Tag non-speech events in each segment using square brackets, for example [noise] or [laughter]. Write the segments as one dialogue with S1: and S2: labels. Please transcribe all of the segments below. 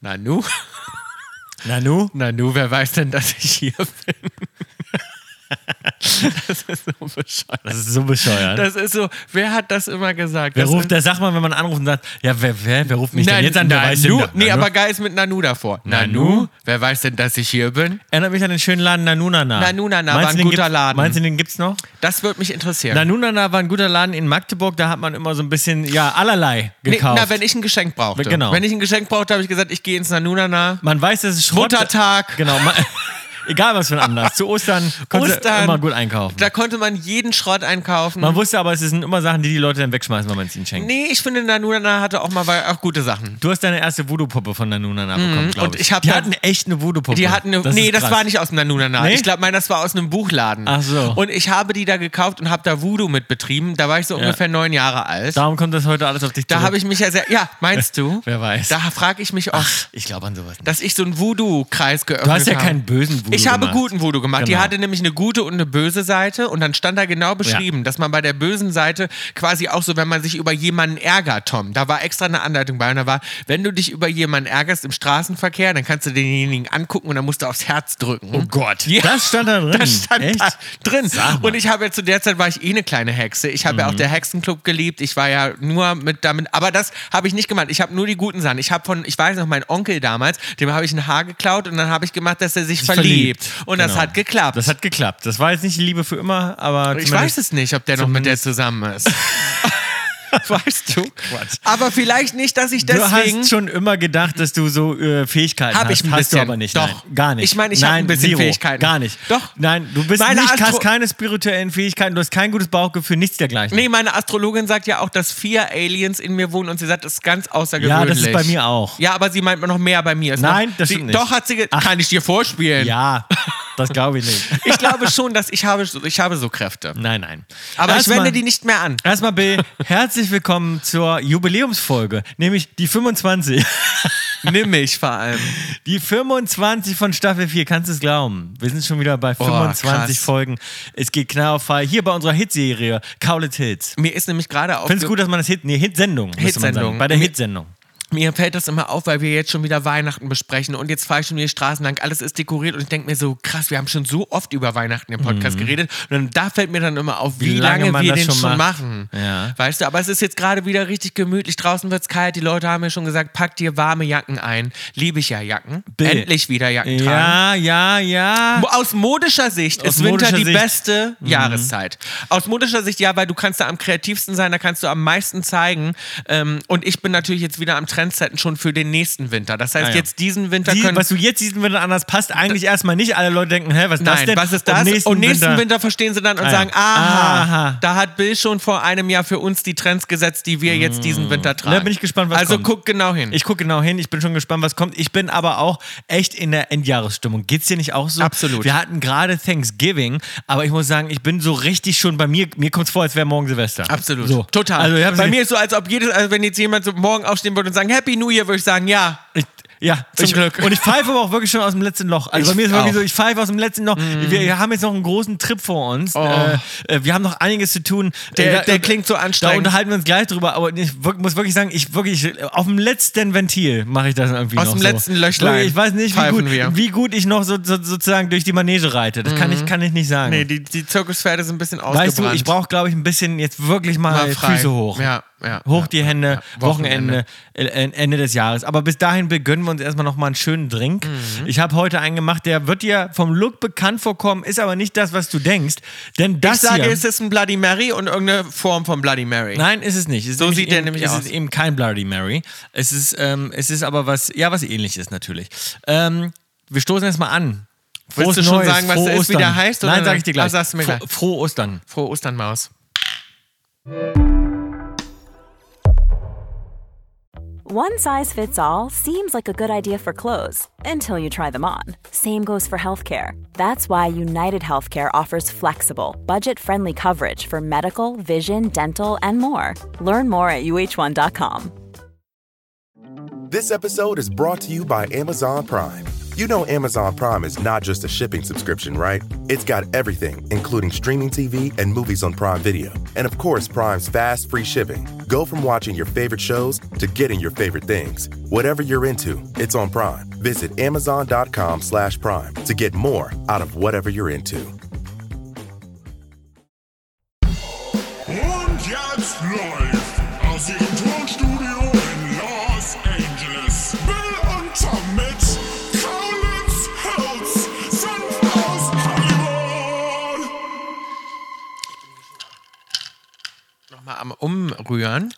S1: Nanu?
S2: [laughs] Nanu?
S1: Nanu, wer weiß denn, dass ich hier bin? das ist so bescheuert.
S2: Das ist so bescheuert.
S1: Das ist so, wer hat das immer gesagt?
S2: wer
S1: das
S2: ruft,
S1: ist,
S2: der sagt mal, wenn man anruft und sagt, ja, wer, wer, wer ruft mich
S1: Nan-
S2: denn jetzt an? Wer
S1: Nanu,
S2: weiß denn da?
S1: nee,
S2: Nanu?
S1: aber geil ist mit Nanu davor. Nanu?
S2: Nanu?
S1: Wer weiß denn, dass ich hier bin?
S2: Erinnert mich an den schönen Laden Nanunana.
S1: Nanunana
S2: Meinst
S1: war ein
S2: du, den
S1: guter
S2: gibt's-
S1: Laden.
S2: Meinst du, den gibt's noch?
S1: Das würde mich interessieren.
S2: Nanunana war ein guter Laden in Magdeburg, da hat man immer so ein bisschen, ja, allerlei
S1: Nee,
S2: gekauft.
S1: na, wenn ich ein Geschenk brauchte.
S2: Genau.
S1: Wenn ich ein Geschenk brauchte, habe ich gesagt, ich gehe ins Nanunana.
S2: man weiß, dass es Schrott...
S1: Muttertag.
S2: Genau. Man, [laughs] egal was für ein Anlass. Zu Ostern konntest
S1: Ostern.
S2: du immer gut einkaufen.
S1: Da konnte man jeden Schrott einkaufen.
S2: Man wusste aber, es sind immer Sachen, die die Leute dann wegschmeißen, wenn man es ihnen schenkt.
S1: nee, ich finde, Nanunana hatte auch mal weil- auch gute Sachen.
S2: Du hast deine erste Voodoo-Puppe von Nanunana bekommen, glaube
S1: Mhm, und
S2: ich.
S1: ich hab
S2: die
S1: dann-
S2: hatten echt eine Voodoo-Puppe.
S1: Die hatten eine,
S2: Das
S1: nee,
S2: ist
S1: das
S2: krass.
S1: war nicht aus dem Nanunana.
S2: Nee?
S1: Ich glaube, mein, das war aus einem Buchladen.
S2: Ach so.
S1: Und ich habe die da gekauft und habe da Voodoo mitbetrieben. Da war ich so ungefähr neun Jahre alt. Da,
S2: Darum kommt das heute alles auf dich zurück.
S1: habe ich mich ja sehr. Ja, meinst du?
S2: [laughs] Wer weiß.
S1: Da frage ich mich oft,
S2: ich glaube an sowas nicht.
S1: dass ich so einen Voodoo-Kreis geöffnet
S2: Du
S1: habe.
S2: hast ja keinen bösen Voodoo
S1: Ich habe
S2: gemacht.
S1: guten Voodoo gemacht. Die
S2: Genau.
S1: hatte nämlich eine gute und eine böse Seite und dann stand da genau beschrieben, dass man bei der bösen Seite quasi auch so, wenn man sich über jemanden ärgert, Tom, da war extra eine Anleitung bei und da war, wenn du dich über jemanden ärgerst im Straßenverkehr, dann kannst du denjenigen angucken und dann musst du aufs Herz drücken.
S2: Oh Gott. Das stand da drin.
S1: Das stand
S2: Hm, echt?
S1: da drin.
S2: Sag mal. Mhm.
S1: Und ich habe ja zu der Zeit war ich eh eine kleine Hexe. Ich habe ja auch der Hexenclub geliebt. Ich war ja nur mit damit, aber das habe ich nicht gemacht. Ich habe nur die guten Sachen. Ich habe von, ich weiß noch, mein Onkel damals, dem habe ich ein Haar geklaut und dann habe ich gemacht, dass er sich verliebt. Und das
S2: Genau.
S1: hat geklappt.
S2: Das hat geklappt. Das war jetzt nicht Liebe für immer, aber
S1: ich
S2: zumindest-
S1: weiß es nicht, ob der noch mit der zusammen
S2: [laughs]
S1: ist. [laughs] weißt du?
S2: Quatsch.
S1: Aber vielleicht nicht, dass ich
S2: Du
S1: deswegen.
S2: hast schon immer gedacht, dass du so äh, Fähigkeiten
S1: Hab
S2: hast.
S1: ich ein
S2: hast
S1: bisschen.
S2: du aber nicht.
S1: Doch.
S2: Nein, gar nicht.
S1: Ich meine, ich hab
S2: Nein,
S1: ein bisschen
S2: zero.
S1: Fähigkeiten.
S2: Gar nicht.
S1: Doch.
S2: Nein, du bist
S1: Meine
S2: nicht,
S1: Astro-
S2: hast keine spirituellen Fähigkeiten, du hast kein gutes Bauchgefühl, nichts dergleichen.
S1: Nee, meine Astrologin sagt ja auch, dass vier Aliens in mir wohnen und sie sagt, das ist ganz außergewöhnlich.
S2: Ja, das ist bei mir auch.
S1: Ja, aber sie meint noch mehr bei mir. Ist
S2: Nein,
S1: noch,
S2: das
S1: sie,
S2: stimmt nicht.
S1: Doch hat sie, ge- kann ich dir vorspielen.
S2: Ja, das glaube ich nicht.
S1: Ich glaube schon, dass ich habe, so- ich habe so Kräfte.
S2: Nein, nein.
S1: Aber ich
S2: Erstmal-
S1: wende die nicht
S2: [laughs]
S1: mehr an.
S2: Erstmal Bill, herzlich willkommen zur Jubiläumsfolge, nämlich
S1: [laughs]
S2: die 25.
S1: Nimm mich vor allem.
S2: Die 25 von Staffel 4, kannst du es glauben? Wir sind schon wieder bei 25
S1: krass.
S2: Folgen. Es geht knall auf Fall. Hier bei unserer Hitserie, Kaulitz Hits.
S1: Mir ist nämlich gerade
S2: Findest du
S1: aufgefallen,
S2: gut, dass man das Hit, nee, Hitsendung, müsste man
S1: Hitsendung.
S2: sagen. Bei der
S1: Mir-
S2: Hitsendung.
S1: mir fällt das immer auf, weil wir jetzt schon wieder Weihnachten besprechen und jetzt fahre ich schon wieder die Straßen lang, alles ist dekoriert und ich denke mir so, krass, wir haben schon so oft über Weihnachten im Podcast geredet und dann, da fällt mir dann immer auf, wie,
S2: Mhm. Wie lange
S1: lange,
S2: man
S1: wir
S2: das
S1: den schon,
S2: schon macht.
S1: machen.
S2: Ja.
S1: Weißt du, aber es ist jetzt gerade wieder richtig gemütlich, draußen wird es kalt, die Leute haben mir schon gesagt, pack dir warme Jacken ein. Liebe ich ja Jacken.
S2: Bill.
S1: Endlich wieder Jacken tragen.
S2: Ja, ja, ja.
S1: Mo- Aus modischer Sicht
S2: Ah. Aus
S1: ist Winter
S2: modischer
S1: die
S2: Sicht. Mhm.
S1: beste Jahreszeit. Aus modischer Sicht ja, weil du kannst da am kreativsten sein, da kannst du am meisten zeigen. Ähm, und ich bin natürlich jetzt wieder am Trendsetten schon für den nächsten Winter. Das heißt,
S2: Ah ja.
S1: jetzt diesen Winter
S2: Die,
S1: können...
S2: was du jetzt diesen Winter anders passt, eigentlich erstmal nicht. Alle Leute denken, hä, was ist das
S1: Nein,
S2: denn?
S1: was ist
S2: Und
S1: das?
S2: nächsten
S1: und nächsten Winter,
S2: Winter
S1: verstehen sie dann und
S2: Ah ja.
S1: sagen, aha,
S2: Aha.
S1: da hat Bill schon vor einem Jahr für uns die Trends gesetzt, die wir jetzt diesen Winter tragen.
S2: Da Mm. bin ich gespannt, was
S1: Also
S2: kommt.
S1: guck genau hin.
S2: Ich gucke genau hin, ich bin schon gespannt, was kommt. Ich bin aber auch echt in der Endjahresstimmung. Geht's dir nicht auch so?
S1: Absolut.
S2: Wir hatten gerade Thanksgiving, aber ich muss sagen, ich bin so richtig schon bei mir. Mir kommt's vor, als wäre morgen Silvester.
S1: Absolut.
S2: So.
S1: Total.
S2: Also, ich hab's
S1: Bei
S2: nicht-
S1: mir ist so, als ob jedes, also wenn jetzt jemand so morgen aufstehen würde und sagen, Happy New Year, würde ich sagen, ja.
S2: Ich, ja,
S1: Zum
S2: ich,
S1: Glück.
S2: Und ich pfeife aber auch wirklich schon aus dem letzten Loch.
S1: Ich
S2: Also bei mir ist es wirklich
S1: auch. Mhm.
S2: so, ich pfeife aus dem letzten Loch. Wir, wir haben jetzt noch einen großen Trip vor uns. Äh, äh, wir haben noch einiges zu tun.
S1: Der-
S2: Äh,
S1: Oh. der klingt so anstrengend.
S2: Da unterhalten wir uns gleich drüber. Aber ich wirk- muss wirklich sagen, ich wirklich auf dem letzten Ventil mache ich das irgendwie
S1: Aus
S2: noch
S1: dem
S2: so.
S1: letzten Löchlein
S2: Ich weiß nicht, wie
S1: pfeifen
S2: gut,
S1: wir. Mhm.
S2: wie gut ich noch so, so, sozusagen durch die Manege reite. Das kann ich kann ich nicht sagen.
S1: Nee, die, die Zirkuspferde sind ein bisschen ausgebrannt.
S2: weißt du, ich brauche glaube ich ein bisschen jetzt wirklich mal,
S1: Mal frei.
S2: Füße hoch.
S1: Ja, ja.
S2: Hoch
S1: ja.
S2: die Hände,
S1: Ja, Wochenende.
S2: Wochenende, äh, Ende des Jahres. Aber bis dahin begönnen wir uns erstmal nochmal einen schönen Drink.
S1: Mhm.
S2: Ich habe heute einen gemacht, der wird dir vom Look bekannt vorkommen, ist aber nicht das, was du denkst. Denn das
S1: Ich sage,
S2: hier,
S1: es ist ein Bloody Mary und irgendeine Form von Bloody Mary.
S2: Nein, ist es nicht. Es ist
S1: So sieht der
S2: eben,
S1: nämlich
S2: es
S1: aus.
S2: ist eben kein Bloody Mary. Es ist, ähm, es ist aber was, ja, was ähnliches natürlich. Ähm, wir stoßen erstmal an.
S1: Willst du schon sagen, was
S2: frohe
S1: der ist, wie der
S2: Ostern.
S1: heißt, oder
S2: Nein,
S1: nein?
S2: sag ich dir gleich.
S1: Ah, sagst du mir
S2: Fro-
S1: gleich.
S2: Frohe Ostern.
S1: Frohe Osternmaus.
S3: One size fits all seems like a good idea for clothes until you try them on. Same goes for healthcare. That's why United Healthcare offers flexible, budget friendly coverage for medical, vision, dental, and more. Learn more at uh1.com.
S4: This episode is brought to you by Amazon Prime. You know Amazon Prime is not just a shipping subscription, right? It's got everything, including streaming TV and movies on Prime Video. And of course, Prime's fast, free shipping. Go from watching your favorite shows to getting your favorite things. Whatever you're into, it's on Prime. Visit Amazon.com slash Prime to get more out of whatever you're into.
S5: Und jetzt läuft aus ihrem Tonstudio in Los Angeles Bill und Tom mit Kaulitz Hills, Senf aus Hollywood.
S1: Nochmal am Umrühren.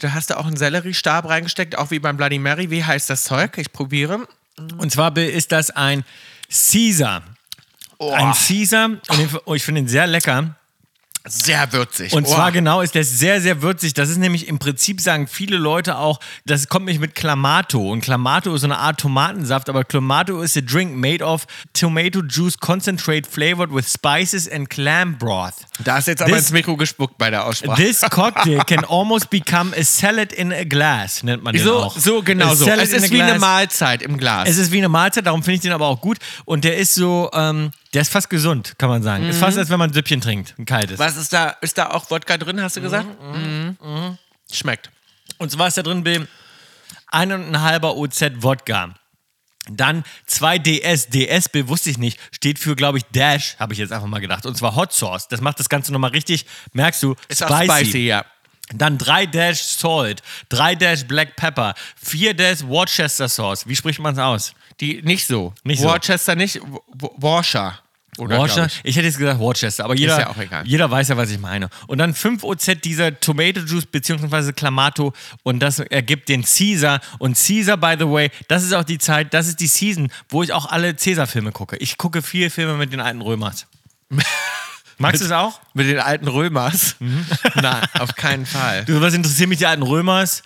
S1: Da hast du auch einen Selleriestab reingesteckt, auch wie beim Bloody Mary. Wie heißt das Zeug? Ich probiere.
S2: Und zwar be- ist das ein Caesar.
S1: Oh.
S2: Ein Caesar. Und den, oh, ich finde ihn sehr lecker.
S1: Sehr würzig.
S2: Und
S1: Oh.
S2: zwar genau ist der sehr, sehr würzig. Das ist nämlich im Prinzip, sagen viele Leute auch, das kommt nicht mit Clamato. Und Clamato ist so eine Art Tomatensaft, aber Clamato ist a drink made of tomato juice concentrate flavored with spices and clam broth.
S1: Da hast du jetzt aber
S2: This-
S1: ins Mikro gespuckt bei der Aussprache.
S2: This cocktail can almost become a salad in a glass, nennt man den
S1: so,
S2: auch.
S1: so, genau
S2: A
S1: so.
S2: salad
S1: Es
S2: in a
S1: ist wie eine
S2: glass.
S1: Mahlzeit im Glas.
S2: Es ist wie eine Mahlzeit, darum finde ich den aber auch gut. Und der ist so, ähm, der ist fast gesund, kann man sagen. Ist fast, als wenn man ein Süppchen trinkt, ein kaltes.
S1: Mhm. Was ist da? Ist da auch Wodka drin, hast du gesagt? Mhm. Schmeckt.
S2: Und zwar ist da drin, Bill, 1,5 OZ Wodka. Dann 2DS, DS Bill, wusste ich nicht, steht für, glaube ich, Dash, habe ich jetzt einfach mal gedacht. Und zwar Hot Sauce. Das macht das Ganze nochmal richtig, merkst du,
S1: Ist auch spicy, ja.
S2: Dann 3 Dash Salt, 3 Dash Black Pepper, 4 Dash Worcester Sauce. Wie spricht man es aus?
S1: Die, nicht so.
S2: Nicht so.
S1: Worcester nicht, W- W- Warscher. Oder,
S2: Worcester?
S1: glaub
S2: Ich.
S1: ich.
S2: hätte jetzt gesagt Worcester, aber jeder,
S1: ja auch egal.
S2: jeder weiß ja, was ich meine. Und dann 5 OZ dieser Tomato Juice bzw. Clamato und das ergibt den Caesar. Und Caesar, by the way, das ist auch die Zeit, das ist die Season, wo ich auch alle Caesar-Filme gucke. Ich gucke viel Filme mit den
S1: [laughs]
S2: alten Römers. Magst du es auch?
S1: Mit den alten Römers? [laughs] Nein, auf keinen Fall.
S2: Mhm. Du, was interessiert mich die alten Römers?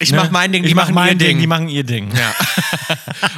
S1: Ich
S2: Ne?
S1: mach mein Ding, die
S2: ich mach
S1: machen
S2: mein
S1: ihr
S2: Ding,
S1: Ding.
S2: Die machen ihr Ding. [laughs]
S1: Ja.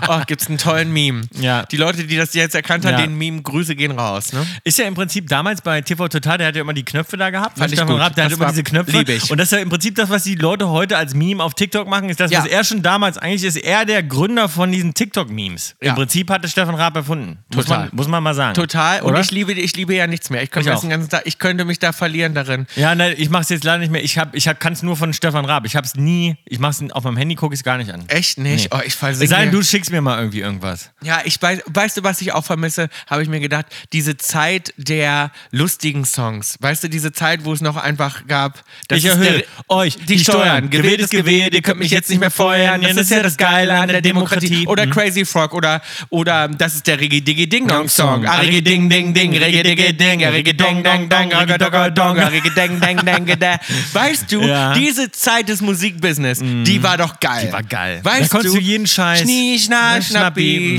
S1: oh, gibt's einen tollen Meme.
S2: Ja.
S1: Die Leute, die das jetzt erkannt haben,
S2: Ja.
S1: den Meme, Grüße gehen raus, ne?
S2: Ist ja im Prinzip damals bei TV Total, der hat ja immer die Knöpfe da gehabt.
S1: Fand ich
S2: Stefan
S1: gut.
S2: Raab, der hat
S1: Das
S2: immer
S1: war-
S2: diese Knöpfe.
S1: lieb ich.
S2: Und das ist ja im Prinzip das, was die Leute heute als Meme auf TikTok machen, ist das,
S1: Ja.
S2: was er schon damals eigentlich ist. Er der Gründer von diesen TikTok-Memes.
S1: Ja.
S2: Im Prinzip hatte Stefan Raab erfunden. Muss
S1: Total.
S2: man, muss man mal sagen.
S1: Total.
S2: Oder?
S1: Und ich liebe, ich liebe ja nichts mehr. Ich könnte, mir
S2: Ich auch.
S1: das den ganzen Tag, ich könnte mich da verlieren darin.
S2: ja, nein, ich mach's jetzt leider nicht mehr. Ich, hab, ich kann es nur von Stefan Raab. Ich hab's nie, ich mach's auf meinem Handy, gucke ich gar nicht an.
S1: Echt nicht? Oh, ich fall
S2: Es sei denn,
S1: singe.
S2: du schickst mir mal irgendwie irgendwas.
S1: Ja, ich weiß, weißt du, was ich auch vermisse, habe ich mir gedacht, diese Zeit der lustigen Songs. Weißt du, diese Zeit, wo es noch einfach gab, das
S2: ich
S1: ist
S2: erhöhe
S1: der-
S2: Oh, euch
S1: die Steuern, gewählt ist gewählt, ihr könnt mich jetzt nicht mehr feuern, das ist ja das Geile an der Demokratie. Oder
S2: Mhm.
S1: Crazy Frog oder, oder das ist der Riggy Diggy Ding Dong Song.
S2: Song.
S1: Riggy Ding Ding Ding, Riggy Diggy Ding, Riggy Dong Dong Dong, Riggy Dong Dong, Riggy Ding Ding Ding Ding. Weißt du,
S2: Ja. Mhm.
S1: diese Zeit des Musikbusiness, die war doch geil.
S2: Die war geil. Da
S1: Weißt
S2: konntest du jeden Scheiß-
S1: Schnie, schna,
S2: Schnappi,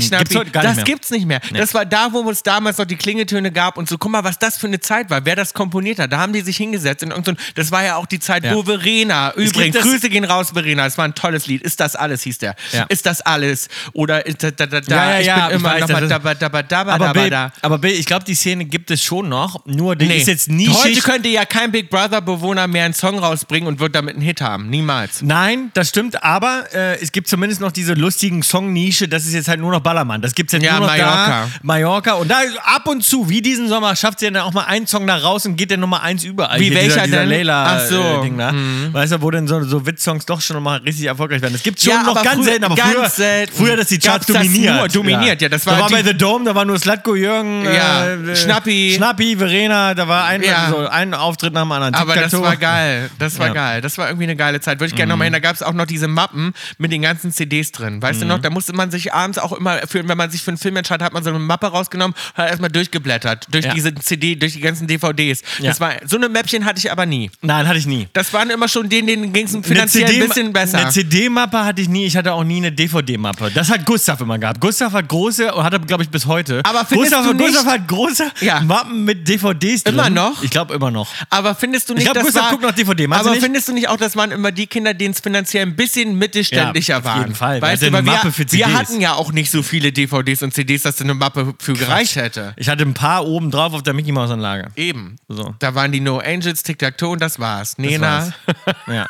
S1: schnappi,
S2: mm.
S1: schnappi.
S2: Gibt's heute gar nicht
S1: das
S2: mehr.
S1: gibt's nicht mehr. Das war da, wo es damals noch die Klingeltöne gab und so, guck mal, was das für eine Zeit war, wer das komponiert hat. Da haben die sich hingesetzt in irgendein, das war ja auch die Zeit,
S2: Ja.
S1: wo Verena, übrigens,
S2: das-
S1: Grüße gehen raus, Verena, das war ein tolles Lied. Ist das alles, hieß der.
S2: Ja.
S1: Ist das alles? Oder ist da, da, da, da,
S2: Ja, ja,
S1: ich
S2: ja,
S1: bin
S2: ich
S1: immer
S2: weiß,
S1: noch
S2: das
S1: mal
S2: ist-
S1: da, da, da, da, da, da,
S2: Aber
S1: da,
S2: Bill,
S1: da.
S2: aber Bill, ich glaube, die Szene gibt es schon noch. Nur die
S1: Nee.
S2: ist jetzt nie
S1: Heute
S2: Schicht-
S1: könnte ja kein Big Brother-Bewohner mehr einen Song rausbringen und wird damit einen Hit haben. Niemals.
S2: Nein, das stimmt, aber äh, es gibt zumindest noch diese lustigen Songnische, das ist jetzt halt nur noch Ballermann. Das gibt's jetzt
S1: Ja,
S2: nur noch
S1: Mallorca.
S2: da. Mallorca. Und da ab und zu, wie diesen Sommer, schafft sie dann auch mal einen Song da raus und geht der Nummer eins überall.
S1: Wie
S2: Hier,
S1: welcher
S2: dieser, dieser
S1: denn?
S2: Layla
S1: Ach so. Mhm.
S2: äh, Ding da. Weißt du, wo denn so, so Witzsongs doch schon mal richtig erfolgreich werden. Das gibt's schon
S1: Ja,
S2: noch
S1: aber
S2: ganz
S1: früher-
S2: selten, aber
S1: ganz
S2: früher,
S1: selten.
S2: früher, dass die Charts
S1: Gab's das
S2: dominiert.
S1: nur? Dominiert, ja, das
S2: Da
S1: war
S2: war
S1: die-
S2: bei The Dome, da war nur Slatko Jürgen,
S1: Ja,
S2: äh, äh,
S1: Schnappi.
S2: Schnappi, Verena, da war ein,
S1: Ja.
S2: so ein Auftritt nach dem anderen.
S1: Aber das
S2: Tic-Tac-Toe.
S1: war geil. Das war
S2: Ja. Mhm.
S1: geil. Das war irgendwie eine geile Zeit. Würde ich gerne nochmal hin. Da gab es auch noch diese Mappen mit den ganzen CDs drin.
S2: Mhm.
S1: Weißt du noch, da musste man sich abends auch immer für, wenn man sich für einen Film entscheidet, hat man so eine Mappe rausgenommen, hat erstmal durchgeblättert. Durch
S2: Ja.
S1: diese CD, durch die ganzen DVDs.
S2: Ja.
S1: Das war, so eine Mäppchen hatte ich aber nie.
S2: Nein, hatte ich nie.
S1: Das waren immer schon denen, denen ging es finanziell ein bisschen besser.
S2: Eine CD-Mappe hatte ich nie, ich hatte auch nie eine DVD-Mappe. Das hat Gustav immer gehabt. Gustav hat große, und hat er, glaube ich, bis heute.
S1: Aber findest
S2: Gustav,
S1: du nicht-
S2: Gustav hat große
S1: Ja.
S2: Mappen mit DVDs drin.
S1: Immer noch?
S2: Ich glaube immer noch.
S1: Aber findest du nicht,
S2: glaub,
S1: dass
S2: Gustav
S1: war,
S2: guckt noch DVD, meinst du
S1: aber
S2: nicht?
S1: findest du nicht auch, das waren immer die Kinder, denen es finanziell ein bisschen mittelständlicher
S2: Ja, auf
S1: waren?
S2: jeden Fall. Wer
S1: Weißt
S2: hat
S1: du,
S2: denn
S1: weil
S2: eine Mappe
S1: wir,
S2: für CDs?
S1: wir hatten ja auch nicht so viele DVDs und CDs, dass du eine Mappe für gereicht hätte.
S2: Ich hatte ein paar oben drauf auf der Mickey Mouse Anlage.
S1: Eben.
S2: So.
S1: Da waren die No Angels, Tic Tac Toe und das war's. Nena.
S2: [laughs] Ja.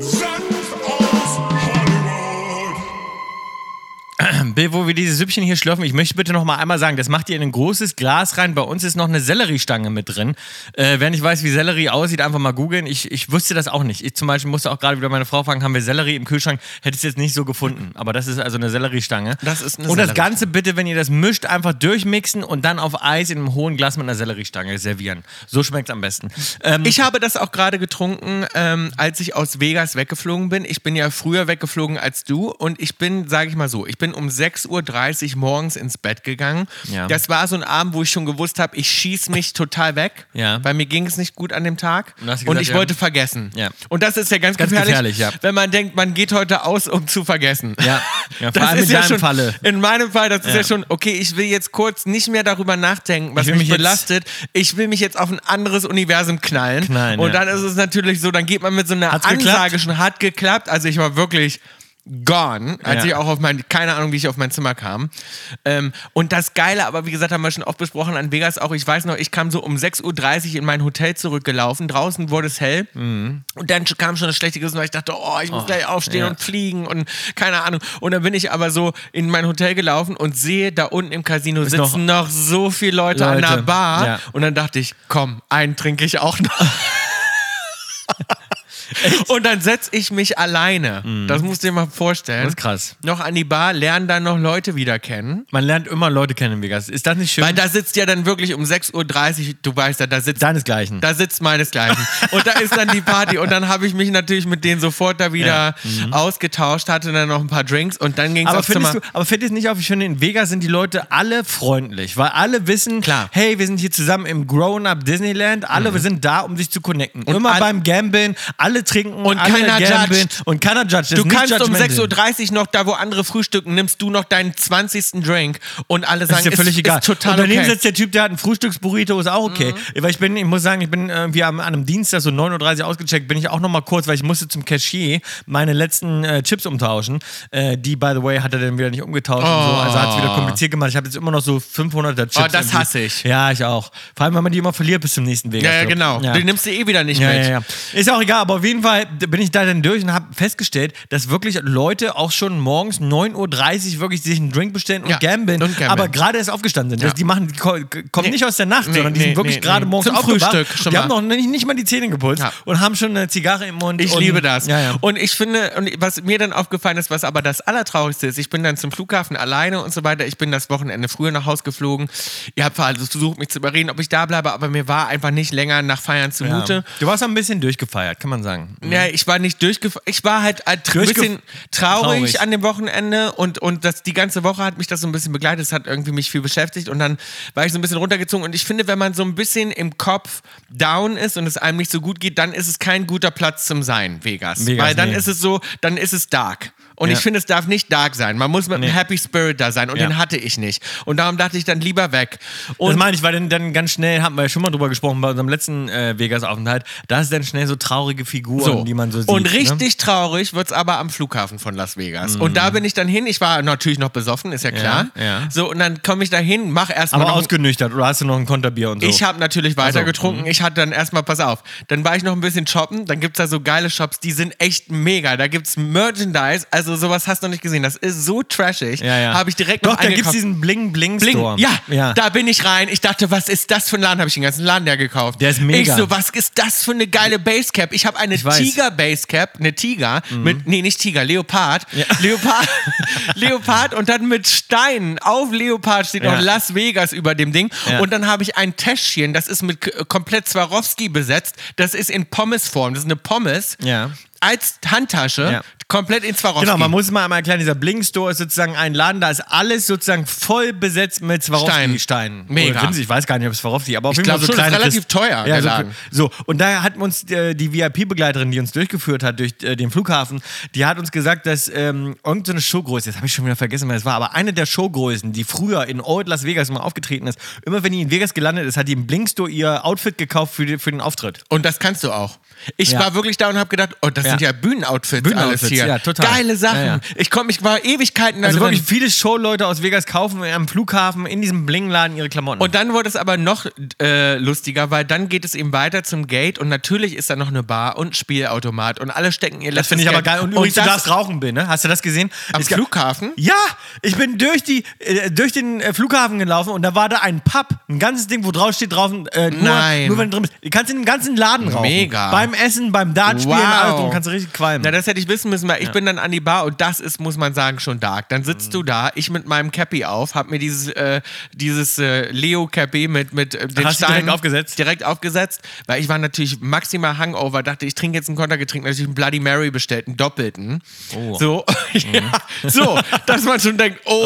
S5: Senf aus Hollywood.
S2: Bill, wo wir dieses Süppchen hier schlürfen, ich möchte bitte noch mal einmal sagen, das macht ihr in ein großes Glas rein. Bei uns ist noch eine Selleriestange mit drin. Äh, wer nicht weiß, wie Sellerie aussieht, einfach mal googeln. Ich, ich wusste das auch nicht. Ich zum Beispiel musste auch gerade wieder meine Frau fragen, haben wir Sellerie im Kühlschrank? Hätte ich es jetzt nicht so gefunden. Aber das ist also eine Selleriestange.
S1: Das ist eine
S2: Und das
S1: Selleriestange.
S2: Ganze bitte, wenn ihr das mischt, einfach durchmixen und dann auf Eis in einem hohen Glas mit einer Selleriestange servieren. So schmeckt es am besten. Ähm,
S1: Ich habe das auch gerade getrunken, ähm, als ich aus Vegas weggeflogen bin. Ich bin ja früher weggeflogen als du und ich bin, sage ich mal so, ich bin um 6.30 Uhr morgens ins Bett gegangen.
S2: Ja.
S1: Das war so ein Abend, wo ich schon gewusst habe, ich schieß mich total weg,
S2: Ja.
S1: weil mir ging es nicht gut an dem Tag
S2: Und hast du
S1: und
S2: gesagt,
S1: ich
S2: ja.
S1: wollte vergessen.
S2: Ja.
S1: Und das ist ja ganz,
S2: Ganz
S1: gefährlich,
S2: gefährlich, ja.
S1: wenn man denkt, man geht heute aus, um zu vergessen.
S2: Ja.
S1: [laughs]
S2: Ja, vor
S1: das
S2: allem
S1: ist
S2: in
S1: ja
S2: deinem
S1: schon,
S2: Falle.
S1: In meinem Fall, das ist ja.
S2: Ja.
S1: schon, okay, ich will jetzt kurz nicht mehr darüber nachdenken, was
S2: will
S1: mich,
S2: mich jetzt-
S1: belastet. Ich will mich jetzt auf ein anderes Universum knallen.
S2: Knallen,
S1: und
S2: ja.
S1: dann ist es natürlich so, dann geht man mit so einer
S2: Hat's
S1: Ansage
S2: geklappt?
S1: schon, hat geklappt. Also ich war wirklich gone, als
S2: Ja.
S1: ich auch auf mein, keine Ahnung, wie ich auf mein Zimmer kam. Ähm, und das Geile, aber wie gesagt, haben wir schon oft besprochen an Vegas auch, ich weiß noch, ich kam so um 6.30 Uhr in mein Hotel zurückgelaufen, draußen wurde es hell und dann sch- kam schon das schlechte Gewissen, weil ich dachte, oh, ich muss gleich aufstehen
S2: Mhm. ja.
S1: und fliegen und keine Ahnung. Und dann bin ich aber so in mein Hotel gelaufen und sehe, da unten im Casino sitzen noch, so viele Leute, an
S2: Leute,
S1: der Bar
S2: ja.
S1: und dann dachte ich, komm, einen trinke ich auch
S2: [laughs]
S1: noch. Und dann setze ich mich alleine. Das musst du dir mal vorstellen.
S2: Mhm. Das ist krass.
S1: Noch an die Bar, lernen dann noch Leute wieder kennen.
S2: man lernt immer Leute kennen in Vegas. Ist das nicht schön?
S1: Weil da sitzt ja dann wirklich um 6.30 Uhr, du weißt ja, da sitzt.
S2: Deinesgleichen.
S1: da sitzt meinesgleichen. Und da ist dann die Party. Und dann habe ich mich natürlich mit denen sofort da wieder ausgetauscht, hatte dann noch ein paar Drinks und dann ging es
S2: Mhm. aber
S1: aufs Zimmer.
S2: findest du, aber fällt dir nicht auf, ich finde, in Vegas sind die Leute alle freundlich, weil alle wissen,
S1: Klar. Mhm.
S2: hey, wir sind hier zusammen im Grown-Up Disneyland, alle wir sind da, um sich zu connecten. Und Immer
S1: all-
S2: beim Gambeln, alle trinken
S1: Und
S2: alle
S1: keiner
S2: gambeln
S1: judgt.
S2: und keiner judgt.
S1: Du kannst um 6.30 Uhr noch, da wo andere frühstücken, nimmst du noch deinen 20. Drink und alle sagen,
S2: ist dir völlig egal.
S1: ist total
S2: und daneben
S1: okay. Mhm.
S2: sitzt der Typ, der hat einen Frühstücksburrito, ist auch okay. Weil ich bin, ich muss sagen, ich bin irgendwie am, an einem Dienstag so 9.30 Uhr ausgecheckt, bin ich auch nochmal kurz, weil ich musste zum Cashier meine letzten äh, Chips umtauschen. Äh, die, by the way, hat er dann wieder nicht umgetauscht und so. Also hat es wieder kompliziert gemacht. Ich habe jetzt immer noch so 500er Chips.
S1: Oh, das
S2: irgendwie.
S1: hasse ich.
S2: Ja, ich auch. Vor allem, wenn man die immer verliert bis zum nächsten Weg.
S1: Ja, ja, genau. Den nimmst du eh wieder nicht
S2: Ja,
S1: mit.
S2: ja, ja. Ist auch egal, aber auf jeden Fall bin ich da dann durch und habe festgestellt, dass wirklich Leute auch schon morgens 9.30 Uhr wirklich sich einen Drink bestellen und
S1: Ja,
S2: gambeln,
S1: und gambeln.
S2: aber gerade erst aufgestanden sind.
S1: Ja.
S2: Das, die machen, die ko- k- kommen
S1: Nee.
S2: nicht aus der Nacht,
S1: Nee,
S2: sondern die
S1: nee,
S2: sind wirklich
S1: nee,
S2: gerade
S1: nee.
S2: morgens
S1: Zum
S2: aufgewacht.
S1: Frühstück schon
S2: die
S1: mal.
S2: haben noch nicht, nicht mal die Zähne geputzt
S1: Ja.
S2: und haben schon eine Zigarre im Mund.
S1: Ich
S2: und,
S1: liebe das.
S2: Ja, ja.
S1: Und ich finde, und was mir dann aufgefallen ist, was aber das Allertraurigste ist, ich bin dann zum Flughafen alleine und so weiter. Ich bin das Wochenende früher nach Haus geflogen. Ihr habt also versucht, mich zu überreden, ob ich da bleibe, aber mir war einfach nicht länger nach Feiern zumute.
S2: ja. Du warst ein bisschen durchgefeiert, kann man sagen.
S1: Ja, ich war nicht durchgef... Ich war halt ein tr-
S2: ne? Durchgef-
S1: bisschen traurig,
S2: Traurig.
S1: an dem Wochenende und, und das, die ganze Woche hat mich das so ein bisschen begleitet. Es hat irgendwie mich viel beschäftigt und dann war ich so ein bisschen runtergezogen. Und ich finde, wenn man so ein bisschen im Kopf down ist und es einem nicht so gut geht, dann ist es kein guter Platz zum Sein, Vegas.
S2: Vegas,
S1: Weil dann
S2: nee.
S1: ist es so, dann ist es dark. Und
S2: Ja.
S1: ich finde, es darf nicht dark sein. Man muss mit einem Happy Spirit da sein. Und
S2: Ja.
S1: den hatte ich nicht. Und darum dachte ich dann lieber weg.
S2: das
S1: Und
S2: meine ich, weil dann, dann ganz schnell, haben wir ja schon mal drüber gesprochen bei unserem letzten äh, Vegas-Aufenthalt, da ist dann schnell so traurige Figuren,
S1: So.
S2: die man so sieht.
S1: Und
S2: ne?
S1: richtig traurig wird's aber am Flughafen von Las Vegas. Und da bin ich dann hin. Ich war natürlich noch besoffen, ist ja klar.
S2: Mhm. ja.
S1: So, und dann komme ich da hin, mach erstmal.
S2: Aber
S1: noch-
S2: ausgenüchtert oder hast du noch ein Konterbier und so?
S1: ich habe natürlich weiter
S2: Ach so, Also, mhm.
S1: getrunken. Ich hatte dann erstmal, pass auf, dann war ich noch ein bisschen shoppen. Dann gibt's da so geile Shops, die sind echt mega. Da gibt's Merchandise, also sowas hast du noch nicht gesehen. Das ist so trashig.
S2: ja, ja.
S1: Habe ich direkt
S2: Doch,
S1: noch
S2: da gibt es
S1: eingekauft.
S2: diesen Bling Bling
S1: Bling.
S2: Store.
S1: Ja,
S2: ja.
S1: da bin ich rein. Ich dachte, was ist das für ein Laden? Habe ich den ganzen Laden leer gekauft.
S2: Der ist mega.
S1: Ich so, was ist das für eine geile Basecap? Ich habe eine
S2: Ich weiß. Mhm.
S1: Tiger-Basecap, eine Tiger mit, nee, nicht Tiger, Leopard.
S2: Ja.
S1: [laughs] Leopard, Leopard und dann mit Steinen. Auf Leopard steht
S2: Ja.
S1: noch Las Vegas über dem Ding.
S2: Ja.
S1: Und dann habe ich ein Täschchen, das ist mit äh, komplett Swarovski besetzt. Das ist in Pommesform. Das ist eine Pommes.
S2: Ja.
S1: Als Handtasche,
S2: Ja.
S1: komplett in Swarovski.
S2: Genau, man muss es mal einmal erklären, dieser Bling Store ist sozusagen ein Laden, da ist alles sozusagen voll besetzt mit Swarovski-Steinen.
S1: Stein. Mega.
S2: Oder Rinse, ich weiß gar nicht, ob es Swarovski, aber auf
S1: Ich
S2: jeden Fall
S1: glaub
S2: so
S1: schon, das ist
S2: kleine
S1: relativ
S2: Kisten.
S1: teuer, der
S2: Ja, so,
S1: Laden.
S2: so, und da hat uns äh, die VIP-Begleiterin, die uns durchgeführt hat durch äh, den Flughafen, die hat uns gesagt, dass ähm, irgendeine Showgröße, jetzt habe ich schon wieder vergessen, wer es war, aber eine der Showgrößen, die früher in Old Las Vegas immer aufgetreten ist, immer wenn die in Vegas gelandet ist, hat die im Bling Store ihr Outfit gekauft für, die, für den Auftritt.
S1: Und das kannst du auch. Ich
S2: Ja.
S1: war wirklich da und habe gedacht, oh, das
S2: Ja.
S1: sind ja Bühnenoutfits, alles
S2: Bühnenoutfits,
S1: hier.
S2: Ja, total.
S1: Geile Sachen.
S2: Ja, ja.
S1: Ich komme, ich war Ewigkeiten da
S2: Also
S1: drin.
S2: wirklich viele Showleute aus Vegas kaufen am Flughafen in diesem Blingladen ihre Klamotten.
S1: Und dann wurde es aber noch äh, lustiger, weil dann geht es eben weiter zum Gate und natürlich ist da noch eine Bar und ein Spielautomat und alle stecken ihr
S2: das
S1: letztes
S2: finde ich aber
S1: Geld.
S2: geil. Und übrigens,
S1: das
S2: du darfst rauchen, Bill, ne? Hast du das gesehen?
S1: am
S2: Es gab-
S1: Flughafen.
S2: Ja, ich bin durch, die, äh, durch den äh, Flughafen gelaufen und da war da ein Pub, ein ganzes Ding, wo drauf steht drauf, äh, nur,
S1: Nein.
S2: nur wenn du drin bist. Du kannst in dem ganzen Laden rauchen.
S1: Mega.
S2: Beim Essen, beim Dartspielen,
S1: Wow.
S2: alles drum, kannst du richtig qualmen.
S1: Na, das hätte ich wissen müssen, weil ich bin dann an die Bar und das ist, muss man sagen, schon dark. Dann
S2: Mhm.
S1: sitzt du da, ich mit meinem Cappy auf, hab mir dieses, äh, dieses äh, Leo-Cappy mit, mit äh, den
S2: Hast du direkt
S1: Steinen
S2: aufgesetzt?
S1: Direkt aufgesetzt, weil ich war natürlich maximal Hangover, dachte, ich trinke jetzt einen Kontergetränk, natürlich einen Bloody Mary bestellt, einen doppelten.
S2: Oh.
S1: So, [laughs]
S2: Mhm.
S1: ja, so, dass man schon denkt, oh,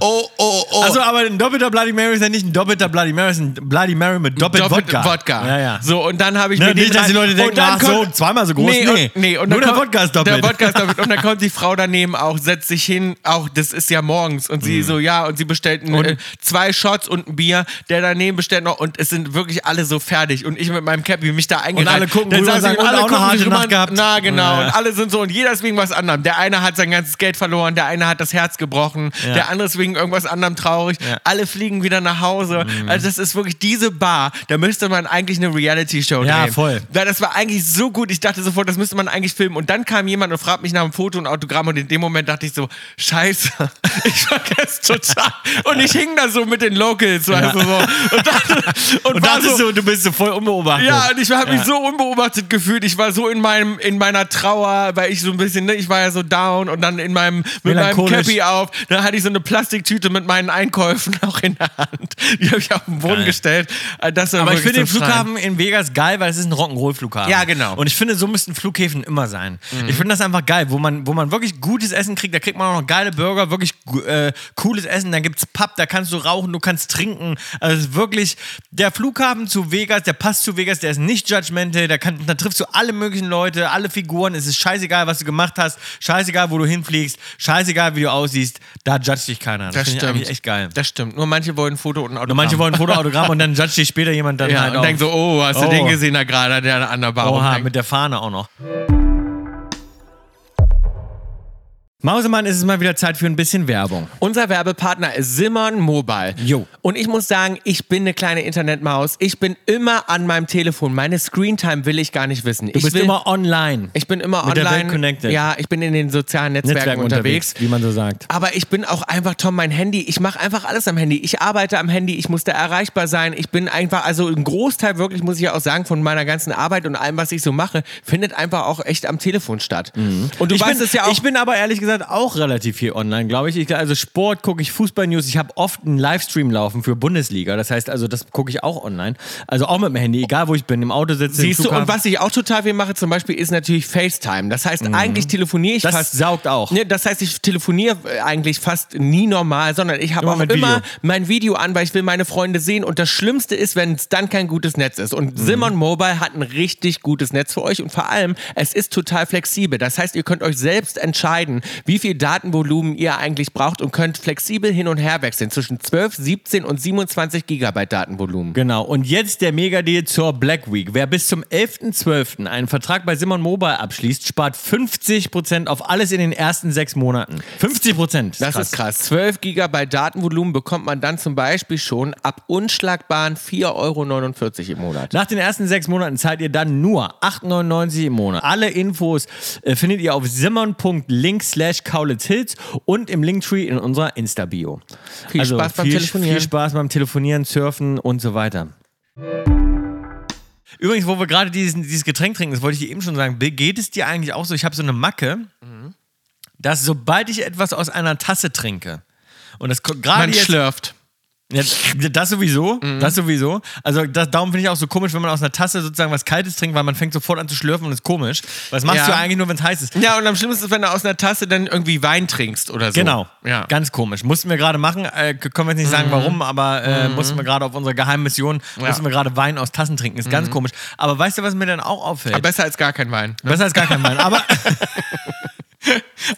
S1: oh, oh, oh.
S2: also, aber ein doppelter Bloody Mary ist ja nicht ein doppelter Bloody Mary, ist ein Bloody Mary mit doppelt, Wodka. Ja, ja.
S1: So, und dann habe ich
S2: Ne,
S1: mir den
S2: nicht, dass die
S1: rein-
S2: Leute
S1: und
S2: denken,
S1: dann
S2: ach so, zweimal so groß.
S1: Nee,
S2: Nee.
S1: Und, nee und
S2: Nur
S1: dann
S2: der
S1: kommt-
S2: Wodka ist
S1: Der
S2: doppelt.
S1: Wodka ist
S2: [laughs]
S1: doppelt. Und dann kommt die Frau daneben auch, setzt sich hin, auch das ist ja morgens. Und
S2: Mhm.
S1: sie so, ja, und sie bestellt einen, äh, zwei Shots und ein Bier. Der daneben bestellt noch und es sind wirklich alle so fertig. Und ich mit meinem Cappy mich da eingereiht.
S2: alle gucken
S1: Dann
S2: rüber
S1: saß
S2: und
S1: ich-
S2: sagen,
S1: alle
S2: und auch
S1: gucken mich
S2: eine harte
S1: rüber
S2: Nacht
S1: und-
S2: gehabt.
S1: Na, genau.
S2: Ja.
S1: Und alle sind so und jeder ist wegen was anderem. Der eine hat sein ganzes Geld verloren, der eine hat das Herz gebrochen,
S2: Ja.
S1: der andere ist wegen irgendwas anderem traurig.
S2: Ja. Mhm.
S1: Alle fliegen wieder nach Hause. Also das ist wirklich diese Bar, da müsste man eigentlich eine Reality-Show
S2: Ja,
S1: drehen.
S2: voll.
S1: Weil das war eigentlich so gut. Ich dachte sofort, das müsste man eigentlich filmen. Und dann kam jemand und fragt mich nach einem Foto und Autogramm. Und in dem Moment dachte ich so, scheiße, [laughs] ich vergesse total. Und ich hing da so mit den Locals, weißt du so. Und
S2: [laughs]
S1: dachte, und
S2: Und
S1: war
S2: das ist so, du bist so voll unbeobachtet.
S1: ja, und ich habe mich so unbeobachtet gefühlt. Ich war so in meinem in meiner Trauer, weil ich so ein bisschen, ne, ich war ja so down und dann in meinem mit meinem
S2: Melancholisch.
S1: Cappy auf, dann hatte ich so eine Plastiktüte mit meinen Einkäufen [laughs] auch in der Hand. Die habe ich auf den Boden
S2: Geil.
S1: gestellt. Äh, Das war
S2: Aber ich
S1: wirklich
S2: finde den
S1: zum Schreien.
S2: Flughafen in Vegas geil, weil es ist ein Rock'n'Roll-Flughafen.
S1: Ja, genau. Mhm.
S2: Und ich finde, so müssten Flughäfen immer sein. Ich finde das einfach geil, wo man, wo man wirklich gutes Essen kriegt. Da kriegt man auch noch geile Burger, wirklich gu- äh, cooles Essen. Dann gibt's Pub, da kannst du rauchen, du kannst trinken. Also es ist wirklich, der Flughafen zu Vegas, der passt zu Vegas, der ist nicht judgmental. Da, kann, da triffst du alle möglichen Leute, alle Figuren. Es ist scheißegal, was du gemacht hast. Scheißegal, wo du hinfliegst. Scheißegal, wie du aussiehst. Da judgt dich keiner.
S1: Das
S2: finde ich
S1: stimmt.
S2: eigentlich echt geil.
S1: Das stimmt. Nur manche wollen ein Foto und ein Autogramm.
S2: Und manche wollen ein Foto, Autogramm und dann judgt dich später jemand dann
S1: ja,
S2: halt
S1: und
S2: auch.
S1: denken so, oh, hast du
S2: Oh.
S1: den gesehen da gerade, der an der Bar
S2: Oha,
S1: rumhängt?
S2: mit der Fahne auch noch. Mausemann, ist es mal wieder Zeit für ein bisschen Werbung.
S1: Unser Werbepartner ist Simon Mobile.
S2: Jo.
S1: Und ich muss sagen, ich bin eine kleine Internetmaus. Ich bin immer an meinem Telefon. Meine Screentime will ich gar nicht wissen.
S2: Du
S1: ich
S2: bist
S1: will,
S2: immer online.
S1: Ich bin immer
S2: Mit der
S1: online.
S2: Welt connected.
S1: Ja, ich bin in den sozialen Netzwerken,
S2: Netzwerken
S1: unterwegs. Ah,
S2: unterwegs, wie man so sagt.
S1: Aber ich bin auch einfach, Tom, mein Handy. Ich mache einfach alles am Handy. Ich arbeite am Handy. Ich muss da erreichbar sein. Ich bin einfach, also ein Großteil wirklich, muss ich ja auch sagen, von meiner ganzen Arbeit und allem, was ich so mache, findet einfach auch echt am Telefon statt. Und du
S2: Mhm. ich
S1: weißt
S2: bin,
S1: es ja auch.
S2: Ich bin aber ehrlich gesagt auch relativ viel online, glaube ich. ich. Also Sport gucke ich, Fußball-News. Ich habe oft einen Livestream laufen für Bundesliga. Das heißt, also das gucke ich auch online. Also auch mit dem Handy, egal wo ich bin, im Auto sitze. im
S1: Siehst du, und
S2: Flughafen. Mhm.
S1: was ich auch total viel mache zum Beispiel, ist natürlich FaceTime. Das heißt, eigentlich telefoniere ich
S2: Das
S1: fast...
S2: saugt auch.
S1: Ne, das heißt, ich telefoniere äh, eigentlich fast nie normal, sondern ich habe
S2: Immer
S1: auch
S2: mit
S1: immer
S2: Video.
S1: mein Video an, weil ich will meine Freunde sehen. Und das Schlimmste ist, wenn es dann kein gutes Netz ist.
S2: Mhm.
S1: Und Simon Mobile hat ein richtig gutes Netz für euch. Und vor allem, es ist total flexibel. Das heißt, ihr könnt euch selbst entscheiden, wie viel Datenvolumen ihr eigentlich braucht und könnt flexibel hin und her wechseln zwischen 12, 17 und 27 Gigabyte Datenvolumen.
S2: Genau, und jetzt der Mega-Deal zur Black Week. Wer bis zum 11.12. einen Vertrag bei Simon Mobile abschließt, spart 50% auf alles in den ersten sechs Monaten. 50%.
S1: Das ist krass. 12 Gigabyte Datenvolumen bekommt man dann zum Beispiel schon ab unschlagbaren 4,49 Euro im Monat.
S2: Nach den ersten sechs Monaten zahlt ihr dann nur 8,99 im Monat. Alle Infos äh, findet ihr auf simmern.link slash kaulitzhilz und im Linktree in unserer Insta-Bio.
S1: Also Viel Spaß beim
S2: Also viel,
S1: Telefonieren.
S2: Viel Spaß beim Telefonieren, Surfen und so weiter. Übrigens, wo wir gerade diesen, dieses Getränk trinken, das wollte ich dir eben schon sagen, Bill, geht es dir eigentlich auch so? Ich habe so eine Macke, dass sobald ich etwas aus einer Tasse trinke, und das ko- gerade
S1: Man
S2: jetzt
S1: schlürft. Mhm.
S2: ja, das sowieso, das sowieso. Also das, darum finde ich auch so komisch, wenn man aus einer Tasse sozusagen was Kaltes trinkt, weil man fängt sofort an zu schlürfen und ist komisch. Was machst
S1: Ja.
S2: du eigentlich nur, wenn es heiß ist?
S1: Ja, und am schlimmsten ist, wenn du aus einer Tasse dann irgendwie Wein trinkst oder so.
S2: Genau,
S1: Ja. Mhm.
S2: ganz komisch. Mussten wir gerade machen, äh, können wir jetzt nicht sagen warum, aber äh, mussten wir gerade auf unserer geheimen Mission, mussten wir gerade Wein aus Tassen trinken. Ist ganz komisch. Aber weißt du, was mir dann auch auffällt?
S1: Mhm. Aber besser als gar kein Wein.
S2: Besser als gar kein
S1: [laughs]
S2: Wein. Aber,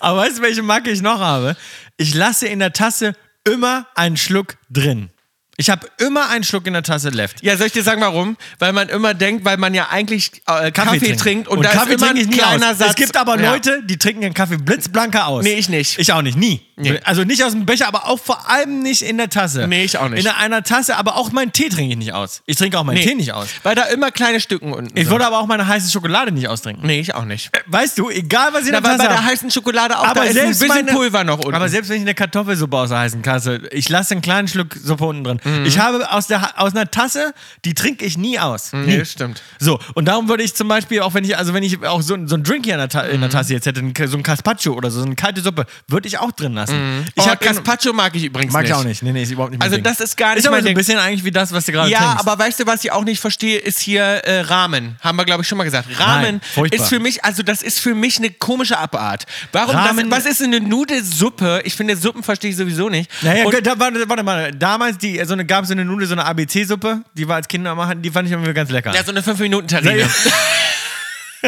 S2: aber weißt du, welche Marke ich noch habe? Ich lasse in der Tasse immer einen Schluck drin. Ich habe immer einen Schluck in der Tasse left.
S1: Ja, soll ich dir sagen, warum? Weil man immer denkt, weil man ja eigentlich äh, Kaffee, trinkt. und, da
S2: Kaffee
S1: ist immer
S2: trinke ich
S1: ein
S2: nie
S1: kleiner
S2: aus.
S1: Satz.
S2: Es gibt aber
S1: Ja.
S2: Leute, die trinken ihren Kaffee blitzblanker aus.
S1: Nee, ich nicht.
S2: Ich auch nicht, nie.
S1: Nee.
S2: Also nicht aus dem Becher, aber auch vor allem nicht in der Tasse.
S1: Nee, ich auch nicht.
S2: In einer Tasse, aber auch meinen Tee trinke ich nicht aus. Ich trinke auch meinen
S1: Nee.
S2: Tee nicht aus.
S1: Weil da immer kleine Stücken unten
S2: Ich
S1: sind.
S2: würde aber auch meine heiße Schokolade nicht austrinken.
S1: Nee, ich auch nicht.
S2: Weißt du, egal was ihr
S1: Da
S2: in
S1: war
S2: der
S1: bei
S2: Tasse
S1: der
S2: habt.
S1: heißen Schokolade auch da ist ein
S2: selbst
S1: bisschen
S2: meine-
S1: Pulver noch unten.
S2: Aber selbst wenn ich eine Kartoffelsuppe aus der heißen Tasse, ich lasse einen kleinen Schluck Suppe unten drin.
S1: Mhm.
S2: Ich habe aus, der, aus einer Tasse, die trinke ich nie aus. Nie.
S1: Nee, stimmt.
S2: So, und darum würde ich zum Beispiel, auch wenn ich, also wenn ich auch so, so einen Drink hier in der, Ta in der Tasse jetzt hätte, einen- so ein Caspacho oder so, so eine kalte Suppe, würde ich auch drin
S1: ich
S2: lassen. Ich
S1: oh,
S2: hab in-
S1: Caspacho mag ich übrigens
S2: Mhm. Mag
S1: nicht.
S2: ich auch nicht. Nee, nee, ist überhaupt nicht mein
S1: Also
S2: Ding.
S1: das ist gar nicht
S2: Ist aber
S1: mein
S2: so ein
S1: Ding.
S2: bisschen eigentlich wie das, was du gerade
S1: Ja,
S2: trinkst.
S1: aber weißt du, was ich auch nicht verstehe, ist hier äh, Rahmen. Haben wir, glaube ich, schon mal gesagt. Rahmen
S2: furchtbar.
S1: ist für mich, also das ist für mich eine komische Abart. Warum,
S2: Ramen-
S1: das, was ist eine Nudelsuppe? Ich finde, Suppen verstehe ich sowieso nicht.
S2: Naja,
S1: Und-
S2: gut, da, warte, warte mal. Damals die, so eine, gab es so eine Nudel, so eine ABC-Suppe, die wir als Kinder immer hatten, die fand ich irgendwie ganz lecker.
S1: ja, so eine 5-Minuten-Terrine.
S2: die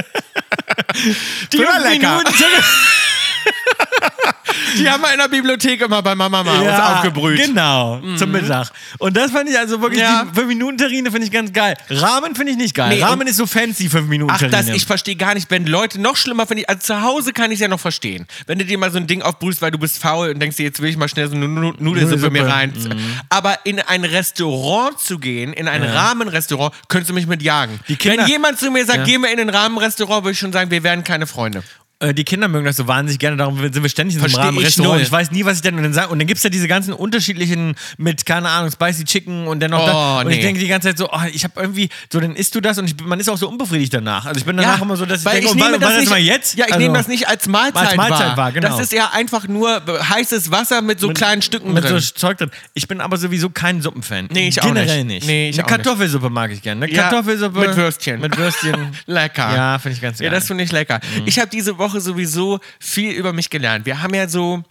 S1: war
S2: fünf
S1: lecker.
S2: [laughs] Minuten-
S1: [laughs] Die haben wir in der Bibliothek immer bei Mama mal uns aufgebrüht.
S2: Genau, zum Mittag. Und das fand ich also wirklich,
S1: Ja.
S2: die 5-Minuten-Terrine finde ich ganz geil. Rahmen finde ich nicht geil.
S1: Nee,
S2: Rahmen
S1: und-
S2: ist so fancy,
S1: Ach,
S2: 5-Minuten-Terrine.
S1: das, ich verstehe gar nicht, wenn Leute noch schlimmer finde ich, also zu Hause kann ich es ja noch verstehen. Wenn du dir mal so ein Ding aufbrühst, weil du bist faul und denkst dir, jetzt will ich mal schnell so eine Nu- Nudelsuppe
S2: Nudelsuppe. Mhm.
S1: mir rein. Aber in ein Restaurant zu gehen, in ein Rahmenrestaurant, könntest du mich mit jagen.
S2: Kinder-
S1: wenn jemand zu mir sagt, gehen wir in ein Rahmenrestaurant, würde ich schon sagen, wir wären keine Freunde.
S2: Äh, die Kinder mögen das so wahnsinnig gerne, darum sind wir ständig in so einem
S1: Versteh
S2: Rahmen
S1: ich
S2: Restaurant.
S1: null.
S2: Ich weiß nie, was ich denn und dann sage. Und dann gibt es ja diese ganzen unterschiedlichen mit, keine Ahnung, Spicy Chicken und dann noch
S1: Oh,
S2: das. Und ich
S1: nee.
S2: denke die ganze Zeit so, oh, ich habe irgendwie, so dann isst du das und ich, bin- man ist auch so unbefriedigt danach. Also ich bin danach immer so, dass ich
S1: weil
S2: denke, oh,
S1: ich
S2: und
S1: nehme
S2: wann,
S1: das
S2: wann
S1: nicht,
S2: mal jetzt?
S1: Ja, ich
S2: Also,
S1: nehme das nicht als Mahlzeit,
S2: als Mahlzeit wahr, genau.
S1: Das ist ja einfach nur äh, heißes Wasser mit so kleinen Stücken
S2: mit
S1: drin.
S2: so Zeug drin. Ich bin aber sowieso kein Suppenfan.
S1: Nee, ich auch
S2: Generell
S1: nicht.
S2: nicht.
S1: Nee, ich
S2: Eine
S1: auch nicht.
S2: Kartoffelsuppe mag ich gerne. Eine
S1: Ja,
S2: Kartoffelsuppe.
S1: mit Würstchen. [laughs]
S2: Mit Würstchen.
S1: lecker.
S2: Ja, Mhm. finde ich ganz
S1: Ja,
S2: geil.
S1: das finde ich lecker. Ich habe diese Woche sowieso viel über mich gelernt. Wir haben ja so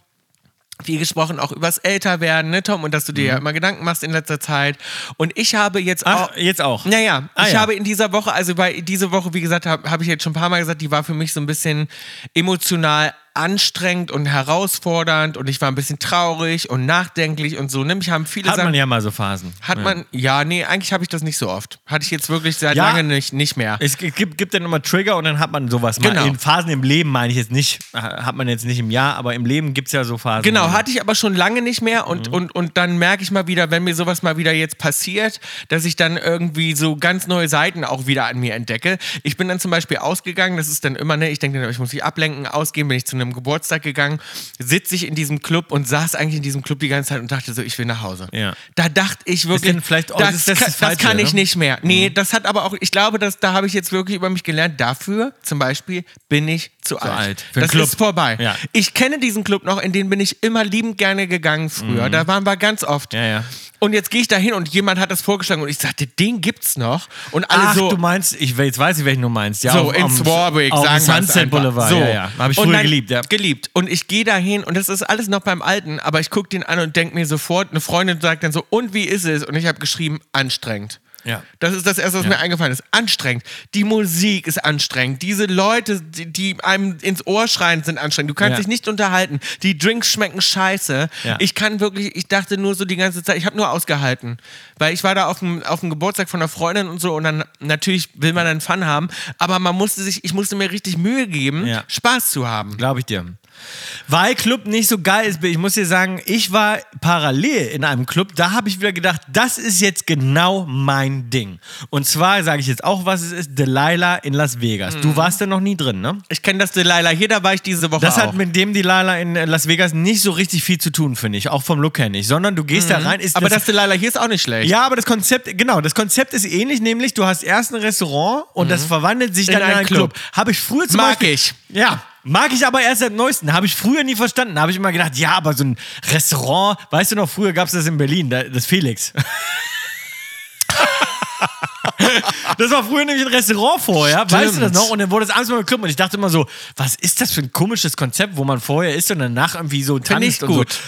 S1: viel gesprochen, auch übers Älterwerden, ne, Tom? Und dass du dir ja immer Gedanken machst in letzter Zeit. Und ich habe jetzt
S2: Mhm. Ach,
S1: auch.
S2: jetzt auch.
S1: Naja,
S2: Ah,
S1: ich
S2: ja.
S1: habe in dieser Woche, also bei diese Woche, wie gesagt, habe hab ich jetzt schon ein paar Mal gesagt, die war für mich so ein bisschen emotional anstrengend und herausfordernd und ich war ein bisschen traurig und nachdenklich und so. Ne? Mich haben viele
S2: Hat
S1: Sachen-
S2: man ja mal so Phasen.
S1: hat man, ja, nee, eigentlich habe ich das nicht so oft. Hatte ich jetzt wirklich seit
S2: Ja.
S1: lange nicht, nicht mehr.
S2: Es g- gibt, gibt dann immer Trigger und dann hat man sowas
S1: Genau.
S2: mal. In Phasen im Leben meine ich jetzt nicht, äh, hat man jetzt nicht im Jahr, aber im Leben gibt es ja Mhm. so Phasen.
S1: Genau, hatte ich aber schon lange nicht mehr und, und, und dann merke ich mal wieder, wenn mir sowas mal wieder jetzt passiert, dass ich dann irgendwie so ganz neue Seiten auch wieder an mir entdecke. Ich bin dann zum Beispiel ausgegangen, das ist dann immer, ne, ich denke, dann, ich muss mich ablenken, ausgehen, bin ich zu einem Geburtstag gegangen, sitze ich in diesem Club und saß eigentlich in diesem Club die ganze Zeit und dachte so, ich will nach Hause.
S2: Ja.
S1: Da dachte ich wirklich,
S2: denn vielleicht- oh,
S1: das,
S2: ist das
S1: kann,
S2: das
S1: das
S2: Falsche,
S1: kann ich
S2: ne?
S1: nicht mehr. Nee, das hat aber auch, ich glaube, dass, da habe ich jetzt wirklich über mich gelernt, dafür zum Beispiel bin ich zu, alt.
S2: alt. Für den
S1: Das
S2: Club.
S1: ist vorbei.
S2: Ja.
S1: Ich kenne diesen Club noch, in den bin ich immer liebend gerne gegangen früher. Da waren wir ganz oft.
S2: Mhm. Ja, ja.
S1: Und jetzt gehe ich da hin und jemand hat das vorgeschlagen und ich sagte, den gibt's noch. Und alle
S2: Ach,
S1: so.
S2: du meinst, ich, we- jetzt weiß ich, welchen du meinst. Ja,
S1: so
S2: auf-
S1: in
S2: am-
S1: Swarbrick,
S2: auf dem
S1: sagen wir
S2: Sunset Boulevard.
S1: So.
S2: Ja, ja. Habe ich
S1: Und
S2: früher
S1: dann-
S2: geliebt, ja.
S1: Geliebt. Und ich gehe da hin und das ist alles noch beim Alten, aber ich gucke den an und denke mir sofort, eine Freundin sagt dann so, und wie ist es? Und ich habe geschrieben, anstrengend.
S2: Ja.
S1: Das ist das Erste, was mir eingefallen ist. Anstrengend. Die Musik ist anstrengend. Diese Leute, die, die einem ins Ohr schreien, sind anstrengend. Du kannst
S2: Ja.
S1: dich nicht unterhalten. Die Drinks schmecken scheiße.
S2: Ja.
S1: Ich kann wirklich, ich dachte nur so die ganze Zeit, ich habe nur ausgehalten. Weil ich war da auf dem, auf dem Geburtstag von einer Freundin und so und dann natürlich will man dann Fun haben, aber man musste sich, ich musste mir richtig Mühe geben,
S2: Ja.
S1: Spaß zu haben.
S2: Glaube ich dir. Weil Club nicht so geil ist, ich muss dir sagen, ich war parallel in einem Club, da habe ich wieder gedacht, das ist jetzt genau mein Ding. Und zwar sage ich jetzt auch, was es ist, Delilah in Las Vegas.
S1: Mhm.
S2: Du warst da noch nie drin, ne?
S1: Ich kenne das Delilah, hier da war ich diese Woche
S2: Das
S1: auch.
S2: hat mit dem Delilah in äh, Las Vegas nicht so richtig viel zu tun, finde ich. Auch vom Look her nicht. Sondern du gehst da rein. Ist
S1: Mhm. aber das Delilah hier ist auch nicht schlecht.
S2: ja, aber das Konzept, genau, das Konzept ist ähnlich, nämlich du hast erst ein Restaurant und das verwandelt sich
S1: Mhm. In
S2: dann in
S1: einen
S2: einen, Club.
S1: Club.
S2: Habe ich früher zum
S1: Mag
S2: Beispiel,
S1: ich.
S2: Ja, mag ich aber erst seit neuesten. Habe ich früher nie verstanden. Habe ich immer gedacht, ja, aber so ein Restaurant, weißt du noch, früher gab es das in Berlin, da- das Felix. [laughs] Das war früher nämlich ein Restaurant vorher, weißt du das noch? Und dann wurde es abends mal ein Club und ich dachte immer so, was ist das für ein komisches Konzept, wo man vorher isst und danach irgendwie so tanzt
S1: Finde ich
S2: und so.
S1: gut.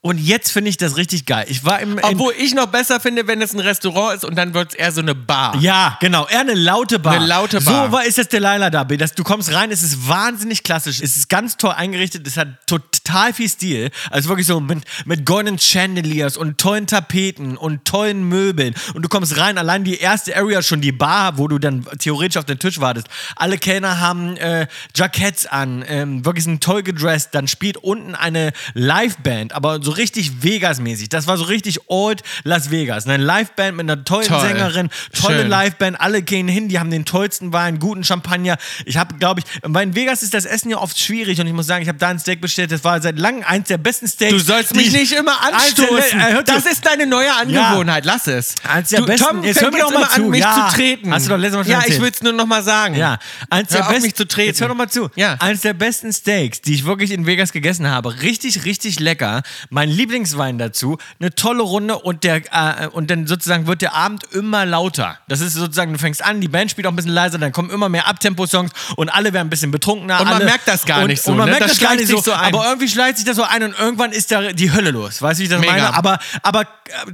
S2: Und jetzt finde ich das richtig geil. Ich war im. im
S1: Obwohl ich noch besser finde, wenn es ein Restaurant ist und dann wird es eher so eine Bar.
S2: ja, genau. Eher eine laute Bar.
S1: Eine laute Bar.
S2: So war ist das Delilah da. B. Das, du kommst rein, es ist wahnsinnig klassisch. Es ist ganz toll eingerichtet. Es hat total viel Stil. Also wirklich so mit, mit goldenen Chandeliers und tollen Tapeten und tollen Möbeln. Und du kommst rein, allein die erste Area schon die Bar, wo du dann theoretisch auf den Tisch wartest. Alle Kellner haben äh, Jacketts an, ähm, wirklich sind toll gedresst. Dann spielt unten eine Liveband, aber so richtig Vegas-mäßig. Das war so richtig Old Las Vegas. Eine Liveband mit einer tollen
S1: Toll.
S2: Sängerin, tolle
S1: Schön.
S2: Liveband. Alle gehen hin, die haben den tollsten Wein, guten Champagner. Ich habe, glaube ich, weil in Vegas ist das Essen ja oft schwierig und ich muss sagen, ich habe da ein Steak bestellt. Das war seit langem eins der besten Steaks.
S1: Du sollst
S2: die
S1: mich
S2: ich-
S1: nicht immer
S2: Eins der-
S1: anstoßen.
S2: Äh, hört
S1: das
S2: ihr-
S1: ist deine neue Angewohnheit. Lass es.
S2: Eins der
S1: du,
S2: Also, besten-
S1: Tom,
S2: Jetzt
S1: fängt
S2: hör mir doch
S1: jetzt
S2: mal
S1: immer
S2: zu.
S1: an, mich
S2: Ja.
S1: zu treten.
S2: Hast du doch letztes Mal schon
S1: Ja, ich
S2: erzählt.
S1: will es nur noch mal sagen.
S2: Ja, eins
S1: Hör
S2: der
S1: auf,
S2: besten.
S1: mich zu treten.
S2: Jetzt hör doch mal zu.
S1: Ja.
S2: Eins der besten Steaks, die ich wirklich in Vegas gegessen habe. Richtig, richtig lecker. Mein Lieblingswein dazu. Eine tolle Runde und der äh, und dann sozusagen wird der Abend immer lauter. Das ist sozusagen, du fängst an, die Band spielt auch ein bisschen leiser, dann kommen immer mehr Abtempo-Songs und alle werden ein bisschen betrunkener.
S1: Und man
S2: alle,
S1: merkt das gar nicht so,
S2: Und man
S1: ne?
S2: merkt
S1: Das
S2: das, gar
S1: schleicht
S2: nicht so,
S1: sich so ein.
S2: Aber irgendwie schleicht sich das so ein und irgendwann ist da die Hölle los. Weißt du, wie ich das
S1: Mega. Mhm.
S2: meine? Aber, aber äh,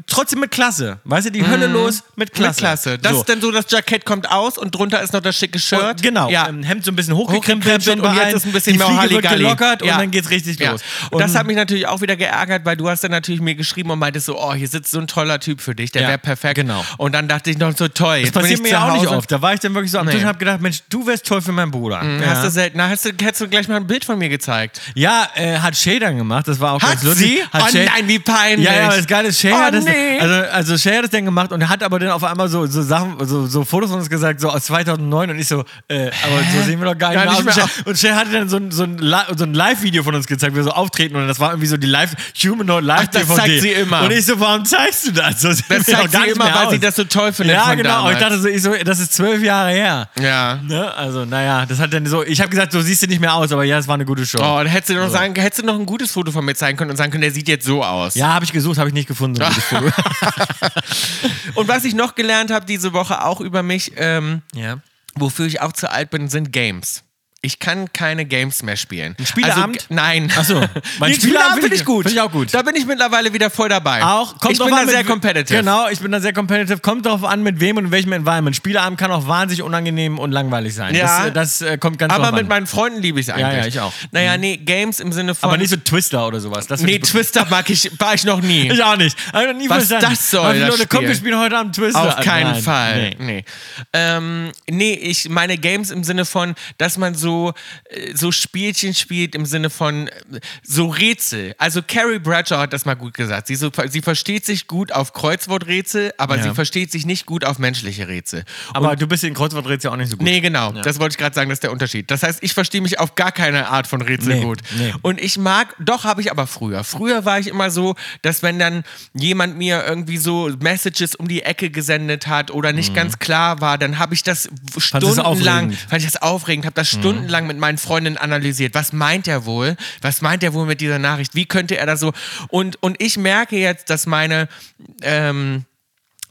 S2: trotzdem mit Klasse. Weißt du, die Hölle los mit Klasse.
S1: Mit Klasse. Das
S2: So.
S1: ist dann so, das Jackett kommt aus und drunter ist noch das schicke Shirt.
S2: Und, genau.
S1: Ja.
S2: Ähm, Hemd so ein bisschen hochgekrempelt
S1: Hochgekrempelt
S2: schon
S1: und
S2: bei
S1: jetzt
S2: allen.
S1: ist ein bisschen
S2: die
S1: mehr
S2: Fliege wird
S1: Halligalli.
S2: gelockert
S1: Ja.
S2: und dann geht's richtig
S1: Ja.
S2: los.
S1: Und das hat mich natürlich auch wieder geärgert, weil du hast dann natürlich mir geschrieben und meintest so, oh, hier sitzt so ein toller Typ für dich, der
S2: Ja,
S1: wäre perfekt.
S2: genau.
S1: Und dann dachte ich noch so, toll,
S2: das
S1: jetzt bin
S2: passiert
S1: ich
S2: mir
S1: zu
S2: ja auch
S1: Hause.
S2: nicht oft. Da war ich dann wirklich so am
S1: Nee. Mhm.
S2: Tisch und hab gedacht, Mensch, du wärst toll für meinen Bruder. ja,
S1: Hast du selten, na, hast du, hättest du gleich mal ein Bild von mir gezeigt.
S2: ja äh, hat Shay dann gemacht. Das war auch
S1: Hat
S2: ganz lustig.
S1: sie?
S2: Hat
S1: oh
S2: Shay-
S1: nein, wie peinlich.
S2: Ja, ja, aber das Geile ist, Shay
S1: Oh,
S2: hat das,
S1: nee.
S2: also, also Shay hat das dann gemacht und hat aber dann auf einmal so, so Sachen, so, so Fotos von uns gesagt, so aus 2009 und ich so, äh, aber so sehen wir doch gar
S1: Ja,
S2: nicht, mehr
S1: nicht
S2: aus.
S1: mehr
S2: und, Shay, und Shay hatte dann so ein, so ein, Li- so ein Live-Video von uns gezeigt, wie wir so auftreten und das war irgendwie so die live humanoid live
S1: Ach, das zeigt sie immer.
S2: Und ich so, warum zeigst du das? So sehen wir
S1: Das
S2: doch
S1: zeigt
S2: gar
S1: sie
S2: nicht
S1: immer,
S2: mehr
S1: weil
S2: aus.
S1: sie das so toll findet
S2: Ja,
S1: von
S2: genau. Und ich
S1: damals.
S2: dachte so, ich so, das ist zwölf Jahre her.
S1: ja.
S2: Ne? Also, naja, das hat dann so, ich habe gesagt, so siehst du nicht mehr aus, aber ja, es war eine gute Show.
S1: Oh, dann hättest du, noch sagen, hättest du noch ein gutes Foto von mir zeigen können und sagen können, der sieht jetzt so aus.
S2: Ja, habe ich gesucht, habe ich
S1: [laughs]
S2: nicht gefunden. So ein gutes Foto.
S1: Und was ich noch gelernt habe diese Woche auch über mich, ähm,
S2: ja.
S1: wofür ich auch zu alt bin, sind Games. Ich kann keine Games mehr spielen. Ein
S2: Spieleabend?
S1: Also, nein.
S2: Ach
S1: [laughs]
S2: so. Mein
S1: Mein Spieleabend finde ich gut.
S2: Finde ich auch gut.
S1: Da bin ich mittlerweile wieder voll dabei.
S2: Auch, kommt
S1: ich
S2: drauf
S1: bin
S2: an,
S1: da
S2: mit-
S1: sehr competitive.
S2: Genau, ich bin da sehr competitive. Kommt drauf an, mit wem und in welchem Environment. Spieleabend kann auch wahnsinnig unangenehm und langweilig sein.
S1: Ja.
S2: Das, das äh, kommt ganz
S1: Aber
S2: drauf
S1: mit
S2: an.
S1: meinen Freunden liebe ich es eigentlich.
S2: Ja, ja, ich auch. Mhm.
S1: Naja, nee, Games im Sinne von.
S2: Aber nicht so Twister oder sowas. Das find
S1: nee,
S2: ich be-
S1: Twister mag ich, war ich noch
S2: [laughs]
S1: nie.
S2: Ich auch nicht. Hab ich noch nie
S1: Was
S2: verstanden.
S1: das soll,
S2: Hab ich
S1: das
S2: Leute, komm, wir
S1: Spiel.
S2: spielen heute Abend Twister.
S1: Auf keinen
S2: Nein,
S1: Fall.
S2: nee.
S1: Nee. Ähm, nee, ich meine Games im Sinne von, dass man so, äh, so Spielchen spielt, im Sinne von äh, so Rätsel. Also Carrie Bradshaw hat das mal gut gesagt. Sie, so, sie versteht sich gut auf Kreuzworträtsel, aber
S2: Ja.
S1: sie versteht sich nicht gut auf menschliche Rätsel.
S2: Aber du bist in Kreuzworträtsel auch nicht so gut.
S1: Nee, genau. Das wollte ich gerade sagen, das ist der Unterschied. Das heißt, ich verstehe mich auf gar keine Art von Rätsel
S2: Nee,
S1: gut.
S2: nee.
S1: Und ich mag, doch habe ich aber früher. Früher war ich immer so, dass wenn dann jemand mir irgendwie so Messages um die Ecke gesendet hat oder nicht ganz klar war, dann habe ich das
S2: du's
S1: stundenlang,
S2: Mhm. aufregend? Mhm.
S1: fand ich das aufregend, habe das stundenlang mit meinen Freundinnen analysiert. Was meint er wohl? Was meint er wohl mit dieser Nachricht? Wie könnte er das so? Und, und ich merke jetzt, dass meine, ähm,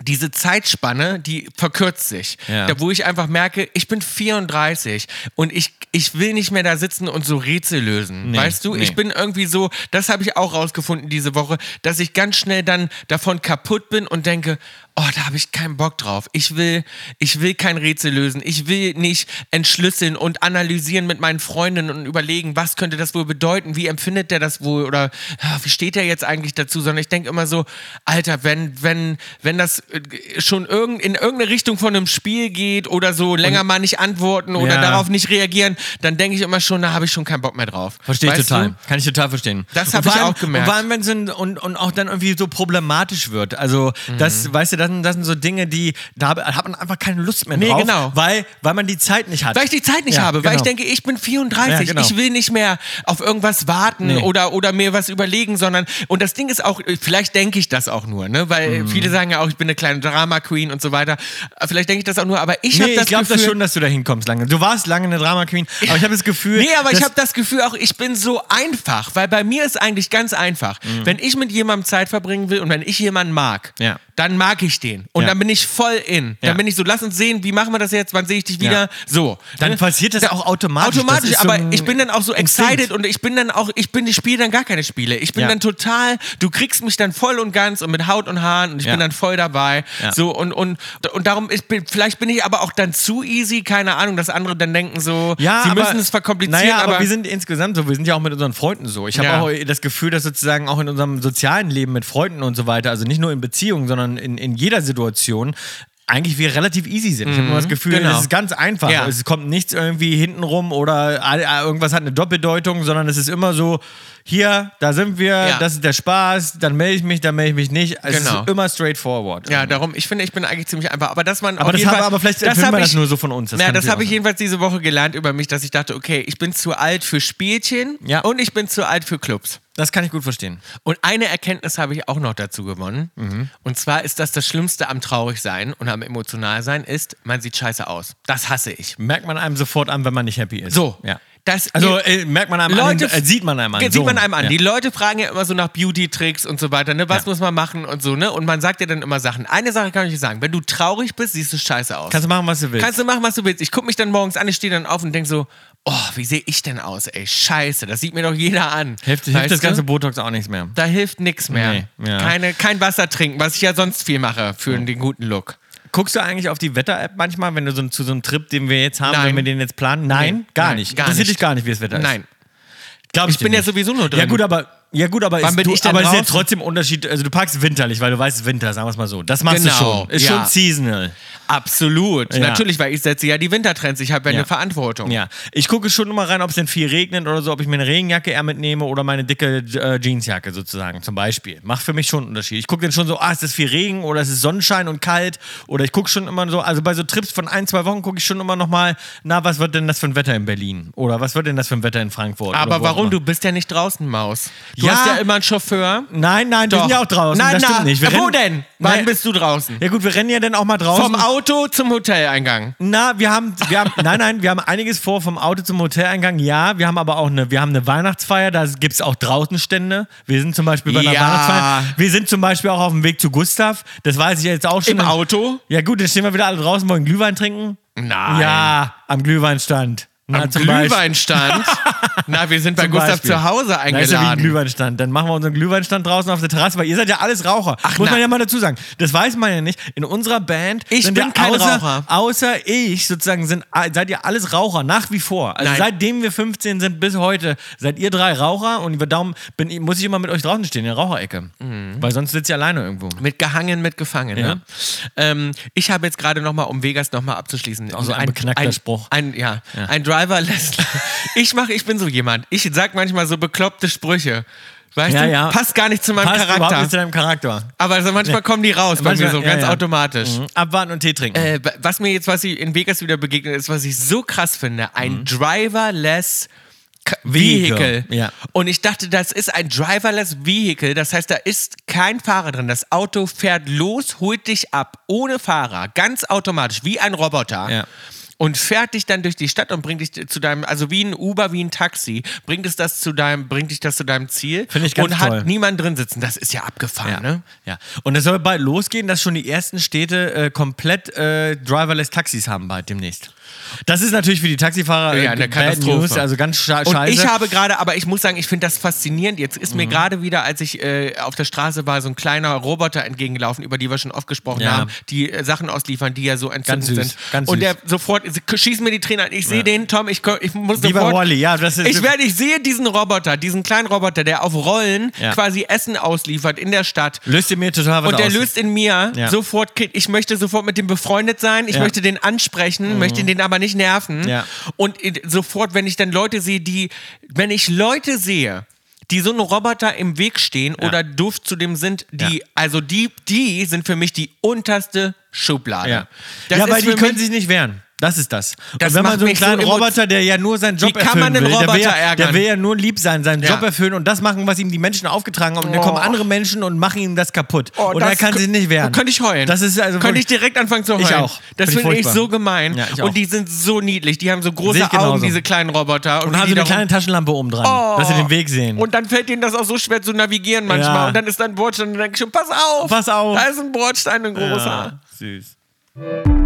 S1: diese Zeitspanne, die verkürzt sich.
S2: Ja.
S1: Da, wo ich einfach merke, ich bin 34 und ich, ich will nicht mehr da sitzen und so Rätsel lösen. weißt du,
S2: nee.
S1: ich bin irgendwie so, das habe ich auch rausgefunden diese Woche, dass ich ganz schnell dann davon kaputt bin und denke, oh, da habe ich keinen Bock drauf. Ich will, ich will kein Rätsel lösen. Ich will nicht entschlüsseln und analysieren mit meinen Freundinnen und überlegen, was könnte das wohl bedeuten? Wie empfindet der das wohl? Oder ah, wie steht er jetzt eigentlich dazu? Sondern ich denke immer so, Alter, wenn, wenn, wenn das äh, schon irgend, in irgendeine Richtung von einem Spiel geht oder so länger mal nicht antworten oder
S2: Ja.
S1: darauf nicht reagieren, dann denke ich immer schon, da habe ich schon keinen Bock mehr drauf.
S2: Verstehe ich
S1: Weißt
S2: total.
S1: du?
S2: Kann ich total verstehen.
S1: Das
S2: Und
S1: hab ich
S2: vor allem-
S1: auch gemerkt.
S2: Und, vor allem, wenn's in, und, und auch dann irgendwie so problematisch wird. Also,
S1: Mhm.
S2: das, weißt du, das, sind- das sind so Dinge, die, da hab- hat man einfach keine Lust mehr
S1: Nee,
S2: drauf.
S1: genau.
S2: Weil, weil man die Zeit nicht hat.
S1: Weil ich die Zeit nicht
S2: Ja,
S1: habe, weil
S2: genau.
S1: ich denke, ich bin 34,
S2: Ja, genau.
S1: ich will nicht mehr auf irgendwas warten
S2: Nee.
S1: oder,
S2: Mhm.
S1: oder mir was überlegen, sondern, und das Ding ist auch, vielleicht denke ich das auch nur, ne? weil viele sagen ja auch, ich bin eine kleine Drama Queen und so weiter. Vielleicht denke ich das auch nur, aber ich habe
S2: nee,
S1: das
S2: ich glaube
S1: Gefühl,
S2: das schon, dass du da hinkommst lange. Du warst lange eine Drama Queen, aber ich habe das Gefühl.
S1: Nee, aber ich
S2: dass-
S1: habe das Gefühl auch, ich bin so einfach, weil bei mir ist eigentlich ganz einfach. Wenn ich mit jemandem Zeit verbringen will und wenn ich jemanden mag,
S2: Mhm. Ja.
S1: dann mag ich den. Und
S2: Ja.
S1: dann bin ich voll in. Dann
S2: Ja.
S1: bin ich so, lass uns sehen, wie machen wir das jetzt, wann sehe ich dich wieder?
S2: Ja.
S1: So.
S2: Dann
S1: Ne?
S2: passiert das
S1: Da-
S2: auch automatisch.
S1: Automatisch,
S2: Das ist so
S1: aber
S2: ein
S1: ich bin dann auch so
S2: Instinkt.
S1: excited und ich bin dann auch, ich bin, ich spiele dann gar keine Spiele. Ich bin
S2: Ja.
S1: dann total, du kriegst mich dann voll und ganz und mit Haut und Haaren und ich
S2: Ja.
S1: bin dann voll dabei.
S2: Ja.
S1: So und, und, und darum, ich bin, vielleicht bin ich aber auch dann zu easy, keine Ahnung, dass andere dann denken so,
S2: Ja,
S1: sie
S2: aber,
S1: müssen es verkomplizieren,
S2: Naja, aber,
S1: aber
S2: wir sind insgesamt so, wir sind ja auch mit unseren Freunden so. Ich habe
S1: Ja.
S2: auch das Gefühl, dass sozusagen auch in unserem sozialen Leben mit Freunden und so weiter, also nicht nur in Beziehungen, sondern in, in jeder Situation, eigentlich wir relativ easy sind. Ich habe immer das Gefühl,
S1: genau.
S2: es ist ganz einfach.
S1: Ja.
S2: Es kommt nichts irgendwie hintenrum oder all- all- irgendwas hat eine Doppelbedeutung, sondern es ist immer so, hier, da sind wir,
S1: Ja.
S2: das ist der Spaß, dann melde ich mich, dann melde ich mich nicht. Es
S1: Genau.
S2: ist immer straightforward.
S1: Ja, darum, ich finde, ich bin eigentlich ziemlich einfach. Aber dass man
S2: Aber
S1: auf
S2: das
S1: jeden
S2: haben,
S1: Fall,
S2: aber vielleicht
S1: das
S2: empfinden
S1: hab
S2: wir das
S1: ich-
S2: nur so von uns.
S1: ja,
S2: kann
S1: das
S2: natürlich
S1: habe
S2: auch
S1: ich
S2: sein.
S1: jedenfalls diese Woche gelernt über mich, dass ich dachte, okay, ich bin zu alt für Spielchen
S2: Ja.
S1: und ich bin zu alt für Clubs.
S2: Das kann ich gut verstehen.
S1: Und eine Erkenntnis habe ich auch noch dazu gewonnen.
S2: Mhm.
S1: Und zwar ist, dass das Schlimmste am Traurigsein und am Emotionalsein ist, man sieht scheiße aus. Das hasse ich.
S2: merkt man einem sofort an, wenn man nicht happy ist.
S1: So.
S2: Ja.
S1: Das
S2: Also äh, merkt man einem
S1: Leute,
S2: an, den- äh, sieht man einem an.
S1: Sieht
S2: so.
S1: man einem an.
S2: Ja.
S1: Die Leute fragen ja immer so nach Beauty-Tricks und so weiter, ne? Was
S2: Ja.
S1: muss man machen und so, ne? Und man sagt ja dann immer Sachen. Eine Sache kann ich dir sagen, wenn du traurig bist, siehst du scheiße aus.
S2: Kannst du machen, was du willst.
S1: Kannst du machen, was du willst. Ich gucke mich dann morgens an, ich stehe dann auf und denke so, oh, wie sehe ich denn aus, ey? Scheiße, das sieht mir doch jeder an.
S2: hilft
S1: Weißt
S2: hilft das
S1: du?
S2: ganze Botox auch nichts mehr.
S1: Da hilft nichts mehr.
S2: Nee, ja.
S1: Keine, kein Wasser trinken, was ich ja sonst viel mache für den guten Look.
S2: Guckst du eigentlich auf die Wetter-App manchmal, wenn du so, zu so einem Trip, den wir jetzt haben,
S1: Nein.
S2: wenn wir den jetzt planen? Nein, gar
S1: nein,
S2: nicht.
S1: gar
S2: Interessiert
S1: nicht.
S2: dich gar nicht, wie das Wetter ist.
S1: Nein.
S2: Glaub
S1: Ich
S2: dir
S1: bin ja
S2: nicht.
S1: sowieso nur drin.
S2: Ja gut, aber ja gut, aber,
S1: Wann
S2: ist,
S1: bin
S2: du,
S1: ich denn
S2: aber ist ja
S1: draußen?
S2: trotzdem Unterschied. Also du packst winterlich, weil du weißt, es ist Winter, sagen wir es mal so. Das machst
S1: Genau,
S2: du schon. Ist
S1: ja.
S2: schon seasonal.
S1: Absolut.
S2: Ja.
S1: Natürlich, weil ich setze ja die Wintertrends. Ich habe ja,
S2: Ja.
S1: eine Verantwortung.
S2: Ja, ich gucke schon immer rein, ob es denn viel regnet oder so, ob ich mir eine Regenjacke eher mitnehme oder meine dicke äh, Jeansjacke sozusagen zum Beispiel. Macht für mich schon einen Unterschied. Ich gucke dann schon so, ah, es ist viel Regen oder es ist Sonnenschein und kalt oder ich gucke schon immer so, also bei so Trips von ein, zwei Wochen gucke ich schon immer nochmal, na, was wird denn das für ein Wetter in Berlin oder was wird denn das für ein Wetter in Frankfurt?
S1: Aber
S2: oder wo auch
S1: warum?
S2: immer.
S1: Du bist ja nicht draußen, Maus. Du
S2: Ja.
S1: hast ja immer einen Chauffeur.
S2: Nein, nein, wir
S1: Doch.
S2: sind ja auch draußen.
S1: Nein,
S2: das
S1: na,
S2: stimmt nicht. Wir
S1: wo
S2: rennen-
S1: denn? Wann
S2: Nee.
S1: bist du draußen?
S2: Ja gut, wir rennen ja dann auch mal draußen.
S1: Vom Auto zum Hoteleingang.
S2: Na, wir haben, wir haben, nein, nein, wir haben einiges vor vom Auto zum Hoteleingang. Ja, wir haben aber auch eine, wir haben eine Weihnachtsfeier, da gibt es auch draußen Stände. Wir sind zum Beispiel bei einer
S1: Ja.
S2: Weihnachtsfeier. Wir sind zum Beispiel auch auf dem Weg zu Gustav. Das weiß ich jetzt auch schon.
S1: Im Auto?
S2: Ja, gut, dann stehen wir wieder alle draußen, wollen Glühwein trinken.
S1: Nein.
S2: Ja, am Glühweinstand. Na,
S1: Am
S2: zum Beispiel-
S1: Glühweinstand.
S2: [laughs]
S1: Na, wir sind bei
S2: zum
S1: Gustav
S2: Beispiel.
S1: zu Hause
S2: Da ist ja wie ein
S1: eingeladen.
S2: Glühweinstand. Dann machen wir unseren Glühweinstand draußen auf der Terrasse, weil ihr seid ja alles Raucher. Muss
S1: na.
S2: man ja mal dazu sagen. Das weiß man ja nicht. In unserer Band
S1: Ich
S2: sind
S1: bin
S2: ja
S1: kein
S2: außer,
S1: Raucher.
S2: Außer ich sozusagen sind, seid ihr alles Raucher nach wie vor. Also
S1: Nein.
S2: seitdem wir 15 sind bis heute seid ihr drei Raucher und über Daumen bin, ich- muss ich immer mit euch draußen stehen in der Raucherecke, weil sonst sitzt ihr alleine irgendwo.
S1: Mhm. mit gehangen, mit gefangen. Ne? Ähm, ich habe jetzt gerade nochmal, um Vegas nochmal abzuschließen,
S2: so ein beknackter Spruch.
S1: Ein, ja, ein Driver
S2: [laughs]
S1: lässt. ich mache, ich bin so jemand. Ich sag manchmal so bekloppte Sprüche. Weißt
S2: Ja,
S1: du,
S2: ja.
S1: passt gar nicht zu meinem
S2: Passt überhaupt nicht
S1: Charakter.
S2: zu deinem Charakter.
S1: Aber so manchmal kommen die raus bei mir
S2: Manchmal-
S1: so
S2: ja, Mhm.
S1: ganz
S2: ja.
S1: automatisch.
S2: Abwarten und Tee trinken.
S1: Äh, wa- was mir jetzt, was ich in Vegas wieder begegnet ist, was ich so krass finde, ein driverless K-
S2: Mhm. Vehicle,
S1: Vehicle.
S2: ja.
S1: Und ich dachte, das ist ein driverless Vehicle. Das heißt, da ist kein Fahrer drin. Das Auto fährt los, holt dich ab, ohne Fahrer, ganz automatisch, wie ein Roboter.
S2: Ja.
S1: Und fährt dich dann durch die Stadt und bringt dich zu deinem, also wie ein Uber, wie ein Taxi, bringt es das zu deinem, bringt dich das zu deinem Ziel.
S2: Finde ich ganz
S1: Und
S2: toll.
S1: hat niemand drin sitzen. Das ist ja abgefahren,
S2: Ja.
S1: ne?
S2: ja. Und es soll bald losgehen, dass schon die ersten Städte äh, komplett äh, driverless Taxis haben bald demnächst. Das ist natürlich für die Taxifahrer äh,
S1: Ja, eine
S2: bad
S1: Katastrophe.
S2: News, also ganz scha
S1: Und
S2: scheiße. Mhm.
S1: ich habe gerade, aber ich muss sagen, ich finde das faszinierend. Jetzt ist mir gerade wieder, als ich äh, auf der Straße war, so ein kleiner Roboter entgegengelaufen, über die wir schon oft gesprochen
S2: Ja.
S1: haben, die äh, Sachen ausliefern, die ja so entzündend
S2: Ganz süß,
S1: sind.
S2: ganz
S1: und
S2: süß.
S1: der sofort schießt mir die Tränen an. Ich sehe den, Tom, ich, ko- ich muss
S2: Wie bei
S1: sofort.
S2: Wall-E, ja, das ist-
S1: ich werde, ich sehe diesen Roboter, diesen kleinen Roboter, der auf Rollen
S2: Ja.
S1: quasi Essen ausliefert in der Stadt.
S2: löst ihr mir total was
S1: Und der
S2: aus.
S1: löst in mir
S2: Ja.
S1: sofort, Kick. ich möchte sofort mit dem befreundet sein, ich
S2: Ja. Mhm.
S1: möchte den ansprechen, möchte den aber nicht nerven.
S2: Ja.
S1: Und in- sofort, wenn ich dann Leute sehe, die, wenn ich Leute sehe, die so einem Roboter im Weg stehen oder doof zu dem sind, die,
S2: Ja.
S1: also die, die sind für mich die unterste Schublade.
S2: ja.
S1: Das
S2: ja,
S1: ist
S2: weil die
S1: für
S2: können
S1: mich-
S2: sich nicht wehren. Das ist das.
S1: Das
S2: und wenn
S1: macht
S2: man so einen
S1: mich so
S2: kleinen
S1: emo-
S2: Roboter, der ja nur seinen Job
S1: Wie kann man
S2: erfüllen
S1: einen
S2: will, der will,
S1: Roboter
S2: ja,
S1: ärgern?
S2: der will ja nur lieb sein, seinen
S1: Ja.
S2: Job erfüllen und das machen, was ihm die Menschen aufgetragen haben. Und dann
S1: Oh.
S2: kommen andere Menschen und machen ihm das kaputt.
S1: Oh,
S2: und
S1: das
S2: er kann
S1: kö- Oh,
S2: sich nicht wehren.
S1: Könnte ich heulen.
S2: Das ist also
S1: könnte ich
S2: wirklich-
S1: direkt anfangen zu heulen.
S2: Ich auch.
S1: Das
S2: Finde ich
S1: finde ich
S2: furchtbar.
S1: so gemein.
S2: Ja, ich auch.
S1: und die sind so niedlich. Die haben so
S2: Sehe
S1: große
S2: ich genauso.
S1: Augen, diese kleinen Roboter.
S2: und haben
S1: wie die
S2: so eine
S1: da
S2: kleine
S1: rum-
S2: Taschenlampe oben dran, dass sie den Weg sehen.
S1: Und dann fällt ihnen das auch so schwer zu navigieren manchmal.
S2: Ja.
S1: Und dann ist da ein Bordstein und dann denke ich schon, pass auf.
S2: Pass auf.
S1: Da ist ein Bordstein, ein
S2: Ah.
S1: großer.
S2: ja, süß.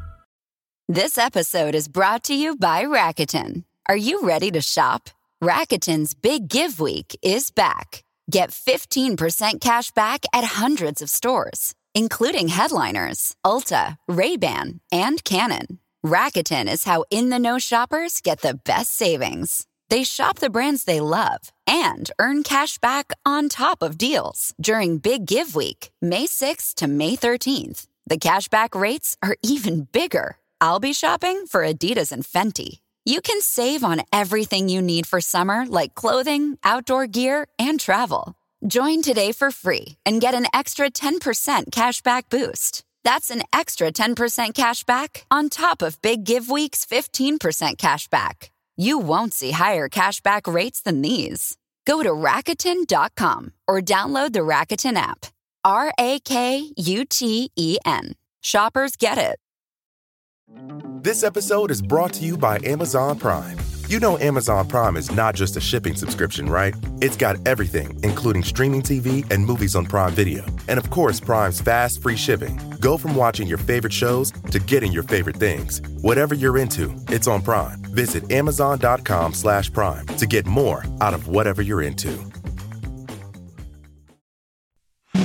S6: This episode is brought to you by Rakuten. Are you ready to shop? Rakuten's Big Give Week is back. Get 15% cash back at hundreds of stores, including headliners, Ulta, Ray-Ban, and Canon. Rakuten is how in-the-know shoppers get the best savings. They shop the brands they love and earn cash back on top of deals during Big Give Week, May 6th to May 13th. The cashback rates are even bigger. I'll be shopping for Adidas and Fenty. You can save on everything you need for summer, like clothing, outdoor gear, and travel. Join today for free and get an extra 10% cashback boost. That's an extra 10% cashback on top of Big Give Week's 15% cashback. You won't see higher cashback rates than these. Go to Rakuten.com or download the Rakuten app. R A K U T E N. Shoppers get it.
S4: This episode is brought to you by Amazon Prime. You know Amazon Prime is not just a shipping subscription, right? It's got everything, including streaming TV and movies on Prime Video. And of course, Prime's fast, free shipping. Go from watching your favorite shows to getting your favorite things. Whatever you're into, it's on Prime. Visit amazon.com slash prime to get more out of whatever you're into.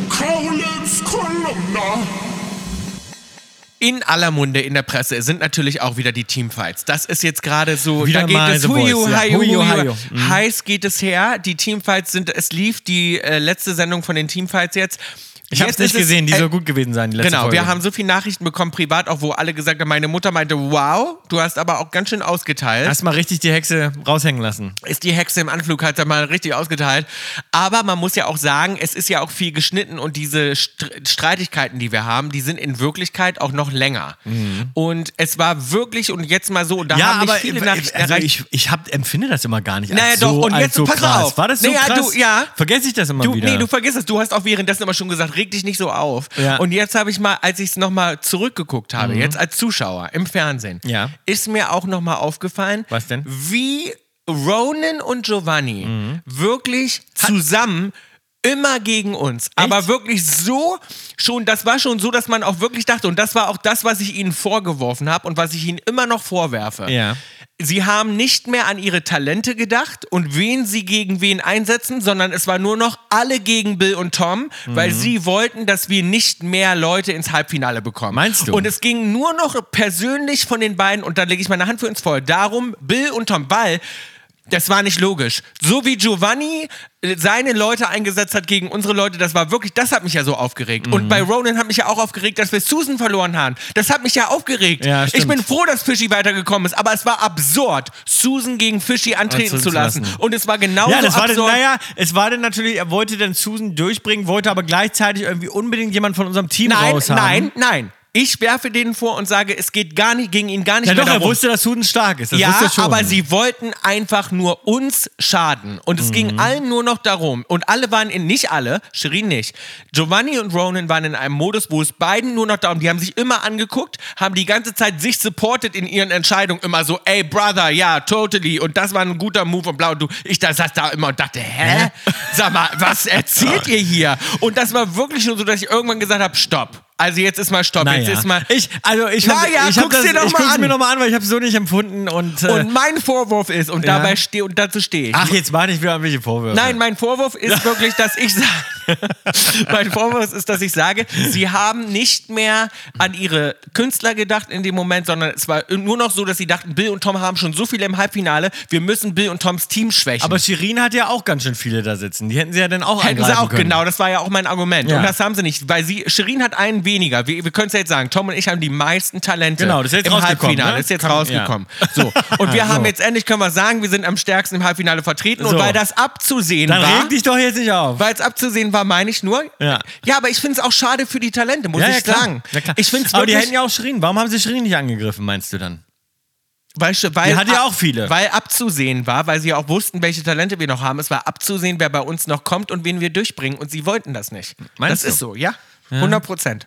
S5: Kaulitz Kolumna.
S1: In aller Munde in der Presse sind natürlich auch wieder die Teamfights. Das ist jetzt gerade so,
S2: Wieder
S1: da geht
S2: mal
S1: es
S2: The Voice,
S1: huiu,
S2: ja.
S1: haiu,
S2: Huiu,
S1: huiu,
S2: haiu. Mhm.
S1: heiß geht es her. Die Teamfights sind, es lief die äh, letzte Sendung von den Teamfights jetzt.
S2: Ich habe es
S1: Jetzt
S2: nicht
S1: ist es-
S2: gesehen, die
S1: äh,
S2: soll gut gewesen sein, die letzte
S1: Genau,
S2: Folge.
S1: wir haben so viele Nachrichten bekommen, privat auch, wo alle gesagt haben, meine Mutter meinte, wow, du hast aber auch ganz schön ausgeteilt.
S2: Erstmal richtig die Hexe raushängen lassen.
S1: ist die Hexe im Anflug, hat er mal richtig ausgeteilt. Aber man muss ja auch sagen, es ist ja auch viel geschnitten und diese Str- Streitigkeiten, die wir haben, die sind in Wirklichkeit auch noch länger.
S2: Mhm.
S1: Und es war wirklich, und jetzt mal so, da haben mich viele Nachrichten
S2: also
S1: erreicht.
S2: ich, ich hab, empfinde das immer gar nicht als
S1: Naja, doch,
S2: so,
S1: und
S2: als
S1: jetzt-
S2: so
S1: pass
S2: krass.
S1: auf.
S2: War das so
S1: Naja,
S2: krass?
S1: du- ja.
S2: Vergesse ich das immer
S1: Du,
S2: wieder.
S1: nee, du vergisst es. Du hast auch währenddessen immer schon gesagt, reg dich nicht so auf.
S2: Ja. Mhm.
S1: Und jetzt habe ich mal, als ich es nochmal zurückgeguckt habe, jetzt als Zuschauer im Fernsehen,
S2: Ja.
S1: ist mir auch nochmal aufgefallen,
S2: Was denn? Mhm.
S1: wie Ronan und Giovanni wirklich zusammen immer gegen uns. Aber wirklich so schon, das war schon so, dass man auch wirklich dachte, und das war auch das, was ich ihnen vorgeworfen habe und was ich ihnen immer noch vorwerfe.
S2: Ja.
S1: Sie haben nicht mehr an ihre Talente gedacht und wen sie gegen wen einsetzen, sondern es war nur noch alle gegen Bill und Tom,
S2: Mhm.
S1: weil sie wollten, dass wir nicht mehr Leute ins Halbfinale bekommen.
S2: Meinst du?
S1: Und es ging nur noch persönlich von den beiden, und da lege ich meine Hand für ins Feuer, darum, Bill und Tom, weil. Das war nicht logisch. So wie Giovanni äh, seine Leute eingesetzt hat gegen unsere Leute, das war wirklich, das hat mich ja so aufgeregt.
S2: Mhm.
S1: Und bei Ronan hat mich ja auch aufgeregt, dass wir Susan verloren haben. Das hat mich ja aufgeregt.
S2: Ja,
S1: ich
S2: stimmt.
S1: bin froh, dass Fischi weitergekommen ist, aber es war absurd, Susan gegen Fischi antreten
S2: Antreten
S1: zu
S2: zu
S1: lassen.
S2: lassen.
S1: Und es war genauso
S2: ja, das war dann,
S1: absurd.
S2: naja, es war dann natürlich, er wollte dann Susan durchbringen, wollte aber gleichzeitig irgendwie unbedingt jemand von unserem Team
S1: nein,
S2: raushaben.
S1: nein, nein. Ich werfe denen vor und sage, es geht gar nicht gegen ihn gar nicht
S2: Ja
S1: mehr
S2: doch, er
S1: darum.
S2: wusste, dass Susan stark ist. Das
S1: ja,
S2: wusste er schon.
S1: aber sie wollten einfach nur uns schaden. Und es
S2: Mhm.
S1: ging allen nur noch darum. Und alle waren in, nicht alle, Shirin nicht. Giovanni und Ronan waren in einem Modus, wo es beiden nur noch darum, die haben sich immer angeguckt, haben die ganze Zeit sich supported in ihren Entscheidungen. Immer so, ey, Brother, ja, totally. Und das war ein guter Move und blau. Und du, ich da saß da immer und dachte, hä? Sag mal,
S2: [laughs]
S1: was erzählt ihr hier? Und das war wirklich schon so, dass ich irgendwann gesagt habe, stopp. Also jetzt ist mal Stopp,
S2: naja.
S1: jetzt ist mal.
S2: ich, also ich hab,
S1: Naja,
S2: ich hab
S1: guck's
S2: das,
S1: dir doch
S2: ich
S1: mal
S2: guck's
S1: an.
S2: mir nochmal an, weil ich habe so nicht empfunden und, äh,
S1: Und mein Vorwurf ist, und
S2: Ja.
S1: dabei stehe und dazu stehe ich.
S2: ach, jetzt mach nicht wieder irgendwelche Vorwürfe. [laughs]
S1: Nein, mein Vorwurf ist wirklich, dass ich sage. [laughs] mein Vorwurf ist, dass ich sage, sie haben nicht mehr an ihre Künstler gedacht in dem Moment, sondern es war nur noch so, dass sie dachten, Bill und Tom haben schon so viele im Halbfinale, wir müssen Bill und Toms Team schwächen.
S2: Aber Shirin hat ja auch ganz schön viele da sitzen. Die hätten sie ja dann auch
S1: Hätten sie
S2: angreifen
S1: auch,
S2: können.
S1: genau, das war ja auch mein Argument.
S2: Ja.
S1: Und das haben sie nicht, weil sie, Shirin hat einen weniger. Wir, wir können es ja jetzt sagen, Tom und ich haben die meisten Talente.
S2: Genau, das ist jetzt
S1: im
S2: rausgekommen,
S1: Halbfinale.
S2: ne?
S1: Das ist jetzt
S2: Kann- [laughs]
S1: rausgekommen. So. Und wir haben jetzt endlich, können wir sagen, wir sind am stärksten im Halbfinale vertreten. Und
S2: So.
S1: weil das abzusehen
S2: Dann
S1: war.
S2: reg dich doch jetzt nicht auf.
S1: Weil es abzusehen war, meine ich nur.
S2: Ja.
S1: ja aber ich finde es auch schade für die Talente, muss ich sagen.
S2: Ja, klar.
S1: Ich finde es
S2: Aber die
S1: wirklich,
S2: hätten ja auch Shirin. Warum haben sie Shirin nicht angegriffen, meinst du dann?
S1: weil, weil,
S2: Die hatte ja auch viele.
S1: Weil abzusehen war, weil sie ja auch wussten, welche Talente wir noch haben. Es war abzusehen, wer bei uns noch kommt und wen wir durchbringen. Und sie wollten das nicht. das
S2: Meinst du? Mhm.
S1: ist so, ja. 100 Prozent.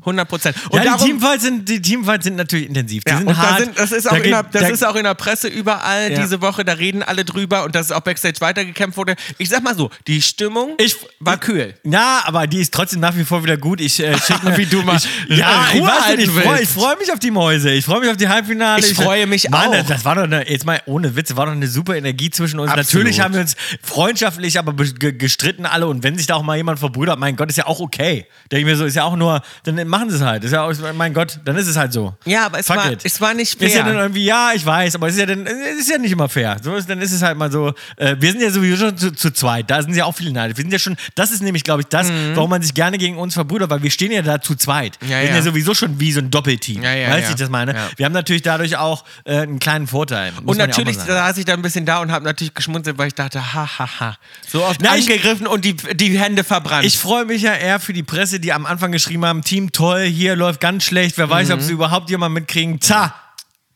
S1: 100 Prozent. Und
S2: ja, die
S1: darum,
S2: Teamfights sind, die Teamfights sind natürlich intensiv. Die
S1: ja,
S2: sind
S1: und da
S2: hart.
S1: sind, das, ist auch,
S2: Da
S1: in der,
S2: geht-
S1: das
S2: da-
S1: ist auch in der Presse überall
S2: Ja.
S1: diese Woche, da reden alle drüber und dass es auch Backstage weitergekämpft wurde. Ich sag mal so, die Stimmung
S2: Ich-
S1: war kühl.
S2: Ja, aber die ist trotzdem nach wie vor wieder gut. Ich äh,
S1: [laughs]
S2: schick mal,
S1: Wie du mal
S2: Ich, ja,
S1: Ruhe
S2: ich weiß nicht, ich
S1: halten
S2: freue
S1: willst.
S2: freu mich auf die Mäuse. Ich freue mich auf die Halbfinale.
S1: Ich freue mich
S2: Mann,
S1: auch.
S2: Das, das war doch eine, jetzt mal ohne Witze, war doch eine super Energie zwischen uns.
S1: Absolut.
S2: Natürlich haben wir uns freundschaftlich, aber be- ge- gestritten alle. Und wenn sich da auch mal jemand verbrüdert, mein Gott, ist ja auch okay. Denke ich mir so, ist ja auch nur, dann machen sie es halt. Ist ja auch, mein Gott, dann ist es halt so.
S1: Ja, aber es
S2: Fuck
S1: war-
S2: it.
S1: es war nicht
S2: Ist ja
S1: fair.
S2: dann irgendwie, ja, ich weiß, aber es ist ja dann, es ist ja nicht immer fair. So ist, dann ist es halt mal so. Äh, wir sind ja sowieso schon zu, zu zweit. Da sind ja auch viele Neider. Wir sind ja schon, das ist nämlich, glaube ich, das, warum man sich gerne gegen uns verbrüdert, weil wir stehen ja da zu zweit.
S1: Mhm. Ja,
S2: wir sind
S1: ja.
S2: ja sowieso schon wie so ein Doppelteam.
S1: Ja, ja,
S2: weißt du,
S1: ja.
S2: wie ich das meine?
S1: Ja.
S2: Wir haben natürlich dadurch auch äh, einen kleinen Vorteil. muss
S1: Und
S2: man ja auch
S1: natürlich
S2: mal sagen.
S1: saß ich da ein bisschen da und habe natürlich geschmunzelt, weil ich dachte, ha, ha, ha. So oft
S2: Na, ich-
S1: angegriffen und die, die Hände verbrannt.
S2: Ich freue mich ja eher für die Presse, die am Anfang geschrieben haben: Team toll, hier läuft ganz schlecht, wer weiß,
S1: Mhm.
S2: ob sie überhaupt jemand mitkriegen. Ta!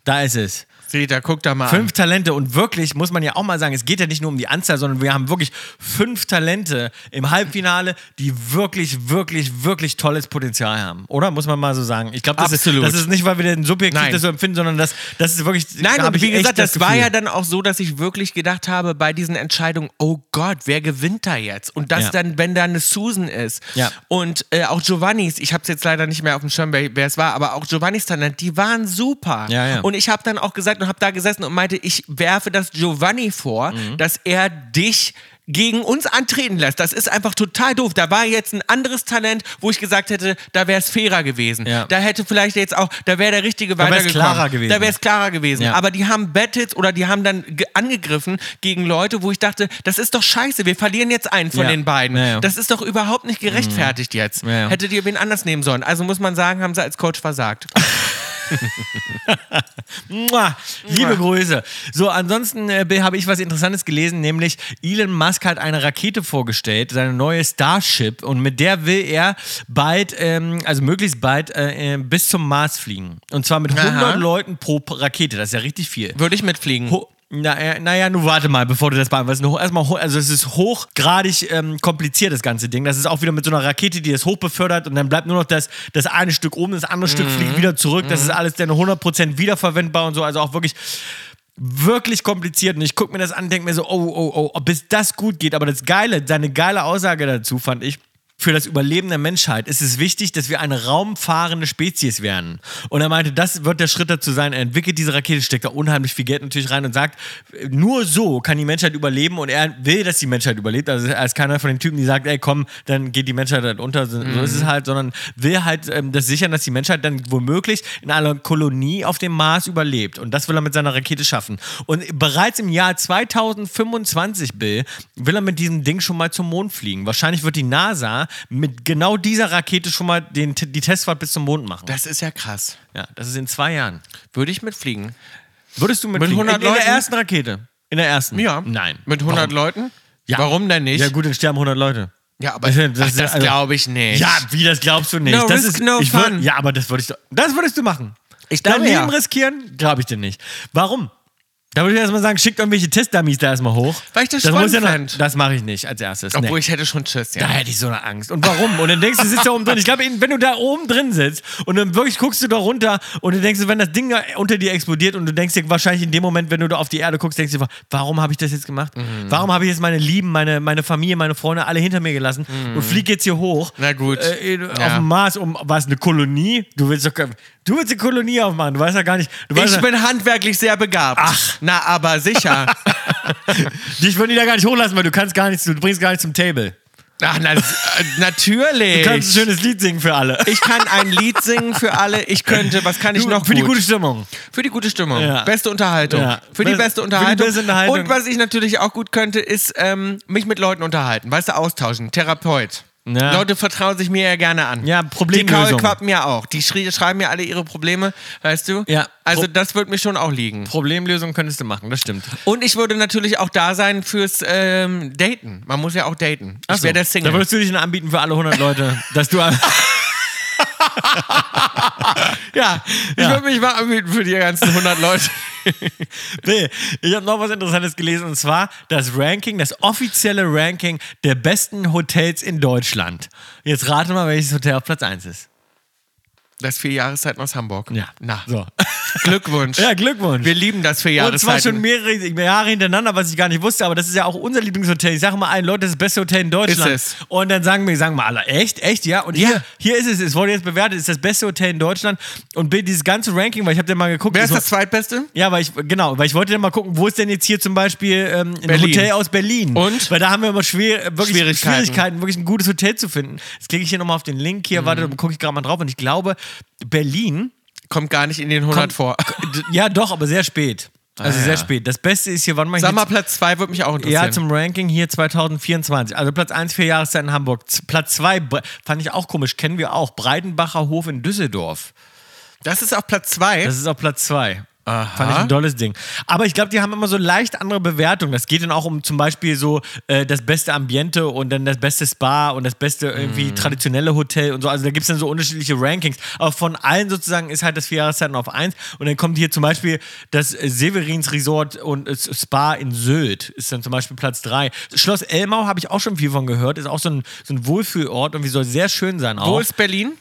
S2: Da ist es.
S1: Seht ihr, guck da mal
S2: Fünf Talente und wirklich muss man ja auch mal sagen, es geht ja nicht nur um die Anzahl, sondern wir haben wirklich fünf Talente im Halbfinale, die wirklich, wirklich, wirklich tolles Potenzial haben. Oder muss man mal so sagen? Ich glaube, das, ist-
S1: Absolut.
S2: das ist nicht, weil wir den subjektiv
S1: Nein.
S2: das so empfinden, sondern das, das ist wirklich.
S1: an.
S2: da
S1: Nein,
S2: hab
S1: und
S2: ich
S1: wie
S2: echt
S1: gesagt, das, war
S2: Gefühl.
S1: ja dann auch so, dass ich wirklich gedacht habe bei diesen Entscheidungen, oh Gott, wer gewinnt da jetzt? Und das
S2: Ja.
S1: dann, wenn da eine Susan ist
S2: Ja.
S1: und äh, auch Giovannis, ich habe es jetzt leider nicht mehr auf dem Schirm, wer, wer es war, aber auch Giovannis Talent, die waren super.
S2: Ja, ja.
S1: Und ich habe dann auch gesagt und habe da gesessen und meinte, ich werfe das Giovanni vor,
S2: Mhm.
S1: dass er dich gegen uns antreten lässt. Das ist einfach total doof. Da war jetzt ein anderes Talent, wo ich gesagt hätte, da wäre es fairer gewesen.
S2: Ja.
S1: Da hätte vielleicht jetzt auch, da wäre der richtige
S2: wär's
S1: weitergekommen.
S2: klarer gewesen.
S1: Da wäre es klarer gewesen.
S2: Ja.
S1: Aber die haben Battles oder die haben dann ge- angegriffen gegen Leute, wo ich dachte, das ist doch scheiße, wir verlieren jetzt einen von
S2: Ja.
S1: den beiden.
S2: Ja, ja.
S1: Das ist doch überhaupt nicht gerechtfertigt jetzt.
S2: Ja, ja.
S1: Hättet ihr wen anders nehmen sollen. Also muss man sagen, haben sie als Coach versagt.
S2: Mua, liebe Grüße. So, ansonsten äh, Bill, habe ich was Interessantes gelesen, nämlich Elon Musk hat eine Rakete vorgestellt, seine neue Starship, und mit der will er bald, ähm, also möglichst bald, äh, äh, bis zum Mars fliegen. Und zwar mit 100
S1: Aha.
S2: Leuten pro P- Rakete. Das ist ja richtig viel.
S1: Würde ich mitfliegen.
S2: Ho naja, naja, nun warte mal, bevor du das beantwortest. Ho- Erstmal, ho- also es ist hochgradig ähm, kompliziert, das ganze Ding. Das ist auch wieder mit so einer Rakete, die das hoch befördert und dann bleibt nur noch das, das eine Stück oben, das andere Stück fliegt wieder zurück. Das ist alles dann 100% wiederverwendbar und so. Also auch wirklich wirklich kompliziert und ich gucke mir das an und denke mir so, oh, oh, oh, bis das gut geht. Aber das Geile, seine geile Aussage dazu fand ich, für das Überleben der Menschheit ist es wichtig, dass wir eine raumfahrende Spezies werden. Und er meinte, das wird der Schritt dazu sein. Er entwickelt diese Rakete, steckt da unheimlich viel Geld natürlich rein und sagt, nur so kann die Menschheit überleben und er will, dass die Menschheit überlebt. Also er ist keiner von den Typen, die sagt, ey komm, dann geht die Menschheit halt unter, so, so ist es halt, sondern will halt ähm, das sichern, dass die Menschheit dann womöglich in einer Kolonie auf dem Mars überlebt. Und das will er mit seiner Rakete schaffen. Und bereits im Jahr 2025, Bill, will er mit diesem Ding schon mal zum Mond fliegen. Wahrscheinlich wird die NASA mit genau dieser Rakete schon mal den, die Testfahrt bis zum Mond machen.
S1: Das ist ja krass.
S2: ja, das ist in zwei Jahren.
S1: Würde ich mitfliegen.
S2: Würdest du mit,
S1: Mit
S2: fliegen?
S1: 100
S2: in, in der
S1: Leuten?
S2: ersten Rakete? In der ersten?
S1: Ja.
S2: Nein.
S1: Mit 100 Leuten?
S2: Ja.
S1: Warum denn nicht?
S2: Ja, gut, dann sterben 100 Leute.
S1: Ja, aber
S2: Das
S1: das,
S2: ist- das
S1: ach,
S2: ist-
S1: das
S2: also-
S1: glaube ich nicht.
S2: Ja, wie das glaubst du nicht?
S1: No
S2: das
S1: risk, no
S2: ich würd-
S1: fun.
S2: Ja, aber das würde ich doch, das würdest du machen.
S1: Ich glaube,
S2: Dein Leben
S1: ja.
S2: riskieren, glaube ich dir nicht. Warum? Da würde ich erstmal sagen, schickt irgendwelche Testdummies da erstmal hoch.
S1: Weil ich das
S2: muss
S1: spannend
S2: ja noch-
S1: fänd.
S2: Das mache ich nicht als erstes.
S1: Obwohl
S2: nee.
S1: ich hätte schon Tschüss,
S2: Da
S1: ja.
S2: hätte ich so eine Angst. Und warum? Und dann denkst du, sitzt da oben drin. Ich glaube, wenn du da oben drin sitzt und dann wirklich guckst du da runter und dann denkst du, wenn das Ding da unter dir explodiert und du denkst dir wahrscheinlich in dem Moment, wenn du da auf die Erde guckst, denkst du, dir, warum habe ich das jetzt gemacht?
S1: Mhm.
S2: Warum habe ich jetzt meine Lieben, meine, meine Familie, meine Freunde alle hinter mir gelassen und flieg jetzt hier hoch?
S1: Mhm. Na gut.
S2: Äh, äh, auf
S1: Ja.
S2: dem Mars, um was, eine Kolonie? Du willst doch, kein- du willst eine Kolonie aufmachen. Du weißt ja gar nicht. Du weißt
S1: Ich
S2: ja,
S1: bin handwerklich sehr begabt.
S2: Ach.
S1: Na, aber sicher. [laughs]
S2: [laughs] dich würden die da gar nicht hochlassen, weil du kannst gar nichts, du bringst gar nichts zum Table.
S1: Ach, na, äh, natürlich.
S2: Du kannst ein schönes Lied singen für alle.
S1: ich kann ein Lied singen für alle. Ich könnte, was kann ich
S2: Du,
S1: noch
S2: für die
S1: gut?
S2: gute Stimmung.
S1: Für die gute Stimmung.
S2: Ja.
S1: Beste Unterhaltung.
S2: Ja.
S1: Für die
S2: Best-
S1: beste
S2: für die
S1: Unterhaltung.
S2: beste Unterhaltung.
S1: Und was ich natürlich auch gut könnte, ist ähm, mich mit Leuten unterhalten. Weißt du, austauschen. Therapeut.
S2: Ja.
S1: Leute vertrauen sich mir ja gerne an.
S2: Ja,
S1: Die
S2: Problemlösung.
S1: Kaulquappen ja auch. Die schrie, schreiben mir alle ihre Probleme, weißt du?
S2: Ja.
S1: Also
S2: Pro-
S1: das wird mir schon auch liegen.
S2: Problemlösung könntest du machen, das stimmt.
S1: Und ich würde natürlich auch da sein fürs ähm, Daten. Man muss ja auch daten. Ich wäre der Single.
S2: Da würdest du dich dann anbieten für alle 100 [laughs] Leute, dass du.
S1: ja, ich
S2: Ja.
S1: würde mich mal anbieten für die ganzen 100 Leute.
S2: nee, ich habe noch was Interessantes gelesen und zwar das Ranking, das offizielle Ranking der besten Hotels in Deutschland. Jetzt rate mal, welches Hotel auf Platz 1 ist.
S1: Das vier Jahreszeiten aus Hamburg. Na.
S2: So.
S1: [laughs] Glückwunsch.
S2: [laughs] Ja, Glückwunsch.
S1: Wir lieben das halt vier
S2: und zwar
S1: Jahreszeiten.
S2: schon mehrere Jahre hintereinander, was ich gar nicht wusste, aber das ist ja auch unser Lieblingshotel. Ich sage mal allen Leuten, das ist das beste Hotel in Deutschland.
S1: Ist es.
S2: Und dann sagen mir, sagen mal alle, echt, echt, ja. Und
S1: Ja.
S2: Hier, hier ist es, es wurde jetzt bewertet, ist das beste Hotel in Deutschland. Und bin- dieses ganze Ranking, weil ich habe dir mal geguckt,
S1: Wer
S2: das
S1: ist das zweitbeste?
S2: Ja, weil ich, genau, weil ich wollte dann mal gucken, wo ist denn jetzt hier zum Beispiel ähm, ein
S1: Berlin.
S2: Hotel aus Berlin?
S1: Und?
S2: Weil da haben wir immer schwer, äh, wirklich
S1: Schwierigkeiten.
S2: Schwierigkeiten. wirklich ein gutes Hotel zu finden. Jetzt klicke ich hier nochmal auf den Link
S1: Mhm.
S2: hier, warte, gucke ich gerade mal drauf und ich glaube, Berlin,
S1: Kommt gar nicht in den 100 vor.
S2: [laughs] d- ja doch, aber sehr spät. Also
S1: Ah,
S2: sehr
S1: ja.
S2: spät. Das Beste ist hier, wann mal
S1: Sag
S2: hier
S1: mal, Platz zwei würde mich auch interessieren.
S2: ja, zum Ranking hier 2024. Also Platz 1 vier Jahreszeiten in Hamburg. Z- Platz 2 fand ich auch komisch, kennen wir auch. Breitenbacher Hof in Düsseldorf.
S1: das ist auf Platz zwei.
S2: Das ist auf Platz 2. Fand ich ein tolles Ding. Aber ich glaube, die haben immer so leicht andere Bewertungen. Das geht dann auch um zum Beispiel so äh, das beste Ambiente und dann das beste Spa und das beste irgendwie
S1: Mhm.
S2: traditionelle Hotel und so. Also da gibt es dann so unterschiedliche Rankings. Aber von allen sozusagen ist halt das vier Jahreszeiten auf 1. Und dann kommt hier zum Beispiel das äh, Severins Resort und äh, Spa in Sylt ist dann zum Beispiel Platz 3. Schloss Elmau habe ich auch schon viel von gehört. Ist auch so ein, so ein Wohlfühlort und wie soll sehr schön sein auch.
S1: Wo ist Berlin?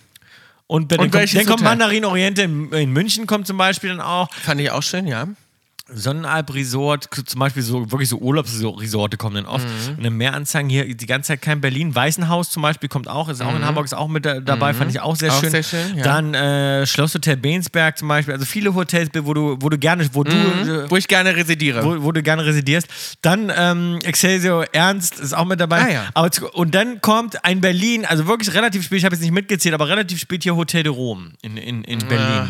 S2: Und dann,
S1: Und welches
S2: kommt, dann kommt
S1: Hotel?
S2: Mandarin Oriente in, in München kommt zum Beispiel dann auch.
S1: Fand ich auch schön, ja.
S2: Sonnenalp Resort, k- zum Beispiel so wirklich so Urlaubsresorte kommen dann oft.
S1: Mhm.
S2: Und dann mehr Anzeigen hier, die ganze Zeit kein Berlin. Weißenhaus zum Beispiel kommt auch, ist auch in Hamburg, ist auch mit da, dabei, fand ich auch sehr
S1: Mhm. Auch
S2: schön.
S1: sehr schön, ja.
S2: Dann äh, Schlosshotel Beensberg zum Beispiel, also viele Hotels, wo du, wo du gerne, wo du. Äh,
S1: Wo ich gerne residiere.
S2: wo, wo du gerne residierst. Dann ähm, Excelsior Ernst ist auch mit dabei.
S1: Ah, ja.
S2: aber zu, und dann kommt ein Berlin, also wirklich relativ spät, ich habe jetzt nicht mitgezählt, aber relativ spät hier Hotel de Rom in, in, in Berlin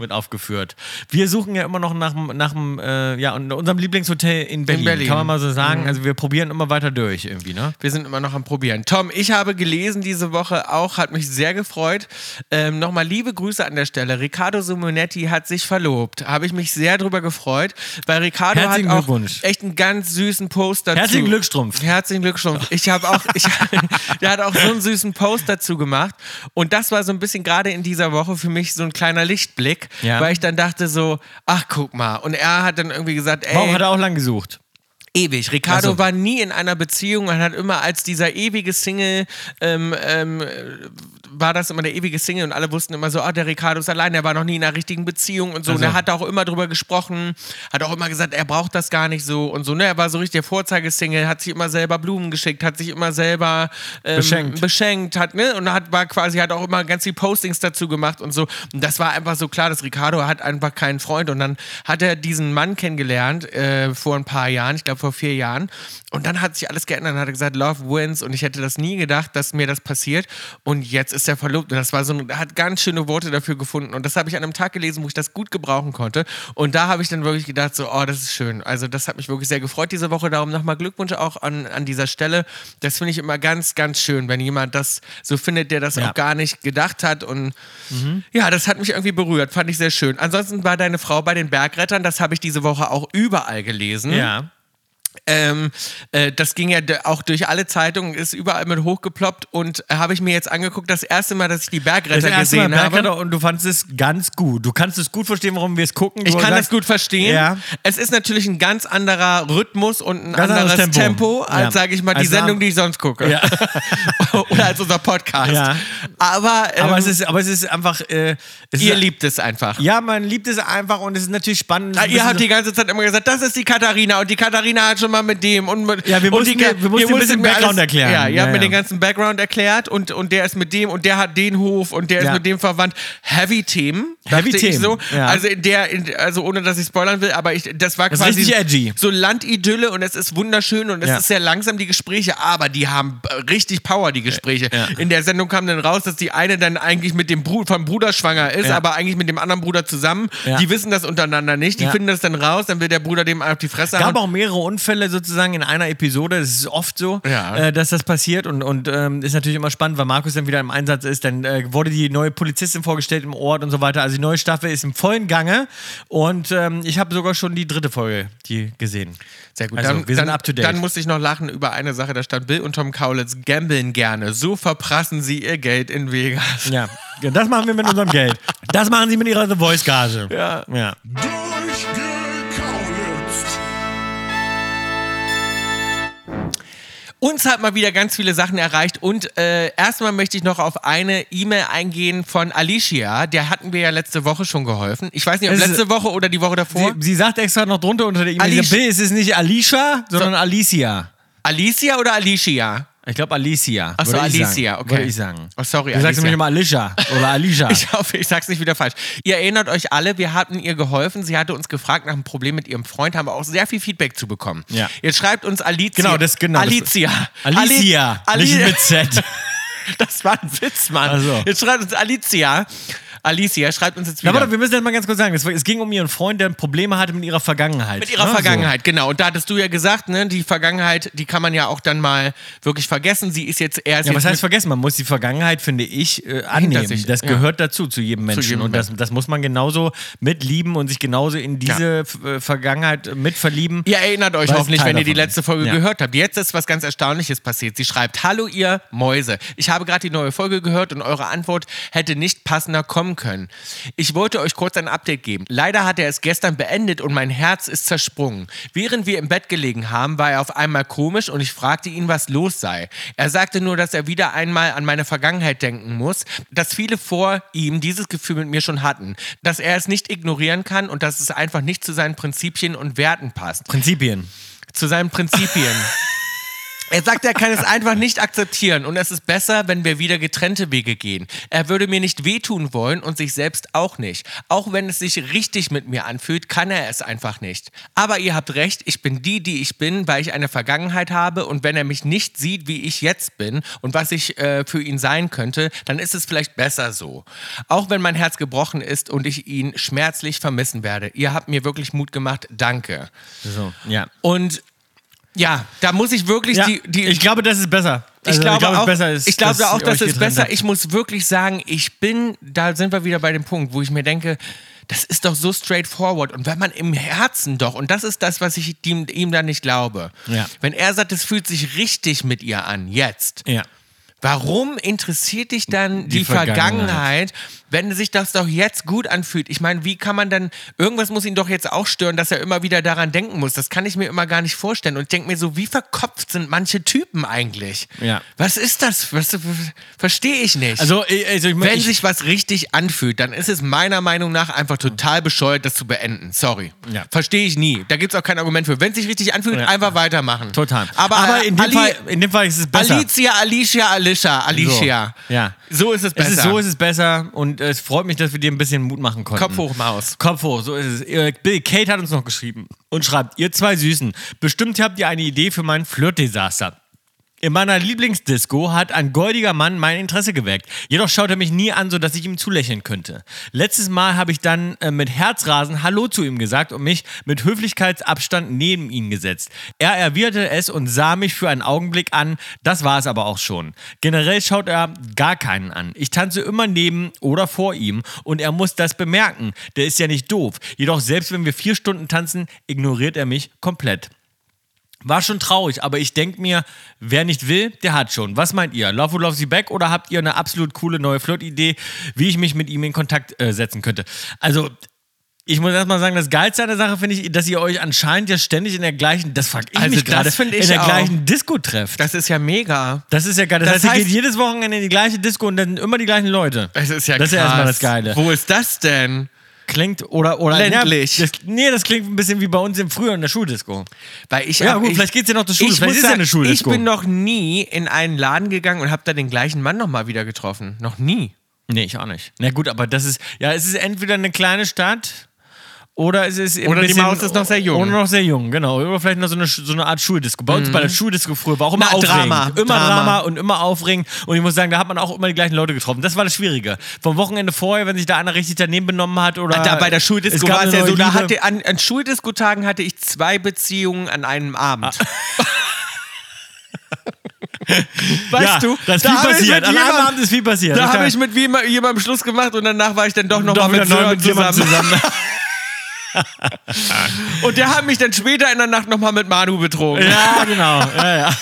S2: mit aufgeführt. Wir suchen ja immer noch nach, dem- nach dem, äh, ja, und unserem Lieblingshotel in Berlin,
S1: Berlin. Mhm.
S2: kann man mal so sagen. Also wir probieren immer weiter durch irgendwie, ne?
S1: Wir sind immer noch am Probieren. Tom, ich habe gelesen diese Woche auch, hat mich sehr gefreut. Ähm, Nochmal liebe Grüße an der Stelle. Riccardo Simonetti hat sich verlobt. Habe ich mich sehr drüber gefreut, weil Riccardo hat
S2: Herzlichen
S1: auch
S2: Glückwunsch.
S1: echt einen ganz süßen Post dazu.
S2: Herzlichen Glückstrumpf.
S1: Herzlichen Glückstrumpf. Ich habe auch, ich, [laughs] der hat auch so einen süßen Post dazu gemacht. Und das war so ein bisschen gerade in dieser Woche für mich so ein kleiner Lichtblick,
S2: Ja.
S1: weil ich dann dachte so, ach guck mal. Und er hat dann irgendwie gesagt, ey,
S2: Warum hat er auch lang gesucht?
S1: ewig. Ricardo
S2: Ach so.
S1: war nie in einer Beziehung und hat immer als dieser ewige Single, ähm, ähm, äh, war das immer der ewige Single und alle wussten immer so, ah, der Ricardo ist allein, der war noch nie in einer richtigen Beziehung und so. Und er hat auch immer drüber gesprochen, hat auch immer gesagt, er braucht das gar nicht so und so. Ne, er war so richtig der Vorzeigesingle, hat sich immer selber Blumen geschickt, hat sich immer selber ähm,
S2: Beschenkt.
S1: beschenkt hat, ne? Und hat war quasi hat auch immer ganz die Postings dazu gemacht und so. Und das war einfach so klar, dass Ricardo hat einfach keinen Freund und dann hat er diesen Mann kennengelernt äh, vor ein paar Jahren, ich glaube vor vier Jahren. Und dann hat sich alles geändert. Dann hat er gesagt, Love wins. Und ich hätte das nie gedacht, dass mir das passiert. Und jetzt ist er verlobt. Und das war so, ein- er hat ganz schöne Worte dafür gefunden. Und das habe ich an einem Tag gelesen, wo ich das gut gebrauchen konnte. Und da habe ich dann wirklich gedacht, so, oh, das ist schön. Also das hat mich wirklich sehr gefreut diese Woche. Darum nochmal Glückwunsch auch an, an dieser Stelle. Das finde ich immer ganz, ganz schön, wenn jemand das so findet, der das
S2: Ja. Mhm.
S1: auch gar nicht gedacht hat. Und ja, das hat mich irgendwie berührt. Fand ich sehr schön. Ansonsten war deine Frau bei den Bergrettern. Das habe ich diese Woche auch überall gelesen.
S2: Ja.
S1: Ähm, äh, das ging ja d- auch durch alle Zeitungen, ist überall mit hochgeploppt und äh, habe ich mir jetzt angeguckt, das erste Mal, dass ich die Bergretter
S2: Das erste Mal
S1: gesehen habe.
S2: Bergretter und du fandest es ganz gut. Du kannst es gut verstehen, warum wir es gucken.
S1: Ich
S2: Du
S1: kann
S2: sagst-
S1: das gut verstehen.
S2: Oh, Ja.
S1: Es ist natürlich ein ganz anderer Rhythmus und ein
S2: Ganz
S1: anderes
S2: anderes
S1: Tempo,
S2: Tempo.
S1: als,
S2: Ja.
S1: sage ich mal, die
S2: Als
S1: Sendung,
S2: am-
S1: die ich sonst gucke. [laughs]
S2: Ja.
S1: Oder als unser Podcast.
S2: Ja.
S1: Aber, ähm,
S2: Aber, es ist, aber es ist einfach. Äh, es
S1: ihr
S2: ist,
S1: liebt es einfach.
S2: Ja, man liebt es einfach und es ist natürlich spannend.
S1: Ah,
S2: Ein bisschen
S1: Ihr habt
S2: so-
S1: die ganze Zeit immer gesagt, das ist die Katharina und die Katharina hat schon mal mit dem und mit,
S2: Ja, wir
S1: und
S2: mussten
S1: Ga-
S2: dir- wir mussten dir ein bisschen
S1: mir
S2: Background erklären.
S1: Ja, ihr
S2: Ja,
S1: habt mir
S2: ja.
S1: den ganzen Background erklärt und, und der ist mit dem und der hat den Hof und der
S2: Ja.
S1: ist mit dem verwandt. Heavy Themen, dachte
S2: Heavy
S1: ich
S2: Themen,
S1: so.
S2: ja.
S1: Also in der, in, also ohne dass ich spoilern will, aber ich, das war
S2: Das ist
S1: quasi
S2: richtig edgy.
S1: so Landidylle und es ist wunderschön und es
S2: Ja.
S1: ist sehr langsam die Gespräche, aber die haben äh, richtig Power die Gespräche. In der Sendung kam dann raus, dass die eine dann eigentlich mit dem Bruder vom Bruder schwanger ist,
S2: Ja.
S1: aber eigentlich mit dem anderen Bruder zusammen.
S2: Ja.
S1: Die wissen das untereinander nicht, die
S2: Ja.
S1: finden das dann raus, dann will der Bruder dem auf die Fresse
S2: Es gab
S1: hauen.
S2: auch mehrere Unfälle sozusagen in einer Episode. Es ist oft so,
S1: Ja.
S2: äh, dass das passiert und, und ähm, ist natürlich immer spannend, weil Markus dann wieder im Einsatz ist. Dann äh, wurde die neue Polizistin vorgestellt im Ort und so weiter. Also die neue Staffel ist im vollen Gange und ähm, ich habe sogar schon die dritte Folge die gesehen.
S1: Sehr gut.
S2: Also,
S1: dann,
S2: wir sind
S1: dann,
S2: up to date.
S1: Dann musste ich noch lachen über eine Sache, da stand Bill und Tom Kaulitz gambeln gerne. So verprassen sie ihr Geld in Vegas.
S2: ja, Ja, das machen wir mit unserem Geld. Das machen sie mit ihrer The Voice Gage.
S1: Ja.
S2: ja.
S5: Durchgekaulitzt.
S1: Uns hat mal wieder ganz viele Sachen erreicht und äh, erstmal möchte ich noch auf eine E-Mail eingehen von Alicia. Der hatten wir ja letzte Woche schon geholfen. Ich weiß nicht, ob
S2: Es ist-
S1: letzte Woche oder die Woche davor.
S2: Sie, sie sagt extra noch drunter unter der E-Mail,
S1: Alicia.
S2: Bill, es ist nicht Alicia, sondern Alicia.
S1: Alicia oder Alicia?
S2: Ich glaube Alicia.
S1: Ach so,
S2: würde ich sagen.
S1: Alicia, okay.
S2: Würde ich sagen.
S1: Oh, sorry,
S2: Du sagst
S1: Alicia.
S2: nämlich immer Alicia oder Alicia.
S1: [laughs] Ich hoffe, ich sag's nicht wieder falsch. Ihr erinnert euch alle, wir hatten ihr geholfen. Sie hatte uns gefragt nach einem Problem mit ihrem Freund, haben wir auch sehr viel Feedback zu bekommen.
S2: Ja.
S1: Jetzt schreibt uns Alicia.
S2: Genau, das- genau, das-
S1: Alicia.
S2: Alicia,
S1: Ali, Ali,
S2: nicht Also. mit Z.
S1: [laughs] das war ein Witz, Mann.
S2: Ach so.
S1: Jetzt schreibt uns Alicia. Alicia, schreibt uns jetzt
S2: Na,
S1: wieder.
S2: warte, wir müssen das mal ganz kurz sagen. Es, war- es ging um ihren Freund, der Probleme hatte mit ihrer Vergangenheit.
S1: Mit ihrer
S2: Ne,
S1: Vergangenheit, genau. Und da hattest du ja gesagt, ne, die Vergangenheit, die kann man ja auch dann mal wirklich vergessen. Sie ist jetzt erst
S2: So. Ja,
S1: jetzt
S2: was heißt
S1: mit-
S2: vergessen? Man muss die Vergangenheit, finde ich, äh, annehmen.
S1: sich,
S2: das
S1: ja.
S2: gehört dazu, zu jedem Menschen.
S1: jedem
S2: und das, das muss man genauso mitlieben und sich genauso in diese F- äh, Vergangenheit mitverlieben.
S1: Ihr erinnert euch
S2: Weil es
S1: hoffentlich,
S2: Teil
S1: wenn ihr die
S2: davon
S1: letzte
S2: ist.
S1: Folge
S2: Ja.
S1: gehört habt. Jetzt ist was ganz Erstaunliches passiert. Sie schreibt: Hallo, ihr Mäuse. Ich habe gerade die neue Folge gehört und eure Antwort hätte nicht passender kommen können. Ich wollte euch kurz ein Update geben. Leider hat er es gestern beendet und mein Herz ist zersprungen. Während wir im Bett gelegen haben, war er auf einmal komisch und ich fragte ihn, was los sei. Er sagte nur, dass er wieder einmal an meine Vergangenheit denken muss, dass viele vor ihm dieses Gefühl mit mir schon hatten, dass er es nicht ignorieren kann und dass es einfach nicht zu seinen Prinzipien und Werten passt
S2: Prinzipien.
S1: zu seinen
S2: [laughs]
S1: Prinzipien. Er sagt, er kann es einfach nicht akzeptieren und es ist besser, wenn wir wieder getrennte Wege gehen. Er würde mir nicht wehtun wollen und sich selbst auch nicht. Auch wenn es sich richtig mit mir anfühlt, kann er es einfach nicht. Aber ihr habt recht, ich bin die, die ich bin, weil ich eine Vergangenheit habe und wenn er mich nicht sieht, wie ich jetzt bin und was ich äh, für ihn sein könnte, dann ist es vielleicht besser so. Auch wenn mein Herz gebrochen ist und ich ihn schmerzlich vermissen werde. Ihr habt mir wirklich Mut gemacht. Danke.
S2: So, ja.
S1: Und ja, da muss ich wirklich
S2: ja
S1: die, die
S2: ich glaube, das ist besser.
S1: ich
S2: Also,
S1: glaube auch,
S2: es besser ist,
S1: ich glaube
S2: dass
S1: auch,
S2: ihr
S1: dass
S2: euch
S1: es
S2: getrennt
S1: besser.
S2: habt.
S1: Ich muss wirklich sagen, ich bin, da sind wir wieder bei dem Punkt, wo ich mir denke, das ist doch so straightforward. Und wenn man im Herzen doch, und das ist das, was ich ihm, ihm da nicht glaube,
S2: Ja.
S1: wenn er sagt, es fühlt sich richtig mit ihr an, jetzt,
S2: Ja.
S1: Warum interessiert dich dann die,
S2: Die
S1: Vergangenheit,
S2: Vergangenheit.
S1: wenn sich das doch jetzt gut anfühlt? Ich meine, wie kann man dann, irgendwas muss ihn doch jetzt auch stören, dass er immer wieder daran denken muss. Das kann ich mir immer gar nicht vorstellen. Und ich denke mir so, wie verkopft sind manche Typen eigentlich?
S2: Ja.
S1: Was ist das? Was, verstehe ich nicht.
S2: Also, äh, also ich,
S1: wenn
S2: ich,
S1: sich was richtig anfühlt, dann ist es meiner Meinung nach einfach total bescheuert, das zu beenden. Sorry.
S2: Ja.
S1: Verstehe ich nie. Da gibt es auch kein Argument für. Wenn es sich richtig anfühlt,
S2: Ja.
S1: einfach weitermachen.
S2: Total.
S1: Aber, äh,
S2: in, dem
S1: Ali-
S2: Fall, in dem Fall ist es besser.
S1: Alicia, Alicia, Alicia, Alicia.
S2: So, ja.
S1: So ist es
S2: Es
S1: besser.
S2: ist, Hm. so ist es besser und äh, es freut mich, dass wir dir ein bisschen Mut machen konnten.
S1: Kopf hoch, Maus.
S2: Kopf hoch, so ist es. Äh, Bill, Kate hat uns noch geschrieben und schreibt, ihr zwei Süßen, bestimmt habt ihr eine Idee für mein Flirtdesaster. In meiner Lieblingsdisco hat ein goldiger Mann mein Interesse geweckt. Jedoch schaut er mich nie an, sodass ich ihm zulächeln könnte. Letztes Mal habe ich dann äh, mit Herzrasen Hallo zu ihm gesagt und mich mit Höflichkeitsabstand neben ihn gesetzt. Er erwiderte es und sah mich für einen Augenblick an. Das war es aber auch schon. Generell schaut er gar keinen an. Ich tanze immer neben oder vor ihm und er muss das bemerken. Der ist ja nicht doof. Jedoch selbst wenn wir vier Stunden tanzen, ignoriert er mich komplett. War schon traurig, aber ich denke mir, wer nicht will, der hat schon. Was meint ihr? Love who loves you back oder habt ihr eine absolut coole neue Flirt-Idee, wie ich mich mit ihm in Kontakt äh, setzen könnte? Also, ich muss erstmal sagen, das Geilste an der Sache finde ich, dass ihr euch anscheinend ja ständig in der gleichen, das frag ich
S1: Also
S2: mich
S1: das
S2: gerade,
S1: finde
S2: in
S1: ich
S2: der
S1: auch.
S2: gleichen Disco trefft.
S1: das ist ja mega.
S2: Das ist ja geil. Das,
S1: Das
S2: heißt, ihr
S1: heißt- Also
S2: geht jedes Wochenende in die gleiche Disco und dann immer die gleichen Leute.
S1: Es ist ja
S2: Das
S1: krass.
S2: ist ja erstmal das Geile.
S1: Wo ist das denn?
S2: klingt oder oder
S1: Ländlich.
S2: Ja, das, nee, das klingt ein bisschen wie bei uns im früher in der Schuldisco.
S1: Weil ich,
S2: Ja,
S1: hab-
S2: gut,
S1: ich,
S2: vielleicht geht's dir noch zur Schule,
S1: Ich,
S2: vielleicht
S1: muss
S2: ist ja
S1: sagen,
S2: eine Schule,
S1: ich
S2: Disco.
S1: bin noch nie in einen Laden gegangen und habe da den gleichen Mann nochmal wieder getroffen. Noch nie.
S2: Nee, ich auch nicht. Na gut, aber das ist ja, es ist entweder eine kleine Stadt oder es ist ein
S1: Oder die
S2: bisschen-
S1: Maus ist noch sehr jung.
S2: Oder noch sehr jung, genau. Oder vielleicht noch so eine, so eine Art Schuldisco. Bei uns bei der Schuldisco früher war auch immer
S1: Na,
S2: aufregend.
S1: Mhm. Drama,
S2: Immer
S1: Drama.
S2: Drama. und immer aufregend und ich muss sagen, da hat man auch immer die gleichen Leute getroffen. Das war das Schwierige. Vom Wochenende vorher, wenn sich da einer richtig daneben benommen hat oder
S1: Da, bei der Schuldisco
S2: Äh, Es gab
S1: war es
S2: eine
S1: ja so,
S2: neue
S1: da
S2: Liebe.
S1: hatte, an, an Schuldiskotagen hatte ich zwei Beziehungen an einem Abend.
S2: Ah.
S1: [laughs] weißt
S2: ja,
S1: du?
S2: das ist
S1: da hab
S2: viel
S1: ich
S2: passiert.
S1: mit
S2: An einem
S1: jemandem-
S2: Abend ist viel passiert.
S1: Da
S2: Das
S1: habe
S2: kann-
S1: ich mit jema- jemandem Schluss gemacht und danach war ich dann doch
S2: doch
S1: nochmal
S2: wieder
S1: mit
S2: neu
S1: Sören
S2: mit jemandem
S1: zusammen.
S2: zusammen.
S1: [laughs] Und der hat mich dann später in der Nacht nochmal mit Manu betrogen.
S2: Ja, genau. Ja, ja.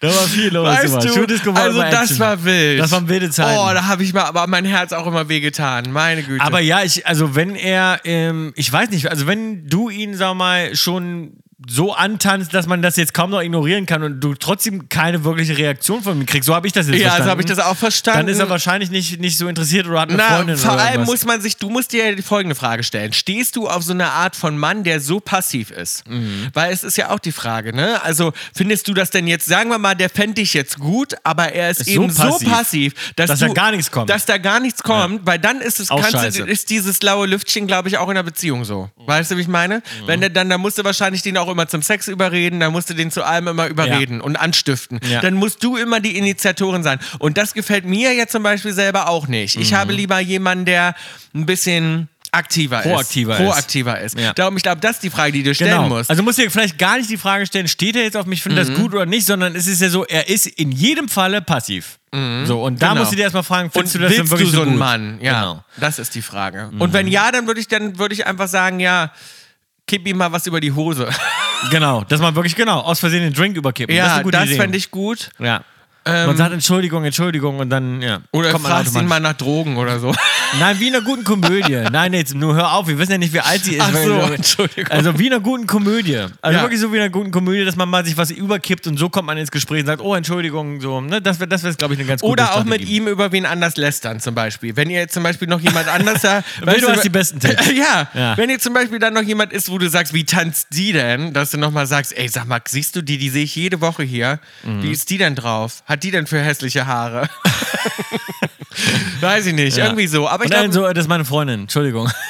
S2: Da war viel los.
S1: Weißt
S2: immer.
S1: du,
S2: Schuldisco war
S1: also
S2: immer
S1: das
S2: Action.
S1: war wild.
S2: Das waren wilde Zeiten.
S1: Oh, da habe ich mal, aber mein Herz auch immer wehgetan. Meine Güte.
S2: Aber ja, ich, also wenn er, ähm, ich weiß nicht, also wenn du ihn, sag mal, schon so antanzt, dass man das jetzt kaum noch ignorieren kann und du trotzdem keine wirkliche Reaktion von ihm kriegst, so habe ich das jetzt
S1: Ja, so
S2: verstanden.
S1: habe ich das auch verstanden.
S2: Dann ist er wahrscheinlich nicht, nicht so interessiert oder hat eine
S1: Na,
S2: Freundin
S1: vor
S2: oder
S1: allem
S2: irgendwas.
S1: muss man sich, du musst dir die folgende Frage stellen. Stehst du auf so eine Art von Mann, der so passiv ist?
S2: Mhm.
S1: Weil es ist ja auch die Frage, ne? Also findest du das denn jetzt, sagen wir mal, der fände dich jetzt gut, aber er ist,
S2: Ist so
S1: eben so passiv,
S2: passiv,
S1: dass,
S2: dass
S1: du,
S2: da gar nichts kommt.
S1: Dass da gar nichts kommt, weil dann ist es,
S2: Auch
S1: kannst du,
S2: scheiße.
S1: ist dieses laue Lüftchen, glaube ich, auch in der Beziehung so.
S2: Mhm.
S1: Weißt du, wie ich meine? Wenn der dann, dann musst du wahrscheinlich den auch immer zum Sex überreden, dann musst du den zu allem immer überreden und anstiften.
S2: Ja.
S1: Dann musst du immer die Initiatorin sein. Und das gefällt mir ja zum Beispiel selber auch nicht.
S2: Mhm.
S1: Ich habe lieber jemanden, der ein bisschen aktiver
S2: Proaktiver
S1: ist.
S2: ist.
S1: Proaktiver ist.
S2: Ja.
S1: Darum, ich glaube, das ist die Frage, die du stellen
S2: Genau.
S1: musst. Mhm.
S2: Also musst du dir vielleicht gar nicht die Frage stellen, steht er jetzt auf mich, findet das gut oder nicht, sondern es ist ja so, er ist in jedem Falle passiv. So, und da
S1: Genau.
S2: musst du dir erstmal fragen,
S1: und
S2: findest du das
S1: willst
S2: denn wirklich
S1: du so einen
S2: gut?
S1: Mann? Ja,
S2: Genau. Mhm.
S1: das ist die Frage. Und wenn ja, dann würde ich dann würde ich einfach sagen, ja, kipp ihm mal was über die
S2: [laughs]
S1: Hose.
S2: Genau, dass man wirklich genau aus Versehen den Drink überkippen. das, ist
S1: ja,
S2: eine gute
S1: das
S2: Idee.
S1: fände ich gut.
S2: Ja. man sagt Entschuldigung, Entschuldigung und dann, ja.
S1: Oder
S2: kommt man
S1: fragst ihn
S2: automatisch.
S1: mal nach Drogen oder
S2: [laughs]
S1: so.
S2: Nein, wie in einer guten Komödie. Nein, jetzt nur hör auf, wir wissen ja nicht, wie alt sie ist.
S1: Ach
S2: Weil-
S1: so, Entschuldigung.
S2: Also wie in einer guten Komödie. Also
S1: Ja.
S2: wirklich so wie in einer guten Komödie, dass man mal sich was überkippt und so kommt man ins Gespräch und sagt, oh, Entschuldigung, so. Ne? Das wäre, das wär, glaube ich, eine ganz gute
S1: Oder auch mit
S2: Strategie.
S1: ihm über wen anders lästern zum Beispiel. Wenn ihr jetzt zum Beispiel noch jemand anders
S2: [laughs]
S1: da... weißt
S2: du hast die besten
S1: [laughs]
S2: Tipps.
S1: ja.
S2: Ja.
S1: wenn ihr zum Beispiel dann noch jemand ist, wo du sagst, wie tanzt die denn? Dass du nochmal sagst, ey, sag mal, siehst du die, die sehe ich jede Woche hier.
S2: Mhm.
S1: Wie ist die denn drauf? Hat die denn für hässliche
S2: [laughs]
S1: Haare? Weiß ich nicht,
S2: Ja.
S1: irgendwie so. Aber ich
S2: Und dann
S1: glaube,
S2: so, äh, das ist meine Freundin, Entschuldigung. [laughs]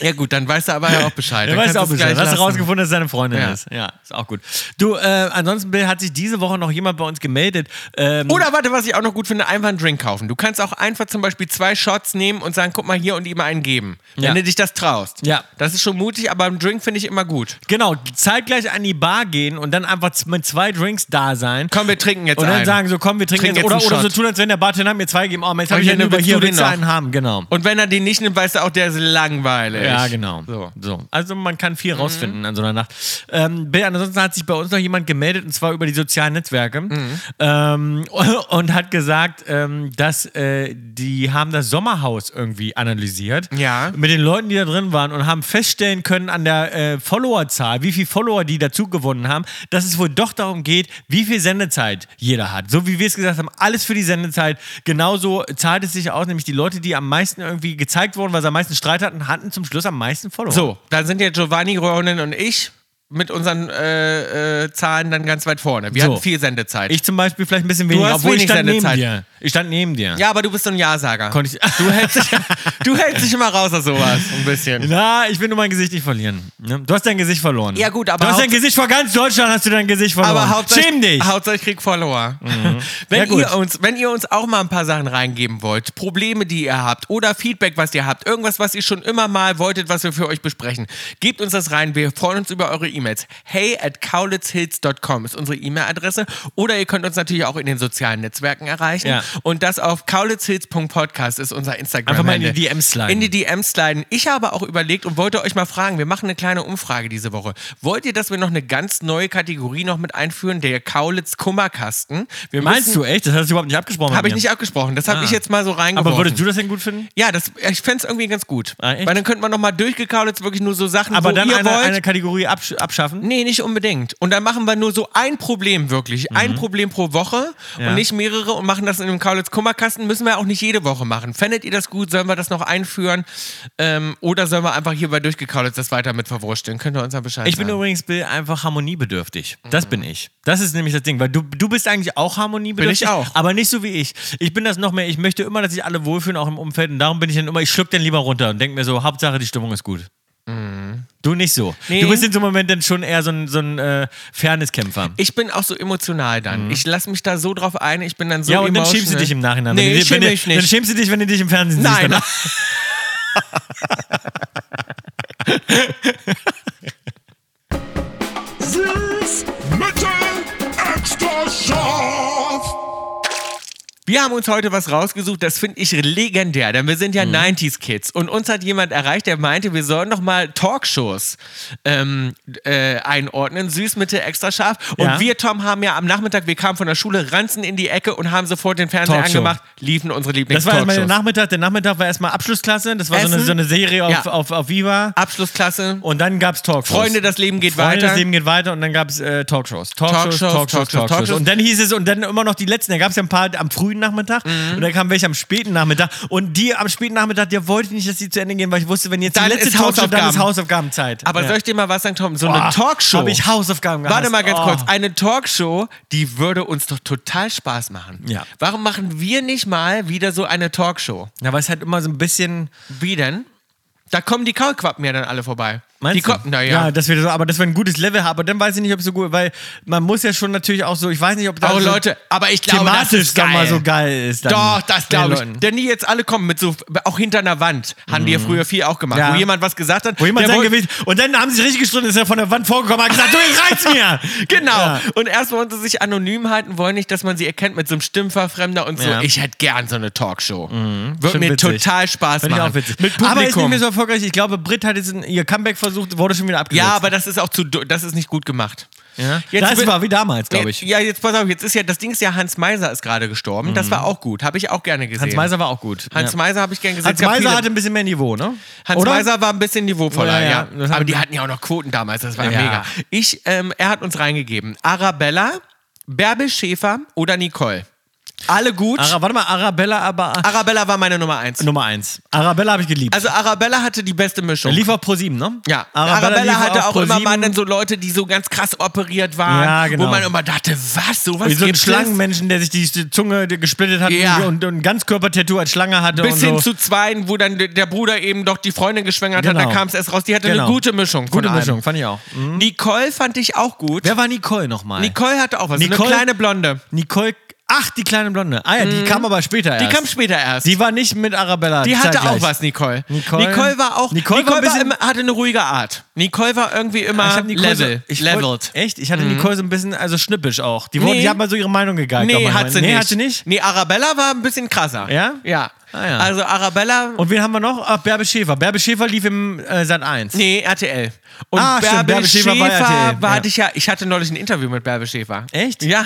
S1: ja gut, dann weißt du aber ja auch Bescheid.
S2: Du
S1: Dann
S2: weißt auch
S1: kannst du's
S2: Bescheid.
S1: gleich
S2: Hast du
S1: lassen.
S2: rausgefunden, dass es deine Freundin
S1: Ja.
S2: ist. Ja, ist auch gut. Du, äh, ansonsten Bill, hat sich diese Woche noch jemand bei uns gemeldet. Ähm,
S1: Oder warte, was ich auch noch gut finde, einfach einen Drink kaufen. Du kannst auch einfach zum Beispiel zwei Shots nehmen und sagen, guck mal hier und ihm einen geben. Wenn
S2: Ja.
S1: du dich das traust.
S2: Ja.
S1: Das ist schon mutig, aber einen Drink finde ich immer gut.
S2: Genau, zeitgleich an die Bar gehen und dann einfach z- mit zwei Drinks da sein.
S1: Komm, wir trinken jetzt
S2: und dann
S1: einen.
S2: sagen so, komm, wir trinken,
S1: Trinken
S2: jetzt,
S1: jetzt
S2: oder,
S1: einen
S2: oder so
S1: Shot.
S2: tun, als wenn der Bartender hat mir zwei gegeben. Oh, jetzt
S1: Und
S2: habe ich ja
S1: hier, ne,
S2: über
S1: willst
S2: hier
S1: du den
S2: willst du
S1: noch?
S2: einen haben, genau.
S1: Und wenn er den nicht nimmt, weißt du auch, der ist langweilig.
S2: Ja, genau.
S1: So. Mhm.
S2: Also man kann viel rausfinden an so einer Nacht. Ähm, Bill, ansonsten hat sich bei uns noch jemand gemeldet, und zwar über die sozialen Netzwerke.
S1: Mhm.
S2: Ähm, [laughs] und hat gesagt, ähm, dass äh, die haben das Sommerhaus irgendwie analysiert.
S1: Ja.
S2: Mit den Leuten, die da drin waren und haben feststellen können an der äh, Followerzahl, wie viele Follower die dazu gewonnen haben, dass es wohl doch darum geht, wie viel Sendezeit jeder hat. So wie wir es gesagt haben, alles für die Sendezeit. Genauso zahlt es sich aus, nämlich die Leute, die am meisten irgendwie gezeigt wurden, weil sie am meisten Streit hatten, hatten zum Schluss am meisten Follower.
S1: So, dann sind ja Giovanni, Ronin und ich mit unseren äh, äh, Zahlen dann ganz weit vorne. Wir
S2: So.
S1: hatten viel Sendezeit.
S2: Ich zum Beispiel vielleicht ein bisschen weniger,
S1: hast
S2: obwohl ich
S1: wenig
S2: stand neben
S1: Sendezeit.
S2: dir. Ich stand neben dir.
S1: ja, aber du bist so ein Ja-Sager.
S2: Konnte ich,
S1: Du hältst,
S2: [laughs]
S1: dich, du hältst dich immer raus aus sowas, ein bisschen.
S2: Na, ich will nur mein Gesicht nicht verlieren. Ne? Du hast dein Gesicht verloren.
S1: Ja, gut, aber
S2: Du hast dein
S1: Haupt-
S2: Gesicht vor ganz Deutschland hast du dein Gesicht verloren.
S1: Aber hauptsächlich,
S2: Schäm dich! Mhm.
S1: Hauptsache ich krieg Follower. [laughs] Wenn,
S2: Ja, gut.
S1: ihr uns, wenn ihr uns auch mal ein paar Sachen reingeben wollt, Probleme, die ihr habt oder Feedback, was ihr habt, irgendwas, was ihr schon immer mal wolltet, was wir für euch besprechen, gebt uns das rein. Wir freuen uns über eure E-Mails. Hey at kaulitzhills.com ist unsere E-Mail-Adresse. Oder ihr könnt uns natürlich auch in den sozialen Netzwerken erreichen.
S2: Ja.
S1: Und das auf kaulitzhills.podcast ist unser instagram
S2: Einfach mal in die DMs sliden.
S1: In die DMs sliden. Ich habe auch überlegt und wollte euch mal fragen, wir machen eine kleine Umfrage diese Woche. Wollt ihr, dass wir noch eine ganz neue Kategorie noch mit einführen, der Kaulitz-Kummerkasten? Wir
S2: Meinst
S1: müssen-
S2: du echt? Das hast du überhaupt nicht abgesprochen. mit
S1: Habe ich
S2: mir. Ah.
S1: nicht abgesprochen. Das habe ich jetzt mal so reingeworfen.
S2: Aber würdest du das denn gut finden?
S1: Ja, das, ich fände es irgendwie ganz gut.
S2: Ah, echt?
S1: Weil dann könnte man nochmal durchgekaulitzt wirklich nur so Sachen,
S2: Aber
S1: wo
S2: dann
S1: ihr
S2: eine,
S1: wollt.
S2: eine Kategorie absch abschaffen?
S1: Nee, nicht unbedingt. Und dann machen wir nur so ein Problem wirklich. Ein Problem pro Woche
S2: Mhm. Ja.
S1: und nicht mehrere und machen das in einem Kaulitz-Kummerkasten. Müssen wir auch nicht jede Woche machen. Fändet ihr das gut? Sollen wir das noch einführen? Ähm, oder sollen wir einfach hier bei Durchgekaulitz das weiter mit verwursteln? Könnt ihr uns da Bescheid
S2: Ich bin
S1: sagen?
S2: übrigens Bill einfach harmoniebedürftig.
S1: Mhm.
S2: Das bin ich. Das ist nämlich das Ding, weil du, du bist eigentlich auch harmoniebedürftig.
S1: Bin ich auch.
S2: Aber nicht so wie ich. Ich bin das noch mehr. Ich möchte immer, dass sich alle wohlfühlen, auch im Umfeld. Und darum bin ich dann immer, ich schluck dann lieber runter und denke mir so, Hauptsache die Stimmung ist gut. Du nicht so.
S1: Mhm. Nee.
S2: Du bist in so einem Moment dann schon eher so ein, so ein äh, Fairnesskämpfer.
S1: Ich bin auch so emotional dann. Ich lasse mich da so drauf ein. Ich bin dann so
S2: Mhm. ja, und dann
S1: emotional.
S2: schämst du dich im Nachhinein.
S1: Nee,
S2: wenn du,
S1: ich schäme
S2: wenn
S1: mich
S2: du, Dann
S1: nicht.
S2: schämst du dich, wenn du dich im Fernsehen siehst.
S1: Nein.
S2: danach.
S5: Süß, mittel, extra scharf.
S1: Wir haben uns heute was rausgesucht, das finde ich legendär, denn wir sind
S2: Mhm.
S1: ja 90s-Kids. Und uns hat jemand erreicht, der meinte, wir sollen doch mal Talkshows ähm, äh, einordnen, süß, mitte, extra scharf. Und
S2: Ja.
S1: wir, Tom, haben ja am Nachmittag, wir kamen von der Schule, ranzen in die Ecke und haben sofort den Fernseher
S2: Talkshow.
S1: angemacht, liefen unsere
S2: Das war halt erstmal der
S1: Lieblings-Talkshows.
S2: Nachmittag. Der Nachmittag war erstmal Abschlussklasse. Das war so eine,
S1: Essen.
S2: so eine Serie auf,
S1: Ja.
S2: auf, auf Viva.
S1: Abschlussklasse.
S2: Und dann gab es Talkshows.
S1: Freunde, das Leben geht
S2: Freunde,
S1: weiter.
S2: Oh, das Leben geht weiter und dann gab es äh, Talkshows. Talkshows, Talkshows,
S1: Talkshows,
S2: Talkshows,
S1: Talkshows,
S2: Talkshows,
S1: Talkshows.
S2: Und dann hieß es, und dann immer noch die letzten. Da gab es ja ein paar am frühen Nachmittag
S1: Mhm.
S2: und dann kamen welche am späten Nachmittag. Und die am späten Nachmittag, der wollte ich nicht, dass die zu Ende gehen, weil ich wusste, wenn jetzt
S1: Dann
S2: die letzte
S1: ist
S2: Talkshow, dann ist
S1: Hausaufgaben.
S2: Hausaufgabenzeit.
S1: Aber
S2: ja.
S1: soll ich dir mal was sagen, Tom? So eine
S2: Boah,
S1: Talkshow.
S2: hab ich Hausaufgaben gehasst.
S1: Warte mal ganz
S2: Oh.
S1: kurz. Eine Talkshow, die würde uns doch total Spaß machen.
S2: Ja.
S1: Warum machen wir nicht mal wieder so eine Talkshow?
S2: Ja, weil es halt immer so ein bisschen.
S1: Wie denn? Da kommen die Kaulquappen ja dann alle vorbei. die
S2: Meinst du?
S1: kommen, naja.
S2: Ja, dass wir so, aber dass wir ein gutes Level haben. Aber dann weiß ich nicht, ob so gut, weil man muss ja schon natürlich auch so, ich weiß nicht, ob da
S1: Oh
S2: so
S1: Leute, aber ich glaube, das
S2: thematisch
S1: ist
S2: dann
S1: geil.
S2: mal so geil ist. Dann
S1: Doch, das
S2: bei den
S1: glaube ich.
S2: Leuten.
S1: Denn die jetzt alle kommen mit so, auch hinter einer Wand, haben die ja früher viel auch gemacht,
S2: Mhm. Ja.
S1: wo jemand was gesagt hat.
S2: Wo jemand
S1: der
S2: sein
S1: wollte-
S2: Gewicht. Und dann haben sie sich richtig gestritten, ist er von der Wand vorgekommen, hat gesagt, du reizt mir!
S1: [laughs] Genau.
S2: [laughs] Ja.
S1: Und erst wollen sie sich anonym halten, wollen nicht, dass man sie erkennt mit so einem Stimmverfremder und so.
S2: Ja. Mhm.
S1: Ich hätte gern so eine Talkshow. Würde
S2: Schon
S1: mir
S2: witzig.
S1: total Spaß
S2: Fand ich
S1: machen.
S2: auch witzig.
S1: halt. Mit
S2: aber ist nicht
S1: Publikum.
S2: mehr so erfolgreich. Ich glaube, Britt hat jetzt ein- ihr Comeback versucht, wurde schon wieder abgesetzt.
S1: ja, aber das ist auch zu, du- das ist nicht gut gemacht.
S2: Ja.
S1: Jetzt
S2: das
S1: wi-
S2: war wie damals, glaube ich.
S1: Ja, jetzt pass auf, jetzt ist ja, das Ding ist ja, Hans Meiser ist gerade gestorben. Das war auch gut, habe ich auch gerne gesehen.
S2: Mhm. Hans Meiser war auch gut.
S1: Hans
S2: ja.
S1: Meiser habe ich gerne gesehen.
S2: Hans
S1: Es gab
S2: Meiser
S1: viele-
S2: hatte ein bisschen mehr Niveau, ne?
S1: Hans
S2: Oder?
S1: Meiser war ein bisschen niveauvoller,
S2: Ja, ja.
S1: ja.
S2: Das hat-
S1: Aber die hatten ja auch noch Quoten damals, das war ja,
S2: Ja.
S1: mega. Ich, ähm, er hat uns reingegeben. Arabella, Bärbel Schäfer oder Nicole. Alle gut.
S2: Ara, warte mal, Arabella, aber.
S1: Arabella war meine Nummer eins.
S2: Nummer eins. Arabella habe ich geliebt.
S1: Also Arabella hatte die beste Mischung.
S2: lief auf Pro 7, ne?
S1: ja,
S2: Arabella,
S1: Arabella,
S2: lief
S1: hatte
S2: auf
S1: auch
S2: Pro
S1: immer mal
S2: 7.
S1: dann so Leute, die so ganz krass operiert waren,
S2: Ja, genau.
S1: wo man immer dachte, was, sowas
S2: Wie so ein
S1: gibt's?
S2: Schlangenmenschen, der sich die- die Zunge gesplittet hat
S1: Ja.
S2: und, und ein Ganzkörpertattoo als Schlange hatte.
S1: Bis
S2: und
S1: hin
S2: so.
S1: zu zweien, wo dann de- der Bruder eben doch die Freundin geschwängert hat,
S2: Genau.
S1: da kam es erst raus. Die hatte
S2: Genau.
S1: eine gute Mischung.
S2: Gute
S1: von allem.
S2: Mischung, fand ich auch. Mhm.
S1: Nicole fand ich auch gut.
S2: Wer war Nicole nochmal?
S1: Nicole hatte auch was.
S2: Nicole-
S1: Eine kleine Blonde.
S2: Nicole. Ach, die kleine Blonde. Ah ja, die kam aber später
S1: Mhm. Die
S2: erst.
S1: kam später erst.
S2: Die war nicht mit Arabella.
S1: Die hatte
S2: zeitgleich.
S1: auch was, Nicole.
S2: Nicole-
S1: war auch. Nicole,
S2: Nicole war ein
S1: war
S2: bisschen-
S1: immer, hatte eine ruhige Art. Nicole war irgendwie
S2: Ah, ich
S1: immer
S2: hab Nicole
S1: level. Mhm.
S2: So, ich wollt- Echt? Ich hatte Nicole so ein bisschen, also schnippisch auch. Die, wurde,
S1: Nee.
S2: die hat mal so ihre Meinung gegeigt. auch
S1: Nee,
S2: manchmal.
S1: hat sie
S2: nee,
S1: nicht.
S2: hat sie nicht.
S1: Nee, Arabella war ein bisschen krasser.
S2: Ja?
S1: Ja.
S2: Ah, ja.
S1: Also Arabella.
S2: Und wen haben wir noch? Ach, Bärbe Schäfer. Bärbe Schäfer lief im äh, Sat 1.
S1: nee, RTL. Und
S2: Ah, stimmt,
S1: Bärbel
S2: Bärbel Schäfer
S1: Schäfer,
S2: war RTL,
S1: war
S2: ja.
S1: hatte ich ja. Ich hatte neulich ein Interview mit Bärbel Schäfer.
S2: Echt? Mhm.
S1: Ja.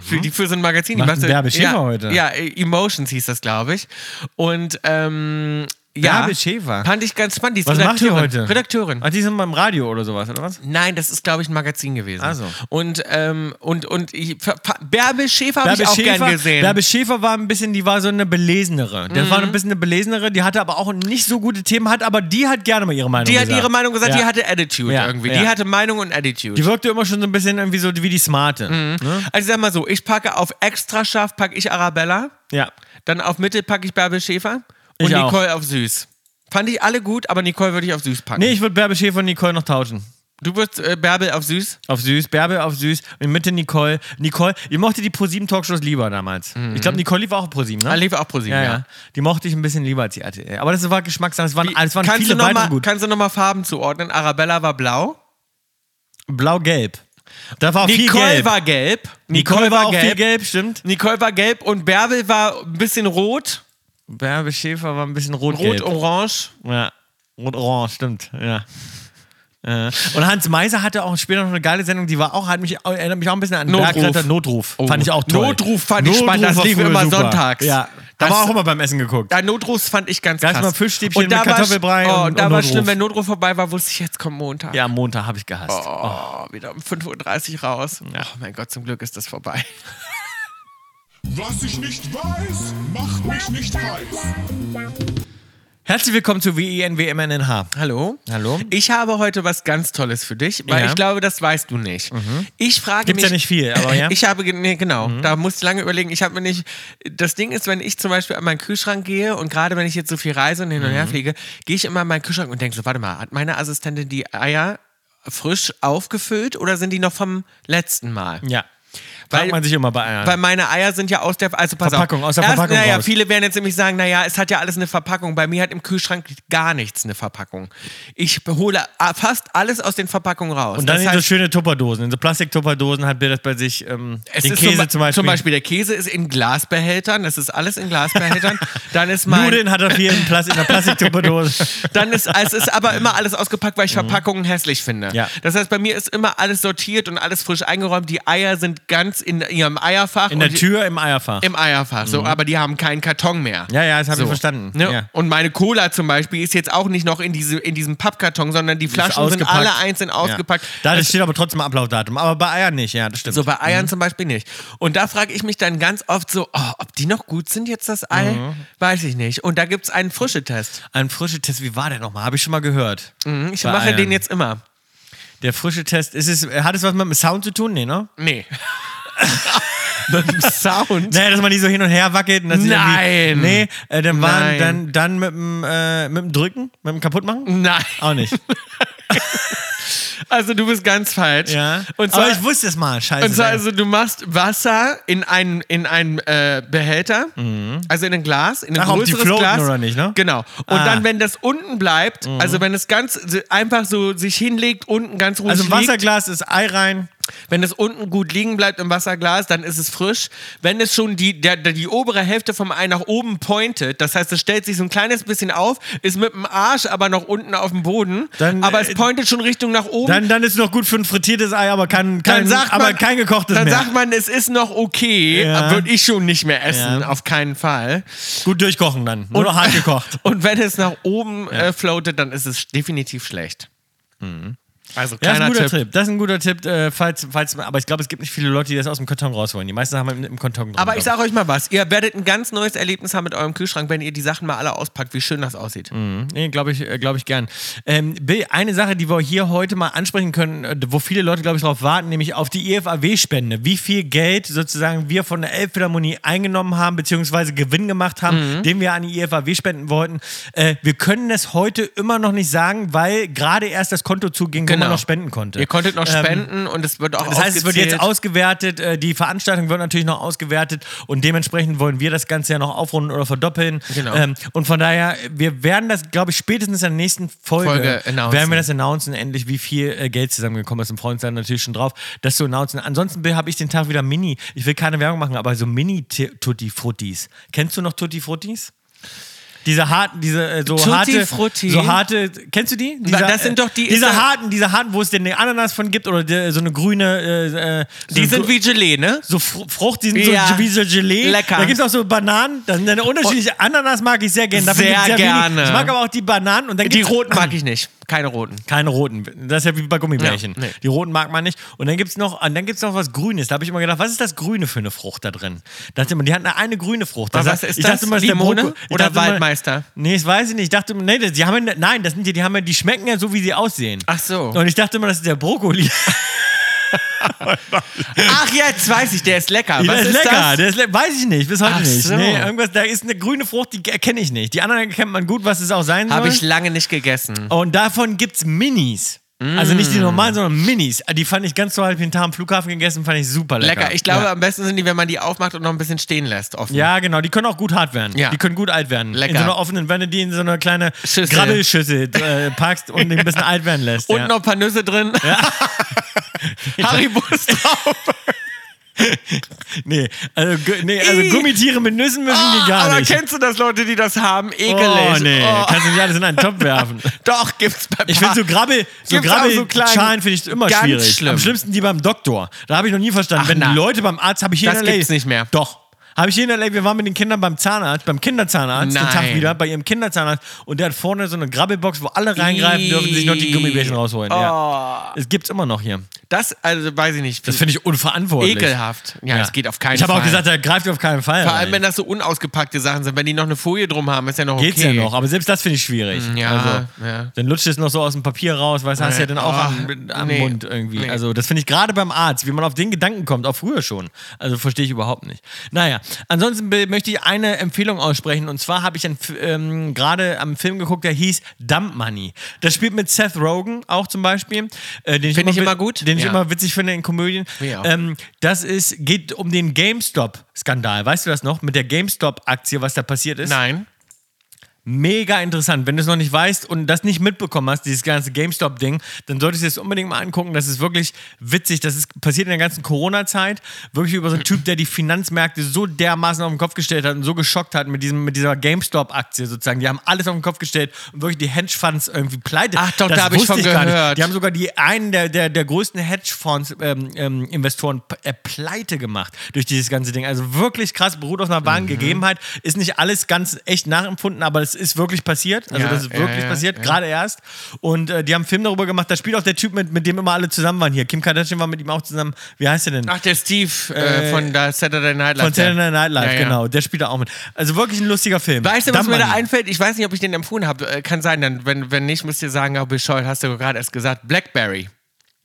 S1: Für, die, für so ein Magazin. Die
S2: Macht
S1: macht
S2: ein
S1: so-
S2: Bärbel Schäfer
S1: ja,
S2: heute.
S1: Ja, äh, Emotions hieß das, glaube ich. Und ähm, ja.
S2: Bärbel Schäfer.
S1: Fand ich ganz spannend. Die ist
S2: Was macht die
S1: Redakteurin.
S2: heute? Ah.
S1: Redakteurin.
S2: Ach, die sind beim Radio oder sowas, oder was?
S1: Nein, das ist, glaube ich, ein Magazin gewesen.
S2: Ah, so.
S1: Und, ähm, und, und ich, ver- ver- Bärbel Schäfer habe ich auch gern gesehen. Mhm.
S2: Bärbe Schäfer war ein bisschen, die war so eine belesenere. Das war ein bisschen eine belesenere, die hatte aber auch nicht so gute Themen, hat aber die hat gerne mal ihre Meinung
S1: die
S2: gesagt.
S1: hat ihre Meinung gesagt,
S2: Ja.
S1: die hatte Attitude
S2: Ja,
S1: irgendwie.
S2: ja.
S1: Die hatte Meinung und Attitude.
S2: Die wirkte immer schon so ein bisschen irgendwie so wie die Smarte. ne?
S1: also sag mal so, ich packe auf extra scharf, packe ich Arabella,
S2: Ja.
S1: dann auf Mittel packe ich Bärbel Schäfer und
S2: Ich auch.
S1: Nicole auf süß. Fand ich alle gut, aber Nicole würde ich auf süß packen.
S2: Nee, ich würde Bärbe Schäfer und Nicole noch tauschen.
S1: Du würdest äh, Bärbel auf süß?
S2: Auf süß, Bärbel auf süß, in Mitte Nicole. Nicole, ihr mochte die ProSieben Talkshows lieber damals. Ich glaube, Nicole lief auch auf ProSieben, ne?
S1: Mhm. Ah, lief auch pro sieben,
S2: ja,
S1: ja.
S2: ja. Die mochte ich ein bisschen lieber als die RTL. Aber das war Geschmackssache. Es waren, es waren
S1: kannst,
S2: viele
S1: du noch
S2: weitere
S1: mal,
S2: gut.
S1: kannst du nochmal Farben zuordnen? Arabella war blau.
S2: Blau-Gelb. Da war auch viel
S1: Nicole
S2: gelb.
S1: war gelb.
S2: Nicole, war auch viel gelb, stimmt.
S1: Nicole war gelb und Bärbel war ein bisschen rot.
S2: Bärbe Schäfer war ein bisschen rot-gelb.
S1: Rot-orange.
S2: Ja. Rot-Orange, stimmt. Ja. Äh, Und Hans Meiser hatte auch später noch eine geile Sendung, die war auch, hat mich, erinnert mich auch ein bisschen an
S1: Notruf.
S2: Bergretter Notruf.
S1: Oh.
S2: Fand ich auch toll.
S1: Notruf fand ich spannend, das
S2: war
S1: lief
S2: früher
S1: immer
S2: super.
S1: sonntags.
S2: Ja. Da
S1: Das-
S2: war auch immer beim Essen geguckt.
S1: Da Notrufs fand ich ganz
S2: Da ist
S1: krass.
S2: mal Fischstäbchen
S1: Und da
S2: mit
S1: war sch-
S2: Kartoffelbrei
S1: Oh,
S2: und-
S1: da
S2: und
S1: war
S2: Notruf.
S1: schlimm, wenn Notruf vorbei war, wusste ich, jetzt kommt Montag.
S2: Ja, Montag habe ich gehasst.
S1: Oh, wieder um 5.30 Uhr raus. Oh mein Gott, zum Glück ist das vorbei.
S5: Was ich nicht weiß, macht mich nicht heiß.
S2: Herzlich willkommen zu E WINWMNH.
S1: Hallo.
S2: Hallo.
S1: Ich habe heute was ganz Tolles für dich, weil
S2: Ja. Mhm.
S1: ich glaube, das weißt du nicht. Ich frage
S2: Gibt's
S1: mich.
S2: ja nicht viel, aber
S1: [laughs]
S2: ja. Mhm.
S1: Ich habe, ge- nee, genau, da musste ich lange überlegen. Ich habe mir nicht. Das Ding ist, wenn ich zum Beispiel an meinen Kühlschrank gehe und gerade wenn ich jetzt so viel reise und hin und
S2: Mhm.
S1: her fliege, gehe ich immer an meinen Kühlschrank und denke so: Warte mal, hat meine Assistentin die Eier frisch aufgefüllt oder sind die noch vom letzten Mal?
S2: Ja. Fragt
S1: Weil-
S2: man sich immer bei einer.
S1: Weil meine Eier sind ja aus der also pass
S2: Ah. Verpackung,
S1: auf.
S2: aus der
S1: Erst-
S2: Verpackung
S1: Naja,
S2: raus.
S1: viele werden jetzt nämlich sagen, naja, es hat ja alles eine Verpackung. Bei mir hat im Kühlschrank gar nichts eine Verpackung. Ich hole a- fast alles aus den Verpackungen raus.
S2: und dann
S1: Das
S2: in so
S1: heißt,
S2: schöne Tupperdosen, in so Plastiktupperdosen hat Bill das bei sich. Ähm,
S1: es
S2: den
S1: ist
S2: Käse
S1: zum,
S2: zum Beispiel.
S1: der Käse ist in Glasbehältern, das ist alles in
S2: [laughs]
S1: Glasbehältern. dann ist mein
S2: Nudeln hat er viel in, Plas in
S1: [laughs]
S2: einer Plastiktuperdose.
S1: Dann ist es ist aber immer alles ausgepackt, weil ich Verpackungen hässlich finde.
S2: Mhm. Ja.
S1: Das heißt, bei mir ist immer alles sortiert und alles frisch eingeräumt. Die Eier sind ganz in ihrem Eierfach.
S2: In der
S1: und die-
S2: Tür im Eierfach.
S1: Im Eierfach, so, aber die haben keinen Karton mehr.
S2: Mhm. Ja, ja, das hab ich verstanden.
S1: Ne?
S2: Ja.
S1: Und meine Cola zum Beispiel ist jetzt auch nicht noch in, diese, in diesem Pappkarton, sondern die Flaschen sind alle einzeln ausgepackt.
S2: Ja. Da Mhm.
S1: Es-
S2: steht aber trotzdem Ablaufdatum. Aber bei Eiern nicht, ja, das stimmt.
S1: so bei Eiern zum Beispiel nicht. Und da frage ich mich dann ganz oft so, oh, ob die noch gut sind jetzt das Ei?
S2: Mhm.
S1: Weiß ich nicht. Und da gibt es einen Frische-Test.
S2: Ein frische Test, wie war der nochmal? Habe ich schon mal gehört.
S1: Hm, Ich
S2: Bei
S1: mache
S2: Eiern.
S1: den jetzt immer.
S2: Der frische Test, ist es, hat es was mit dem Sound zu tun? Nee, ne?
S1: Nee.
S2: [laughs]
S1: Mit dem Sound.
S2: Naja, dass man die so hin und her wackelt. Und dass die irgendwie-
S1: Nein.
S2: Nee, äh, dann, waren,
S1: Nein. Mhm.
S2: dann, dann mit, dem, äh, mit dem Drücken, mit dem Kaputtmachen?
S1: [laughs] Nein. [laughs]
S2: Auch nicht.
S1: Also du bist ganz falsch.
S2: Ja.
S1: Und zwar,
S2: aber ich wusste es mal, scheiße.
S1: Und zwar also, du machst Wasser in einen, in einen äh, Behälter, also in ein Glas, in ein
S2: Mhm. Ach, ob die
S1: größeres
S2: floaten
S1: Glas.
S2: oder nicht, ne?
S1: Genau. Und
S2: Ah. Mhm.
S1: dann, wenn das unten bleibt, also wenn es ganz so- einfach so sich hinlegt, unten ganz ruhig
S2: also im
S1: liegt,
S2: Wasserglas ist Ei rein.
S1: wenn es unten gut liegen bleibt im Wasserglas, dann ist es frisch. Wenn es schon die, der, der, die obere Hälfte vom Ei nach oben pointet, das heißt, es stellt sich so ein kleines bisschen auf, ist mit dem Arsch aber noch unten auf dem Boden,
S2: Dann,
S1: aber
S2: äh,
S1: es pointet schon Richtung nach oben.
S2: Dann, dann ist es noch gut für ein frittiertes Ei, aber kein, kein, aber kein gekochtes
S1: dann
S2: mehr.
S1: sagt man, es ist noch okay,
S2: Ja.
S1: würde ich schon nicht mehr essen,
S2: Ja.
S1: auf keinen Fall.
S2: gut durchkochen dann. Nur noch hart gekocht.
S1: Und wenn es nach oben äh, floatet, dann ist es definitiv schlecht. Also
S2: Mhm. Ja, das
S1: [laughs]
S2: ist
S1: kleiner
S2: ein guter
S1: Tipp.
S2: Tipp. Das ist ein guter Tipp, äh, falls, falls, aber ich glaube, es gibt nicht viele Leute, die das aus dem Karton raus wollen. Die meisten haben im, im Karton drin.
S1: Aber ich
S2: glaub
S1: sage euch mal was, ihr werdet ein ganz neues Erlebnis haben mit eurem Kühlschrank, wenn ihr die Sachen mal alle auspackt, wie schön das aussieht.
S2: Nee, glaube ich, äh, glaube ich gern. Ähm, Bill, eine Sache, die wir hier heute mal ansprechen können, äh, wo viele Leute, glaube ich, darauf warten, nämlich auf die EFAW-Spende. Wie viel Geld sozusagen wir von der Elbphilharmonie eingenommen haben, beziehungsweise Gewinn gemacht
S1: Mhm.
S2: haben, den wir an die EFAW spenden wollten. Äh, wir können das heute immer noch nicht sagen, weil gerade erst das Konto zuging, wo man noch spenden konnte.
S1: Genau. Ihr konntet noch
S2: Ähm,
S1: spenden und es wird auch
S2: Das heißt, es wird jetzt
S1: ausgezählt.
S2: ausgewertet, äh, die Veranstaltung wird natürlich noch ausgewertet und dementsprechend wollen wir das Ganze ja noch aufrunden oder verdoppeln.
S1: Genau.
S2: Ähm, und von daher, wir werden das, glaube ich, spätestens in der nächsten Folge,
S1: Folge announcen.
S2: werden wir das announcen, endlich wie viel äh, Geld zusammengekommen ist und freuen uns dann natürlich schon drauf, das zu announcen. Ansonsten Bill, habe ich den Tag wieder Mini, ich will keine Werbung machen, aber so Mini-Tutti-Fruttis. Kennst du noch Tutti-Fruttis? Diese harten, diese äh, so
S1: Tutti
S2: harte,
S1: Frutti?
S2: so harte, kennst du die? Diese,
S1: das sind doch die-
S2: Diese
S1: ist da-
S2: harten, diese harten, wo es denn eine Ananas von gibt oder die, so eine grüne. Äh, äh, so
S1: Die
S2: eine
S1: sind
S2: gru-
S1: wie Gelee, ne?
S2: so Fr- Frucht, die sind so
S1: Ja.
S2: wie so Gelee.
S1: Lecker. Oh.
S2: Da gibt es auch so Bananen. Da sind dann unterschiedliche. Ananas mag ich sehr gerne. Dafür
S1: Sehr
S2: gibt's
S1: gerne.
S2: wenig. Ich mag aber auch die Bananen und dann
S1: Die
S2: gibt's-
S1: roten mag ich nicht, keine roten.
S2: Keine roten. Das ist ja wie bei Gummibärchen.
S1: Ja, nee.
S2: Die roten mag man nicht. Und dann gibt es noch, und dann gibt's noch was Grünes. Da habe ich immer gedacht, was ist das Grüne für eine Frucht da drin? Da dachte ich immer, die hatten eine grüne Frucht. Da
S1: Aber
S2: sa-
S1: was ist
S2: ich
S1: das?
S2: Dachte immer, es ist der
S1: Limone
S2: Moko- ich
S1: oder
S2: dachte immer-
S1: Waldmeister?
S2: Nee, das weiß ich nicht. Ich dachte immer, nee, das, die haben, ja- nein, das sind die, die haben ja, die schmecken ja so, wie sie aussehen.
S1: Ach so.
S2: Und ich dachte immer, das ist der Brokkoli.
S1: Ach, jetzt weiß ich, der ist lecker. Was
S2: Ja, der ist,
S1: ist
S2: lecker,
S1: das?
S2: der ist le weiß ich nicht, bis heute
S1: Ach
S2: nicht.
S1: so.
S2: Nee, irgendwas, da ist eine grüne Frucht, die erkenne ich nicht. Die anderen erkennt man gut, was es auch sein soll.
S1: Habe ich lange nicht gegessen.
S2: Und davon gibt's Minis. Also nicht
S1: Mm.
S2: die normalen, sondern Minis. Die fand ich ganz toll, hab ich den Tag am Flughafen gegessen, fand ich super lecker.
S1: Lecker. Ich glaube,
S2: Ja.
S1: am besten sind die, wenn man die aufmacht und noch ein bisschen stehen lässt. Offen.
S2: Ja, genau, die können auch gut hart werden.
S1: Ja.
S2: Die können gut alt werden. In
S1: Lecker.
S2: so einer offenen, wenn du die in so eine kleine
S1: Schüssel.
S2: Grabbelschüssel äh, packst und die
S1: [laughs]
S2: ein bisschen alt werden lässt.
S1: Und
S2: ja.
S1: noch ein paar Nüsse drin. [laughs] Haribo ist drauf.
S2: Nee, also, gu- nee, also
S1: Ih. Ah,
S2: Gummitiere mit Nüssen müssen die gar
S1: aber
S2: nicht.
S1: kennst du das, Leute, die das haben? Ekelig.
S2: oh, nee,
S1: Oh,
S2: kannst du nicht alles in einen
S1: [laughs]
S2: Topf werfen.
S1: Doch, gibt's bei
S2: Ich finde so Grabbel, so
S1: Gibt's auch
S2: Grabbel
S1: so kleine-
S2: Schalen finde ich immer
S1: Ganz
S2: schwierig.
S1: schlimm.
S2: Am schlimmsten die beim Doktor. Da habe ich noch nie verstanden,
S1: Ach,
S2: wenn
S1: na.
S2: Leute beim Arzt habe ich hier
S1: Das
S2: in LA
S1: gibt's nicht mehr.
S2: Doch. Habe ich hier in L.A., wir waren mit den Kindern beim Zahnarzt, beim Kinderzahnarzt, den Tag
S1: Nein.
S2: wieder, bei ihrem Kinderzahnarzt. Und der hat vorne so eine Grabbelbox, wo alle reingreifen dürfen, sich noch die Gummibärchen rausholen. Ja.
S1: Oh.
S2: Es gibt's immer noch hier.
S1: Das, also weiß ich nicht.
S2: Das finde ich unverantwortlich.
S1: Ekelhaft. Ja, das geht auf keinen
S2: ich Ich habe auch
S1: Fall.
S2: gesagt, da greift auf keinen Fall.
S1: Vor allem,
S2: rein.
S1: wenn das so unausgepackte Sachen sind. Wenn die noch eine Folie drum haben, ist ja noch
S2: Geht's
S1: Genau, okay. Mm,
S2: ja noch, aber selbst das finde ich schwierig.
S1: Ja,
S2: also,
S1: ja.
S2: Dann lutscht es noch so aus dem Papier raus, weißt du, hast
S1: Nee.
S2: ja dann auch
S1: Ah,
S2: am, am
S1: nee.
S2: Mund irgendwie.
S1: Nee.
S2: Also das finde ich gerade beim Arzt, wie man auf den Gedanken kommt, auch früher schon. Also verstehe ich überhaupt nicht. Naja, ansonsten be- möchte ich eine Empfehlung aussprechen und zwar habe ich einen F- ähm, gerade am Film geguckt, der hieß Dump Money. Das spielt mit Seth Rogen auch zum Beispiel. Äh, den
S1: Finde ich
S2: wi-
S1: immer gut.
S2: Den ich
S1: Ja.
S2: immer witzig finde in Komödien.
S1: Ja.
S2: Ähm, das ist, geht um den GameStop-Skandal. Weißt du das noch? Mit der GameStop-Aktie, was da passiert ist?
S1: Nein.
S2: Mega interessant. Wenn du es noch nicht weißt und das nicht mitbekommen hast, dieses ganze GameStop-Ding, dann solltest du es unbedingt mal angucken. Das ist wirklich witzig. Das ist passiert in der ganzen Corona-Zeit. Wirklich über so einen Typ, der die Finanzmärkte so dermaßen auf den Kopf gestellt hat und so geschockt hat mit, diesem, mit dieser GameStop-Aktie sozusagen. Die haben alles auf den Kopf gestellt und wirklich die Hedgefonds irgendwie pleite.
S1: Ach doch,
S2: Das
S1: da habe ich
S2: wusste
S1: von
S2: gar Nicht.
S1: gehört.
S2: Die haben sogar die einen der, der, der größten Hedgefonds-Investoren ähm, Investoren p- äh, pleite gemacht durch dieses ganze Ding. Also wirklich krass, beruht auf einer wahren
S1: Mhm.
S2: Gegebenheit. Ist nicht alles ganz echt nachempfunden, aber es ist wirklich passiert. Also
S1: Ja,
S2: das ist
S1: ja,
S2: wirklich
S1: ja,
S2: passiert, gerade erst. Und äh, die haben einen Film darüber gemacht. Da spielt auch der Typ mit, mit dem immer alle zusammen waren hier. Kim Kardashian war mit ihm auch zusammen. Wie heißt der denn?
S1: Ach, der Steve äh,
S2: Äh,
S1: von der Saturday Night Live.
S2: Von Saturday Night Live,
S1: Ja, ja.
S2: genau. Der spielt da auch mit. Also wirklich ein lustiger Film.
S1: Weißt du, was
S2: Dumb
S1: mir da
S2: Money.
S1: einfällt? Ich weiß nicht, ob ich den empfohlen habe. Äh, Kann sein, dann, wenn, wenn nicht, müsst ihr sagen, oh, bescheuert, hast du gerade erst gesagt. Blackberry.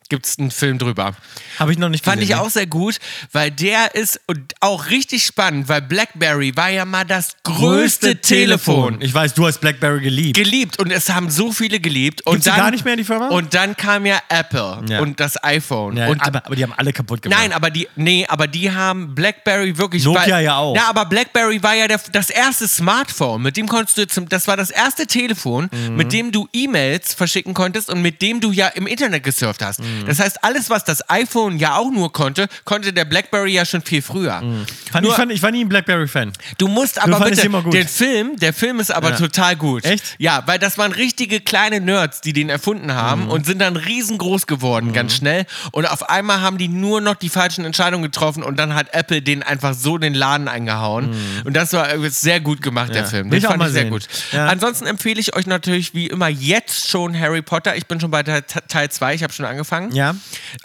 S1: Gibt es einen Film drüber.
S2: Habe ich noch nicht
S1: Fand
S2: gesehen,
S1: ich
S2: ne?
S1: auch sehr gut, weil der ist und auch richtig spannend, weil Blackberry war ja mal das größte Telefon.
S2: Ich weiß, du hast Blackberry geliebt.
S1: geliebt und es haben so viele geliebt. Und
S2: Gibt's die
S1: dann,
S2: gar nicht mehr, die Firma?
S1: Und dann kam ja Apple
S2: Ja.
S1: und das iPhone.
S2: Ja,
S1: und
S2: aber, aber die haben alle kaputt gemacht.
S1: Nein, aber die, nee, aber die haben BlackBerry wirklich.
S2: Nokia ja auch.
S1: Ja, aber BlackBerry war ja der, das erste Smartphone, mit dem konntest du zum, das war das erste Telefon,
S2: Mhm.
S1: mit dem du E-Mails verschicken konntest und mit dem du ja im Internet gesurft hast.
S2: Mhm.
S1: Das heißt, alles, was das iPhone ja auch nur konnte, konnte der BlackBerry ja schon viel früher.
S2: Mhm. fand, ich,
S1: nur-
S2: fand, ich war nie ein Blackberry-Fan.
S1: Du musst
S2: fand
S1: aber
S2: ich
S1: bitte
S2: immer gut.
S1: den Film, der Film ist aber
S2: Ja.
S1: total gut.
S2: Echt?
S1: Ja, weil das waren richtige kleine Nerds, die den erfunden haben
S2: Mhm.
S1: und sind dann riesengroß geworden ganz schnell und auf einmal haben die nur noch die falschen Entscheidungen getroffen und dann hat Apple den einfach so den Laden eingehauen und das war irgendwie sehr gut gemacht der Film.
S2: Mhm. Will
S1: Den
S2: ich auch
S1: fand
S2: mal
S1: ich sehr
S2: sehen.
S1: gut.
S2: Ja.
S1: Ansonsten empfehle ich euch natürlich wie immer jetzt schon Harry Potter. Ich bin schon bei Te- Teil 2, ich habe schon angefangen.
S2: Ja.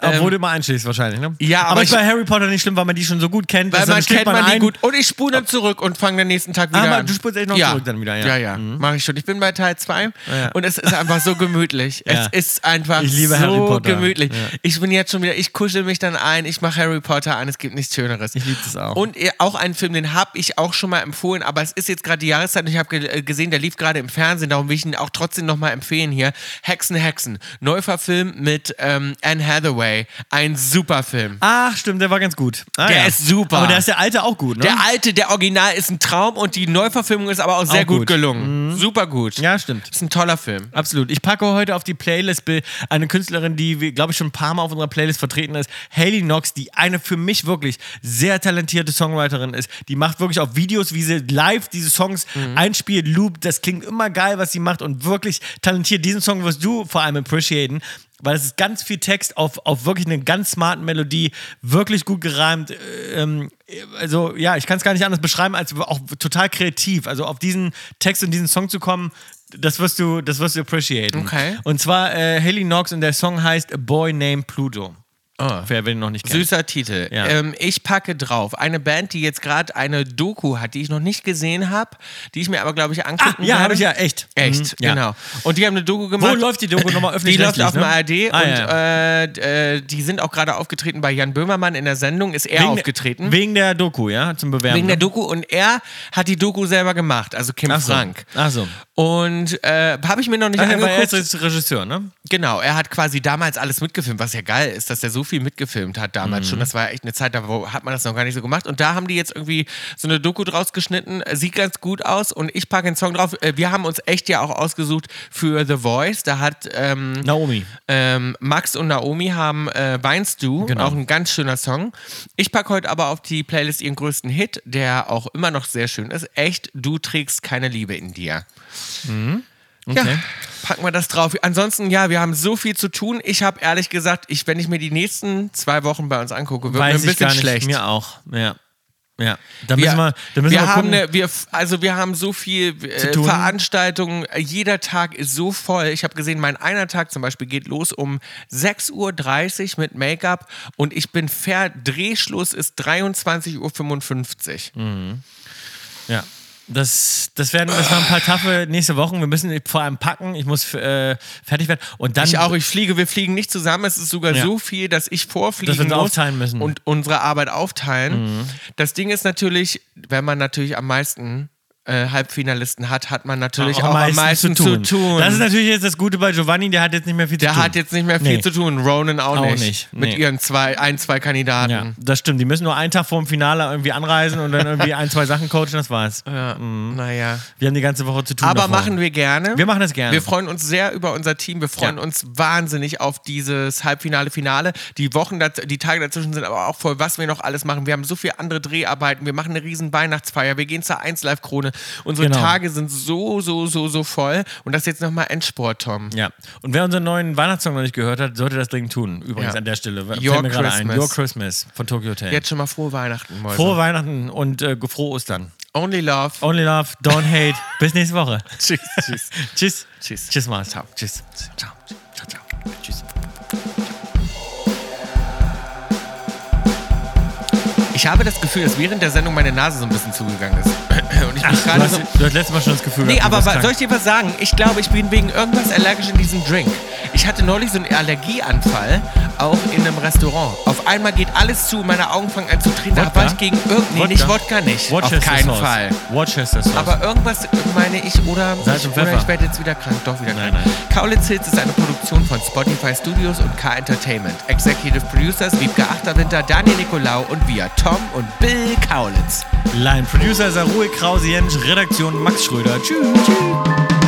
S2: Obwohl du immer einschläfst wahrscheinlich, ne?
S1: Ähm, Ja,
S2: aber,
S1: aber
S2: ich
S1: ich-
S2: bei Harry Potter nicht schlimm, weil man die schon so gut kennt.
S1: Weil
S2: dass dann
S1: man
S2: schläft
S1: kennt man die
S2: ein.
S1: gut. Und ich spule dann zurück und fange den nächsten Tag
S2: Ah,
S1: wieder
S2: aber
S1: an.
S2: du spulst echt noch zurück dann wieder, ja. Mhm.
S1: Ja, ja. Mache ich schon. Ich bin bei Teil 2
S2: ja.
S1: und es ist einfach so gemütlich.
S2: [laughs] Ja.
S1: Es ist einfach
S2: Ich liebe
S1: so
S2: Harry Potter.
S1: gemütlich.
S2: Ja.
S1: Ich bin jetzt schon wieder, ich kuschel mich dann ein, ich mache Harry Potter an, es gibt nichts Schöneres.
S2: Ich lieb das auch.
S1: Und ihr- auch einen Film, den habe ich auch schon mal empfohlen, aber es ist jetzt gerade die Jahreszeit und ich habe ge äh, gesehen, der lief gerade im Fernsehen, darum will ich ihn auch trotzdem nochmal empfehlen hier. Hexen, Hexen. Neuverfilm mit ähm, Anne Hathaway. Ein super Film.
S2: Ach, stimmt, der war ganz gut. Ah,
S1: Der
S2: ja.
S1: ist super.
S2: Aber der ist der alte auch gut, ne?
S1: Der alte, der Original ist ein Traum und die Neuverfilmung ist aber auch sehr
S2: Auch
S1: gut.
S2: gut. Hm?
S1: gelungen. Super gut.
S2: ja, stimmt.
S1: Ist ein toller Film.
S2: Absolut. Ich packe heute auf die Playlist Bill, eine Künstlerin, die, glaube ich, schon ein paar Mal auf unserer Playlist vertreten ist. Haley Knox, die eine für mich wirklich sehr talentierte Songwriterin ist. Die macht wirklich auch Videos, wie sie live diese Songs
S1: Mhm.
S2: einspielt, loopt. Das klingt immer geil, was sie macht und wirklich talentiert. Diesen Song wirst du vor allem appreciaten. Weil es ist ganz viel Text auf, auf wirklich eine ganz smarten Melodie, wirklich gut gereimt. äh, Ähm, also, ja, ich kann es gar nicht anders beschreiben, als auch total kreativ. Also, auf diesen Text und diesen Song zu kommen, das wirst du, das wirst du appreciaten.
S1: Okay.
S2: Und zwar äh, Haley Knox und der Song heißt A Boy Named Pluto.
S1: Ah.
S2: Wer will ihn noch nicht kennen?
S1: Süßer Titel.
S2: Oh, Ja.
S1: Ähm, ich packe drauf eine Band, die jetzt gerade eine Doku hat, die ich noch nicht gesehen habe, die ich mir aber, glaube ich,
S2: Ah,
S1: angucken
S2: ja,
S1: werde.
S2: habe ich ja, echt.
S1: Echt,
S2: Mhm, ja.
S1: genau. Und die haben eine Doku
S2: Wo
S1: gemacht.
S2: läuft die Doku
S1: [laughs]
S2: nochmal
S1: Die
S2: öffentlich?
S1: läuft auf dem ARD
S2: Ah,
S1: und
S2: ja.
S1: äh, äh, die sind auch gerade aufgetreten bei Jan Böhmermann in der Sendung, ist er aufgetreten.
S2: Wegen der Doku, ja, zum Bewerben.
S1: wegen der
S2: ne?
S1: Doku und er hat die Doku selber gemacht, also Kim
S2: Ach so.
S1: Frank.
S2: Ach so.
S1: Und äh, habe ich mir noch nicht
S2: Ach, ja, Ah, weil er
S1: angeguckt.
S2: ist jetzt Regisseur, ne?
S1: Genau, er hat quasi damals alles mitgefilmt, was ja geil ist, dass er so viel mitgefilmt hat damals
S2: Mhm.
S1: schon. Das war ja echt eine Zeit, da wo- hat man das noch gar nicht so gemacht. Und da haben die jetzt irgendwie so eine Doku draus geschnitten, äh, sieht ganz gut aus und ich packe einen Song drauf. Äh, Wir haben uns echt ja auch ausgesucht für The Voice. Da hat ähm,
S2: Naomi.
S1: ähm, Max und Naomi haben äh, Weinst du,
S2: Genau.
S1: auch ein ganz schöner Song. Ich packe heute aber auf die Playlist ihren größten Hit, der auch immer noch sehr schön ist. Echt, du trägst keine Liebe in dir.
S2: Mhm.
S1: Ja, packen wir das drauf. Ansonsten, ja, wir haben so viel zu tun. Ich habe ehrlich gesagt, ich, wenn ich mir die nächsten zwei Wochen bei uns angucke, wird mir ein
S2: Weiß ich
S1: bisschen
S2: gar nicht.
S1: schlecht.
S2: Mir auch. Ja. Ja, da müssen wir, da müssen
S1: wir,
S2: wir
S1: haben
S2: gucken.
S1: eine, wir, f- also wir haben so viel äh,
S2: tun.
S1: Veranstaltungen. Jeder Tag ist so voll. Ich habe gesehen, mein einer Tag zum Beispiel geht los um 6.30 Uhr mit Make-up und ich bin fair. Drehschluss ist 23.55
S2: Mhm.
S1: Uhr.
S2: Ja. Das, das werden das waren ein paar taffe nächste Wochen. Wir müssen vor allem packen. Ich muss äh, fertig werden. Und dann
S1: Ich auch, ich fliege, wir fliegen nicht zusammen. Es ist sogar
S2: Ja.
S1: so viel, dass ich vorfliegen
S2: Dass wir uns
S1: muss
S2: aufteilen müssen. Mhm.
S1: und unsere Arbeit aufteilen. Das Ding ist natürlich, wenn man natürlich am meisten äh, Halbfinalisten hat, hat man natürlich auch, am meisten, zu tun.
S2: Das ist natürlich jetzt das Gute bei Giovanni, der hat jetzt nicht mehr viel
S1: Der
S2: zu tun.
S1: hat jetzt nicht mehr viel
S2: Nee.
S1: zu tun. Ronan auch,
S2: Auch
S1: nicht.
S2: nicht, nee.
S1: Mit ihren zwei, ein, zwei Kandidaten.
S2: Ja, das stimmt. Die müssen nur einen Tag vor dem Finale irgendwie anreisen und dann irgendwie ein, zwei Sachen coachen, das war's.
S1: Naja.
S2: Wir haben die ganze Woche zu
S1: Hm.
S2: tun.
S1: Aber
S2: davor.
S1: machen wir gerne.
S2: Wir machen das gerne.
S1: Wir freuen uns sehr über unser Team. Wir freuen
S2: Ja.
S1: uns wahnsinnig auf dieses Halbfinale, Finale. Die Wochen, daz- die Tage dazwischen sind aber auch voll, was wir noch alles machen. Wir haben so viel andere Dreharbeiten. Wir machen eine riesen Weihnachtsfeier. Wir gehen zur 1 Live Krone. Unsere
S2: Genau.
S1: Tage sind so, so, so, so voll. Und das ist jetzt nochmal Endsport, Tom.
S2: Ja. Und wer unseren neuen Weihnachtssong noch nicht gehört hat, sollte das dringend tun. Übrigens
S1: Ja.
S2: an der Stelle. Fällt
S1: Your
S2: mir gerade ein.
S1: Christmas.
S2: Your Christmas von Tokyo Hotel.
S1: Jetzt schon mal frohe Weihnachten, Mäuse.
S2: Frohe Weihnachten und äh, frohe Ostern.
S1: Only Love.
S2: Only love, don't hate.
S1: [laughs]
S2: Bis nächste Woche.
S1: Tschüss, tschüss.
S2: [laughs] Tschüss.
S1: Tschüss.
S2: Tschüss, Mann. Ciao. Tschüss. Ciao. Ciao, ciao. Tschüss.
S1: Ich habe das Gefühl, dass während der Sendung meine Nase so ein bisschen zugegangen ist. [clears throat] Und ich bin
S2: du,
S1: gerade
S2: hast,
S1: so.
S2: du hast letztes Mal schon das Gefühl
S1: Nee,
S2: gehabt, du
S1: aber
S2: warst
S1: wa- soll ich
S2: krank.
S1: dir was sagen? Ich glaube, ich bin wegen irgendwas allergisch in diesem Drink. Ich hatte neulich so einen Allergieanfall, auch in einem Restaurant. Auf einmal geht alles zu, meine Augen fangen an zu tränen. Da
S2: Wodka?
S1: war ich gegen irgendwie. Nee, nicht Wodka nicht.
S2: Worcester
S1: auf keinen
S2: Sauce.
S1: Fall.
S2: Worcester Sauce.
S1: Aber irgendwas meine ich oder,
S2: Salz und
S1: oder
S2: Pfeffer.
S1: ich werde jetzt wieder krank, doch wieder
S2: Nein,
S1: krank. Kaulitz Hills ist eine Produktion von Spotify Studios und K Entertainment. Executive Producers Wiebke Achterwinter, Daniel Nicolau und wir, Tom und Bill Kaulitz.
S2: Line Producer Sarul Krause Jensch, Redaktion Max Schröder. Tschüss. Tschüss.